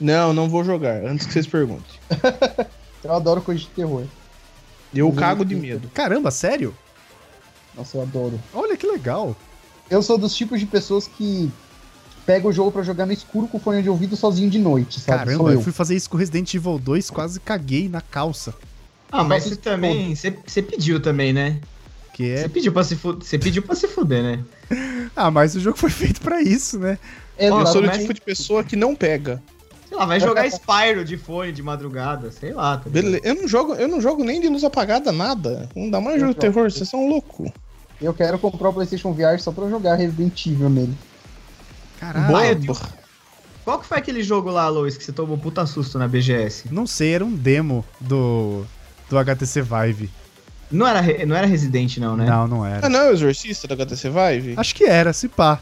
Speaker 2: Não, não vou jogar, antes que vocês perguntem.
Speaker 4: Eu adoro coisa de terror.
Speaker 2: Eu
Speaker 3: Uhum.
Speaker 4: Hum.
Speaker 2: cago de medo.
Speaker 3: Caramba, sério?
Speaker 4: Nossa, eu adoro.
Speaker 3: Olha que legal.
Speaker 4: Eu sou dos tipos de pessoas que pega o jogo pra jogar no escuro com fone de ouvido sozinho de noite, sabe?
Speaker 3: Caramba,
Speaker 4: Sou
Speaker 3: eu.
Speaker 4: eu.
Speaker 3: fui fazer isso com Resident Evil 2, quase caguei na calça.
Speaker 1: Ah, mas
Speaker 4: Nossa,
Speaker 1: você também. Você você pediu também, né?
Speaker 3: Que
Speaker 1: Você
Speaker 3: é.
Speaker 1: pediu pra se fuder. Você pediu pra se fuder, né?
Speaker 3: Ah, mas o jogo foi feito pra isso, né?
Speaker 4: É,
Speaker 1: Ó,
Speaker 2: Eu
Speaker 4: exato.
Speaker 2: sou do
Speaker 1: mas-
Speaker 2: tipo de pessoa que não pega.
Speaker 1: Sei lá, vai jogar Spyro de fone de madrugada, sei lá. tá ligado?
Speaker 2: Bele- Eu não jogo, eu não jogo nem de luz apagada nada. Não dá mais
Speaker 4: Eu
Speaker 2: jogo de
Speaker 4: jogo.
Speaker 2: terror, vocês são loucos.
Speaker 4: Eu quero comprar o PlayStation VR só pra jogar Resident Evil nele.
Speaker 3: Caralho.
Speaker 2: Bobo.
Speaker 1: Qual que foi aquele jogo lá, Lois, que você tomou um puta susto na BGS?
Speaker 3: Não sei, era um demo do, do HTC Vive.
Speaker 1: Não era, re- não era Resident, não, né?
Speaker 3: Não, não
Speaker 2: Ah,
Speaker 3: era.
Speaker 2: não, é o Exorcista da HTC Vive?
Speaker 3: Acho que era, se pá.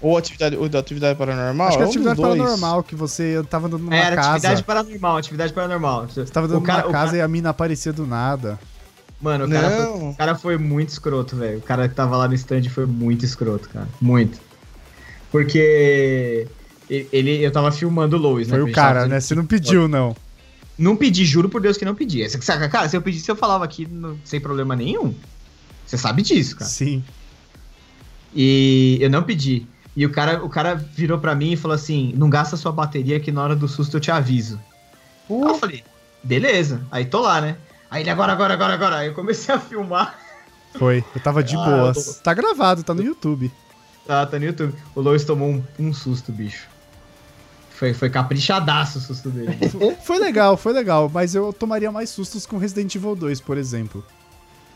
Speaker 2: Ou, atividade, ou da Atividade Paranormal?
Speaker 3: Acho que
Speaker 2: é
Speaker 3: era
Speaker 2: um dos
Speaker 3: atividade
Speaker 2: dois.
Speaker 3: paranormal, que você tava andando numa
Speaker 1: É, era
Speaker 3: casa.
Speaker 1: atividade paranormal, atividade paranormal.
Speaker 3: Você tava andando
Speaker 1: O cara-
Speaker 3: numa
Speaker 1: o
Speaker 3: casa
Speaker 1: cara-
Speaker 3: e a mina aparecia do nada.
Speaker 1: Mano, o cara, foi,
Speaker 2: Não.
Speaker 1: o cara foi muito escroto, velho. O cara que tava lá no stand foi muito escroto, cara. Muito. Porque e- ele, eu tava filmando o Lois, né?
Speaker 3: Foi
Speaker 1: que a
Speaker 3: o
Speaker 1: gente
Speaker 3: cara,
Speaker 1: tava
Speaker 3: né?
Speaker 1: fazendo-
Speaker 3: Você não pediu, não.
Speaker 1: Não pedi, juro por Deus que não pedi. Essa- Saca, cara, se eu pedisse, eu falava aqui não- sem problema nenhum. Você sabe disso, cara.
Speaker 3: Sim.
Speaker 1: E eu não pedi. E o cara, o cara virou pra mim e falou assim: não gasta sua bateria que na hora do susto eu te aviso. Aí eu
Speaker 4: Uh,
Speaker 1: falei, beleza, aí tô lá, né? Aí ele agora, agora, agora, agora. Aí eu comecei a filmar.
Speaker 3: Foi. Eu tava de
Speaker 1: Ah, eu
Speaker 3: boas. Tá gravado, tá no YouTube.
Speaker 1: Tá, tá no YouTube. O Lois tomou um, um susto, bicho. Foi, foi caprichadaço o susto dele.
Speaker 3: Foi legal, foi legal, mas eu tomaria mais sustos com Resident Evil 2, por exemplo.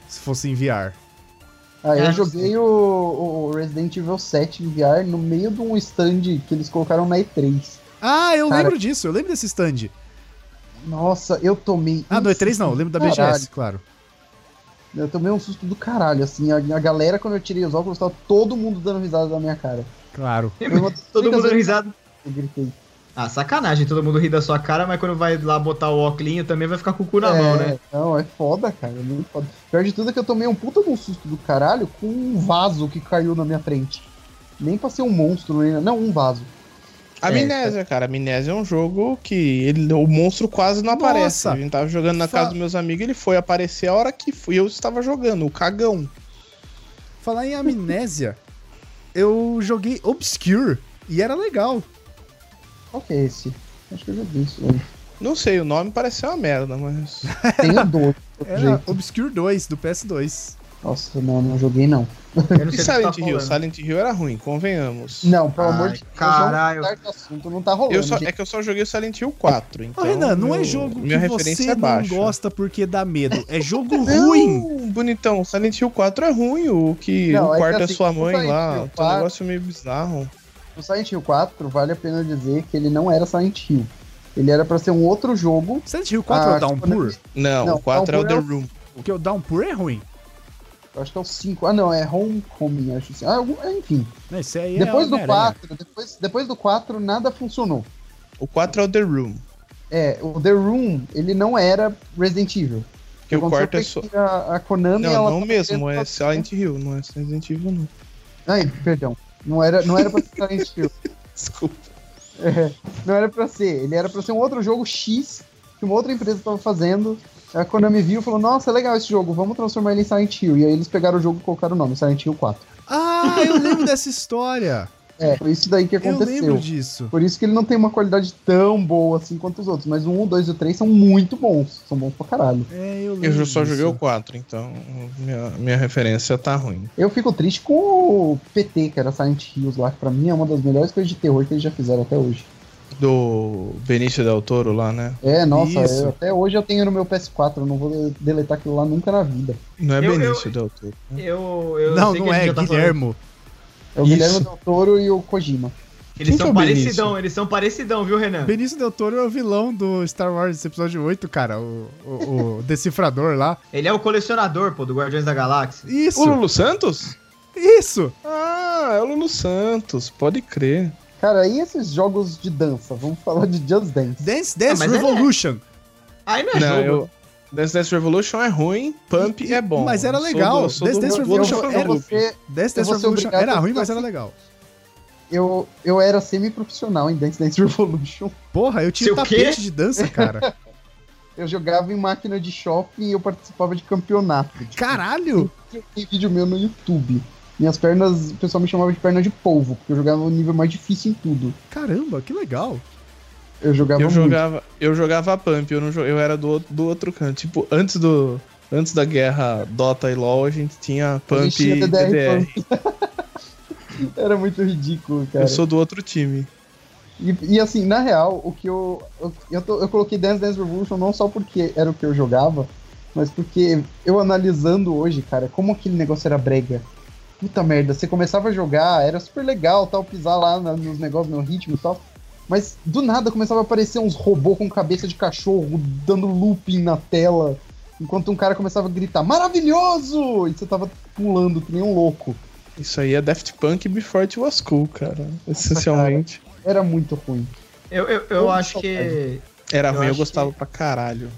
Speaker 3: Se fosse em VR.
Speaker 4: ah,
Speaker 1: É,
Speaker 4: eu
Speaker 1: não
Speaker 4: joguei
Speaker 1: sei.
Speaker 4: o, o Resident Evil 7 em VR no meio de um stand que eles colocaram na E3.
Speaker 3: Ah, eu
Speaker 4: Cara.
Speaker 3: lembro disso, eu lembro desse stand.
Speaker 4: Nossa, eu tomei.
Speaker 3: Ah,
Speaker 4: um
Speaker 3: no E3 não, eu lembro da BGS,
Speaker 4: Caralho.
Speaker 3: claro.
Speaker 4: Eu tomei um susto do caralho, assim. A, a galera, quando eu tirei os óculos, tava todo mundo dando risada da minha cara.
Speaker 3: Claro.
Speaker 4: Foi uma das
Speaker 1: Todo mundo
Speaker 4: únicas vezes
Speaker 1: risado.
Speaker 4: que Eu gritei.
Speaker 1: Ah, sacanagem, todo mundo ri da sua cara, mas quando vai lá botar o óculinho também vai ficar com o cu na mão, né?
Speaker 4: Não, é foda, cara. É muito foda. Pior de tudo é que eu tomei um puta de um susto do caralho com um vaso que caiu na minha frente. Nem pra ser um monstro, nem... não, um vaso.
Speaker 2: Amnésia, cara. Amnésia é um jogo que ele- o monstro quase não
Speaker 3: Nossa!
Speaker 2: aparece. A gente tava jogando na
Speaker 3: Fa-
Speaker 2: casa dos meus amigos, ele foi aparecer a hora que fui, eu estava jogando, o cagão.
Speaker 3: Falar em amnésia, eu joguei Obscure e era legal.
Speaker 4: Qual que é esse? Acho que eu joguei isso. né? hoje.
Speaker 2: Não sei, o nome pareceu uma merda, mas.
Speaker 4: Tem o dois.
Speaker 1: É,
Speaker 3: Era Obscure 2 do PS2.
Speaker 4: Nossa, não, não joguei não.
Speaker 1: Eu não
Speaker 2: E
Speaker 1: sei do que tá
Speaker 2: Silent Hill?
Speaker 1: falando.
Speaker 2: Silent Hill era ruim, convenhamos.
Speaker 4: Não, pelo
Speaker 1: Ai,
Speaker 4: amor de Deus,
Speaker 1: caralho.
Speaker 4: vamos mudar de assunto, não tá rolando.
Speaker 2: Eu só,
Speaker 4: gente.
Speaker 2: é que eu só joguei o Silent Hill 4. Então
Speaker 3: Ô, Renan, não é
Speaker 2: meu-
Speaker 3: jogo que
Speaker 2: minha referência
Speaker 3: você
Speaker 2: é
Speaker 3: não
Speaker 2: baixa.
Speaker 3: gosta porque dá medo. É jogo
Speaker 2: Não,
Speaker 3: ruim.
Speaker 2: bonitão, Silent Hill 4 é ruim, o que
Speaker 4: Não, é
Speaker 2: o
Speaker 4: que
Speaker 2: quarto é
Speaker 4: assim,
Speaker 2: sua
Speaker 4: o
Speaker 2: mãe
Speaker 4: Silent
Speaker 2: lá, tá
Speaker 4: Hill
Speaker 2: um
Speaker 4: 4
Speaker 2: negócio meio bizarro.
Speaker 4: O Silent Hill 4, vale a pena dizer que ele não era Silent Hill. Ele era pra ser um outro jogo.
Speaker 3: Silent Hill 4 é
Speaker 4: Ah,
Speaker 3: o Downpour?
Speaker 2: Não,
Speaker 4: Não,
Speaker 2: o 4 é o The
Speaker 4: Downpour
Speaker 2: Room.
Speaker 3: Porque o Downpour é ruim.
Speaker 4: Eu acho que é o 5. Ah, não, é Homecoming, acho assim. Ah, algum- enfim.
Speaker 3: Né, Isso aí
Speaker 4: depois
Speaker 3: é
Speaker 4: do
Speaker 3: Homem-Aranha.
Speaker 4: 4, depois, depois do 4, nada funcionou.
Speaker 2: O 4 é o The Room.
Speaker 4: É, o The Room, ele não era Resident Evil.
Speaker 2: Porque o
Speaker 4: Aconteceu
Speaker 2: quarto é
Speaker 4: que
Speaker 2: só.
Speaker 4: A, a Konami,
Speaker 2: Não,
Speaker 4: ela
Speaker 2: não
Speaker 3: tá
Speaker 4: tava
Speaker 2: mesmo,
Speaker 4: querendo
Speaker 2: é
Speaker 4: fazer-
Speaker 3: né?
Speaker 2: Silent Hill, não é Silent Evil, não.
Speaker 4: Ai, perdão. Não era, não era pra ser Silent Hill.
Speaker 2: Desculpa.
Speaker 4: É, não era pra ser. Ele era pra ser um outro jogo X que uma outra empresa tava fazendo. A Konami viu e falou: Nossa, é legal esse jogo, vamos transformar ele em Silent Hill. E aí eles pegaram o jogo e colocaram o nome, Silent Hill 4.
Speaker 3: Ah, Ah, eu lembro dessa história.
Speaker 4: É, foi isso daí que
Speaker 3: Eu lembro
Speaker 4: aconteceu.
Speaker 3: disso.
Speaker 4: Por isso que ele não tem uma qualidade tão boa assim quanto os outros. Mas o 1, o 2 e o 3 são muito bons. São bons pra caralho.
Speaker 3: É, eu lembro
Speaker 2: Eu só joguei o
Speaker 3: disso.
Speaker 2: 4, então minha, minha referência tá ruim.
Speaker 4: Eu fico triste com o PT, que era Silent Hills lá, que pra mim é uma das melhores coisas de terror que eles já fizeram até hoje.
Speaker 2: Do Benício Del Toro lá, né?
Speaker 4: É, nossa,
Speaker 3: Isso.
Speaker 4: eu- até hoje eu tenho no meu PS4, eu não vou deletar aquilo lá nunca na vida.
Speaker 2: Não é
Speaker 1: Eu-
Speaker 2: Benício Del Toro.
Speaker 1: Eu, eu
Speaker 3: Não,
Speaker 1: sei
Speaker 3: não
Speaker 1: que ele
Speaker 3: é,
Speaker 1: já tá falando-
Speaker 3: Guilhermo.
Speaker 4: É o
Speaker 2: Isso.
Speaker 4: Guilherme Del Toro e o Kojima.
Speaker 1: Eles
Speaker 2: Quem que é
Speaker 1: são
Speaker 2: o Benício?
Speaker 1: parecidão, eles são parecidão, viu, Renan?
Speaker 3: Benício Del Toro é o vilão do Star Wars Episódio 8, cara. O, o- o decifrador lá.
Speaker 1: Ele é o colecionador, pô, do Guardiões da Galáxia.
Speaker 3: Isso,
Speaker 2: O Lulu Santos?
Speaker 3: isso.
Speaker 2: Ah, é o Lulu Santos, pode crer.
Speaker 4: Cara, e esses jogos de dança? Vamos falar de Just Dance.
Speaker 3: Dance Dance
Speaker 1: Ah,
Speaker 4: é,
Speaker 1: mas
Speaker 3: Revolution.
Speaker 4: né?
Speaker 1: Aí não é
Speaker 2: Não,
Speaker 1: jogo.
Speaker 2: eu. Dance Dance Revolution é ruim, Pump é bom.
Speaker 3: Mas era
Speaker 2: Eu sou
Speaker 3: legal,
Speaker 2: do- sou
Speaker 3: Dance
Speaker 2: do-
Speaker 3: Dance
Speaker 2: do outro
Speaker 3: Revolution
Speaker 4: eu,
Speaker 3: era-
Speaker 2: grupo.
Speaker 4: você,
Speaker 3: Dance
Speaker 4: Eu
Speaker 3: Dance
Speaker 4: vou ser
Speaker 3: Revolution
Speaker 4: obrigado
Speaker 3: era
Speaker 4: a
Speaker 3: ruim,
Speaker 4: ficar
Speaker 3: mas era
Speaker 4: assim.
Speaker 3: legal.
Speaker 4: eu, eu era semi-profissional em Dance Dance Revolution.
Speaker 3: Porra, eu tinha
Speaker 1: Seu
Speaker 3: tapete
Speaker 1: quê?
Speaker 3: de dança, cara.
Speaker 4: Eu jogava em máquina de shopping e eu participava de campeonato. Tipo,
Speaker 3: Caralho!
Speaker 4: Tem vídeo meu no YouTube. Minhas pernas, o pessoal me chamava de perna de polvo, porque eu jogava o nível mais difícil em tudo.
Speaker 3: Caramba, que legal.
Speaker 4: Eu jogava
Speaker 2: Eu
Speaker 4: muito.
Speaker 2: jogava, eu jogava Pump, eu, não, jo- eu era do, outro- do outro canto. Tipo, antes do. Antes da guerra Dota e LoL, a gente tinha Pump
Speaker 4: gente tinha
Speaker 2: e
Speaker 4: DDR,
Speaker 2: DDR.
Speaker 4: Era muito ridículo, cara.
Speaker 2: Eu sou do outro time.
Speaker 4: E, e, assim, na real, o que eu. Eu, eu, tô- eu coloquei Dance Dance Revolution não só porque era o que eu jogava, mas porque eu analisando hoje, cara, como aquele negócio era brega. Puta merda, você começava a jogar, era super legal tal, pisar lá na- nos negócios, no ritmo e tal. Mas do nada começava a aparecer uns robôs com cabeça de cachorro dando looping na tela. Enquanto um cara começava a gritar, maravilhoso! E você tava pulando que nem um louco.
Speaker 2: Isso aí é Daft Punk Before It Was Cool, cara. Essencialmente.
Speaker 4: Era muito ruim.
Speaker 1: Eu, eu, eu
Speaker 4: Como
Speaker 1: acho
Speaker 4: são,
Speaker 1: que.
Speaker 2: Era
Speaker 1: Eu
Speaker 2: ruim, eu
Speaker 1: acho
Speaker 2: gostava pra caralho.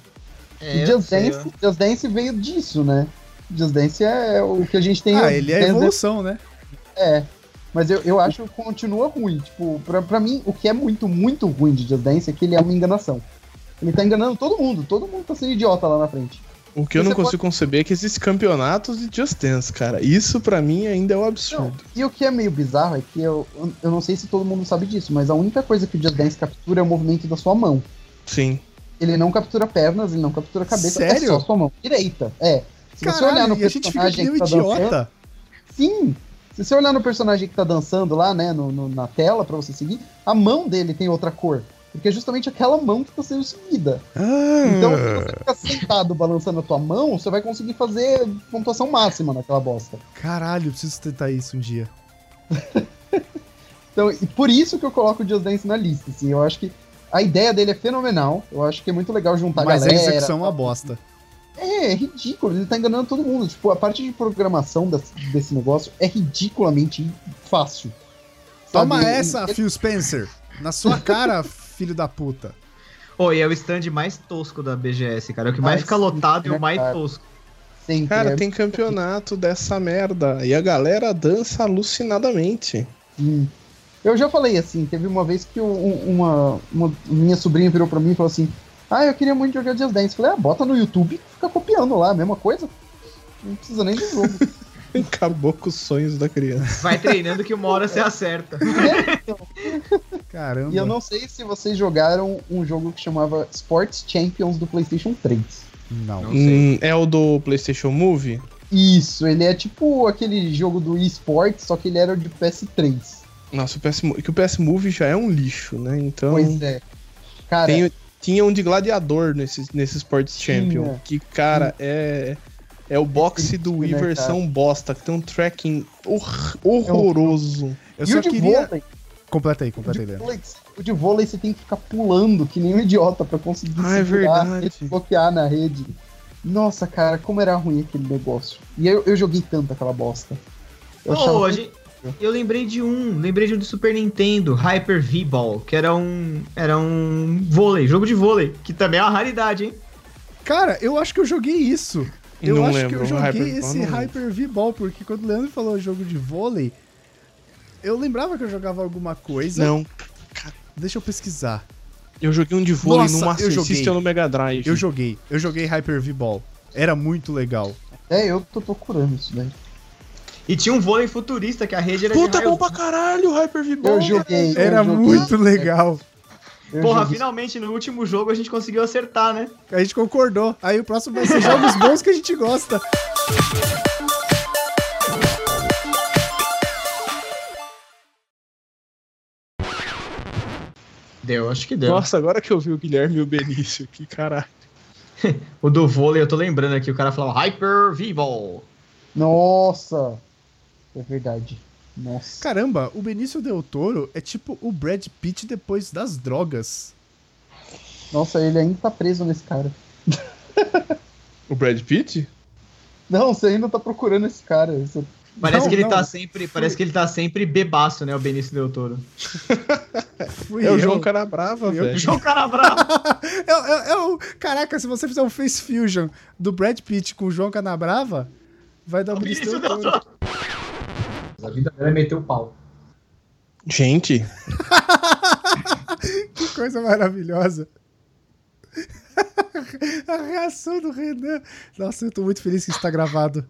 Speaker 1: É,
Speaker 4: E
Speaker 1: eu
Speaker 4: Just
Speaker 1: sei,
Speaker 4: Dance, Just Dance veio disso, né? Just Dance é o que a gente tem.
Speaker 3: Ah, ele é a
Speaker 4: Dance
Speaker 3: evolução, né?
Speaker 4: é. Mas eu, eu acho que continua ruim. Tipo, pra, pra mim, o que é muito, muito ruim de Just Dance é que ele é uma enganação. Ele tá enganando todo mundo. Todo mundo tá sendo idiota lá na frente.
Speaker 2: O que eu
Speaker 4: Você
Speaker 2: não consigo conceber é que existem campeonatos de Just Dance, cara. Isso pra mim ainda é um
Speaker 4: Não,
Speaker 2: absurdo.
Speaker 4: e o que é meio bizarro é que eu, eu não sei se todo mundo sabe disso, mas a única coisa que o Just Dance captura é o movimento da sua mão.
Speaker 2: Sim.
Speaker 4: Ele não captura pernas, ele não captura cabeça.
Speaker 3: Sério?
Speaker 4: É só sua mão direita. É. Se você olhar no
Speaker 3: Caralho, e a gente fica que
Speaker 4: personagem
Speaker 3: nem um
Speaker 4: que tá dançando-
Speaker 3: idiota.
Speaker 4: Sim! Se você olhar no personagem que tá dançando lá, né, no- no- na tela pra você seguir, a mão dele tem outra cor. Porque é justamente aquela mão que tá sendo seguida. Então, se você ficar sentado balançando a tua mão, você vai conseguir fazer pontuação máxima naquela bosta.
Speaker 3: Ah, Caralho, eu preciso tentar isso um dia.
Speaker 4: Tá, Então, e por isso que eu coloco o Just Dance na lista, assim. Eu acho que a ideia dele é fenomenal. Eu acho que é muito legal juntar
Speaker 3: Mas a
Speaker 4: galera.
Speaker 3: execução é uma bosta.
Speaker 4: É, é ridículo, ele tá enganando todo mundo. Tipo, a parte de programação das- desse negócio é ridiculamente fácil.
Speaker 3: Toma
Speaker 4: Sabe?
Speaker 3: essa, Phil Spencer. Na sua cara, filho da puta.
Speaker 1: Pô, e é o stand mais tosco da BGS, cara. É o que
Speaker 4: Ah,
Speaker 1: mais fica
Speaker 4: sim,
Speaker 1: lotado e
Speaker 4: né,
Speaker 1: o mais
Speaker 4: cara?
Speaker 1: tosco.
Speaker 4: Sempre,
Speaker 2: Cara,
Speaker 4: é
Speaker 2: tem campeonato dessa merda. E a galera dança alucinadamente.
Speaker 4: Sim. Hum. Eu já falei assim, teve uma vez que um- uma, uma minha sobrinha virou pra mim e falou assim: Ah, eu queria muito jogar Just Dance. Eu Falei, ah, bota no YouTube e fica copiando lá, a mesma coisa. Não precisa nem de jogo.
Speaker 2: Acabou com os sonhos da criança.
Speaker 1: Vai treinando que uma hora você acerta.
Speaker 3: Caramba.
Speaker 4: e eu não sei se vocês jogaram um jogo que chamava Sports Champions do PlayStation 3.
Speaker 3: Não.
Speaker 1: Não sei.
Speaker 2: Hum, é o do PlayStation Move?
Speaker 4: Isso, ele é tipo aquele jogo do eSports, só que ele era de PS3.
Speaker 2: Nossa, o PS, Mo- que o PS Move já é um lixo, né? Então.
Speaker 4: Pois é. Cara,
Speaker 2: Tem- tinha um de gladiador nesse, nesse Sports Champion. Que,
Speaker 3: Hum.
Speaker 2: cara, é. É o boxe do
Speaker 4: triste,
Speaker 2: Wii
Speaker 4: né, cara?
Speaker 2: versão bosta, que tem um tracking hor- horroroso.
Speaker 3: Eu
Speaker 4: e o
Speaker 3: só
Speaker 4: de
Speaker 3: queria.
Speaker 4: vôlei?
Speaker 3: Completa aí, completa aí, Leandro.
Speaker 4: vôlei, O de vôlei você tem que ficar pulando que nem um idiota pra conseguir
Speaker 2: Ah, é
Speaker 4: segurar
Speaker 2: verdade.
Speaker 4: e bloquear na rede. Nossa, cara, como era ruim aquele negócio. E eu, eu joguei tanto aquela bosta. Eu achava
Speaker 1: Pô, a
Speaker 4: que-
Speaker 1: gente- eu lembrei de um, lembrei de um do Super Nintendo, Hyper V-Ball, que era um, era um vôlei, jogo de vôlei, que também é uma raridade, hein?
Speaker 3: Cara, eu acho que eu joguei isso. Eu
Speaker 2: não
Speaker 3: acho
Speaker 2: lembro.
Speaker 3: que eu joguei
Speaker 2: Hyper-
Speaker 3: esse
Speaker 2: não lembro.
Speaker 3: Hyper V-Ball, porque quando o Leandro falou jogo de vôlei, eu lembrava que eu jogava alguma coisa.
Speaker 2: Não,
Speaker 3: Deixa eu pesquisar.
Speaker 2: eu joguei um de vôlei
Speaker 3: Nossa,
Speaker 2: no
Speaker 3: eu
Speaker 2: Master
Speaker 3: joguei.
Speaker 2: System ou no Mega Drive.
Speaker 3: Eu joguei. Eu joguei Hyper V-Ball. Era muito legal.
Speaker 4: É, eu tô procurando isso daí.
Speaker 1: E tinha um vôlei futurista que a rede era
Speaker 2: Puta,
Speaker 1: de
Speaker 2: é bom
Speaker 1: raio...
Speaker 2: pra caralho o Hyper-V Ball.
Speaker 4: Eu joguei.
Speaker 3: Era
Speaker 4: eu joguei.
Speaker 3: muito legal.
Speaker 4: Eu
Speaker 1: Porra,
Speaker 4: joguei.
Speaker 1: finalmente no último jogo a gente conseguiu acertar, né?
Speaker 3: A gente concordou. Aí o próximo vai ser jogos bons que a gente gosta.
Speaker 1: Deu, acho que deu.
Speaker 2: É. Nossa, agora que eu vi o Guilherme e o Benício, que caralho.
Speaker 1: O do vôlei, eu tô lembrando aqui, o cara falava Hyper V-Ball.
Speaker 4: Nossa. É verdade. Nossa.
Speaker 3: Caramba, o Benício Del Toro é tipo o Brad Pitt depois das drogas.
Speaker 4: Nossa, ele ainda tá preso nesse cara.
Speaker 2: O Brad Pitt?
Speaker 4: Não, você ainda tá procurando esse cara. Você-
Speaker 1: Parece
Speaker 3: Não,
Speaker 1: que ele
Speaker 3: não.
Speaker 1: tá sempre, parece que ele tá sempre bebaço, né, o Benício Del Toro.
Speaker 3: Fui
Speaker 2: É o
Speaker 3: eu.
Speaker 2: João Canabrava,
Speaker 3: Fui eu.
Speaker 2: velho.
Speaker 1: João Canabrava.
Speaker 3: É o- é- é o- Caraca, se você fizer um face fusion do Brad Pitt com o João Canabrava, vai dar um
Speaker 1: Benício
Speaker 3: Benício
Speaker 1: Del
Speaker 3: Del Toro.
Speaker 1: Toro. A vida dela é meter o pau.
Speaker 2: Gente,
Speaker 3: Que coisa maravilhosa. A reação do Renan. Nossa, eu tô muito feliz que isso tá gravado.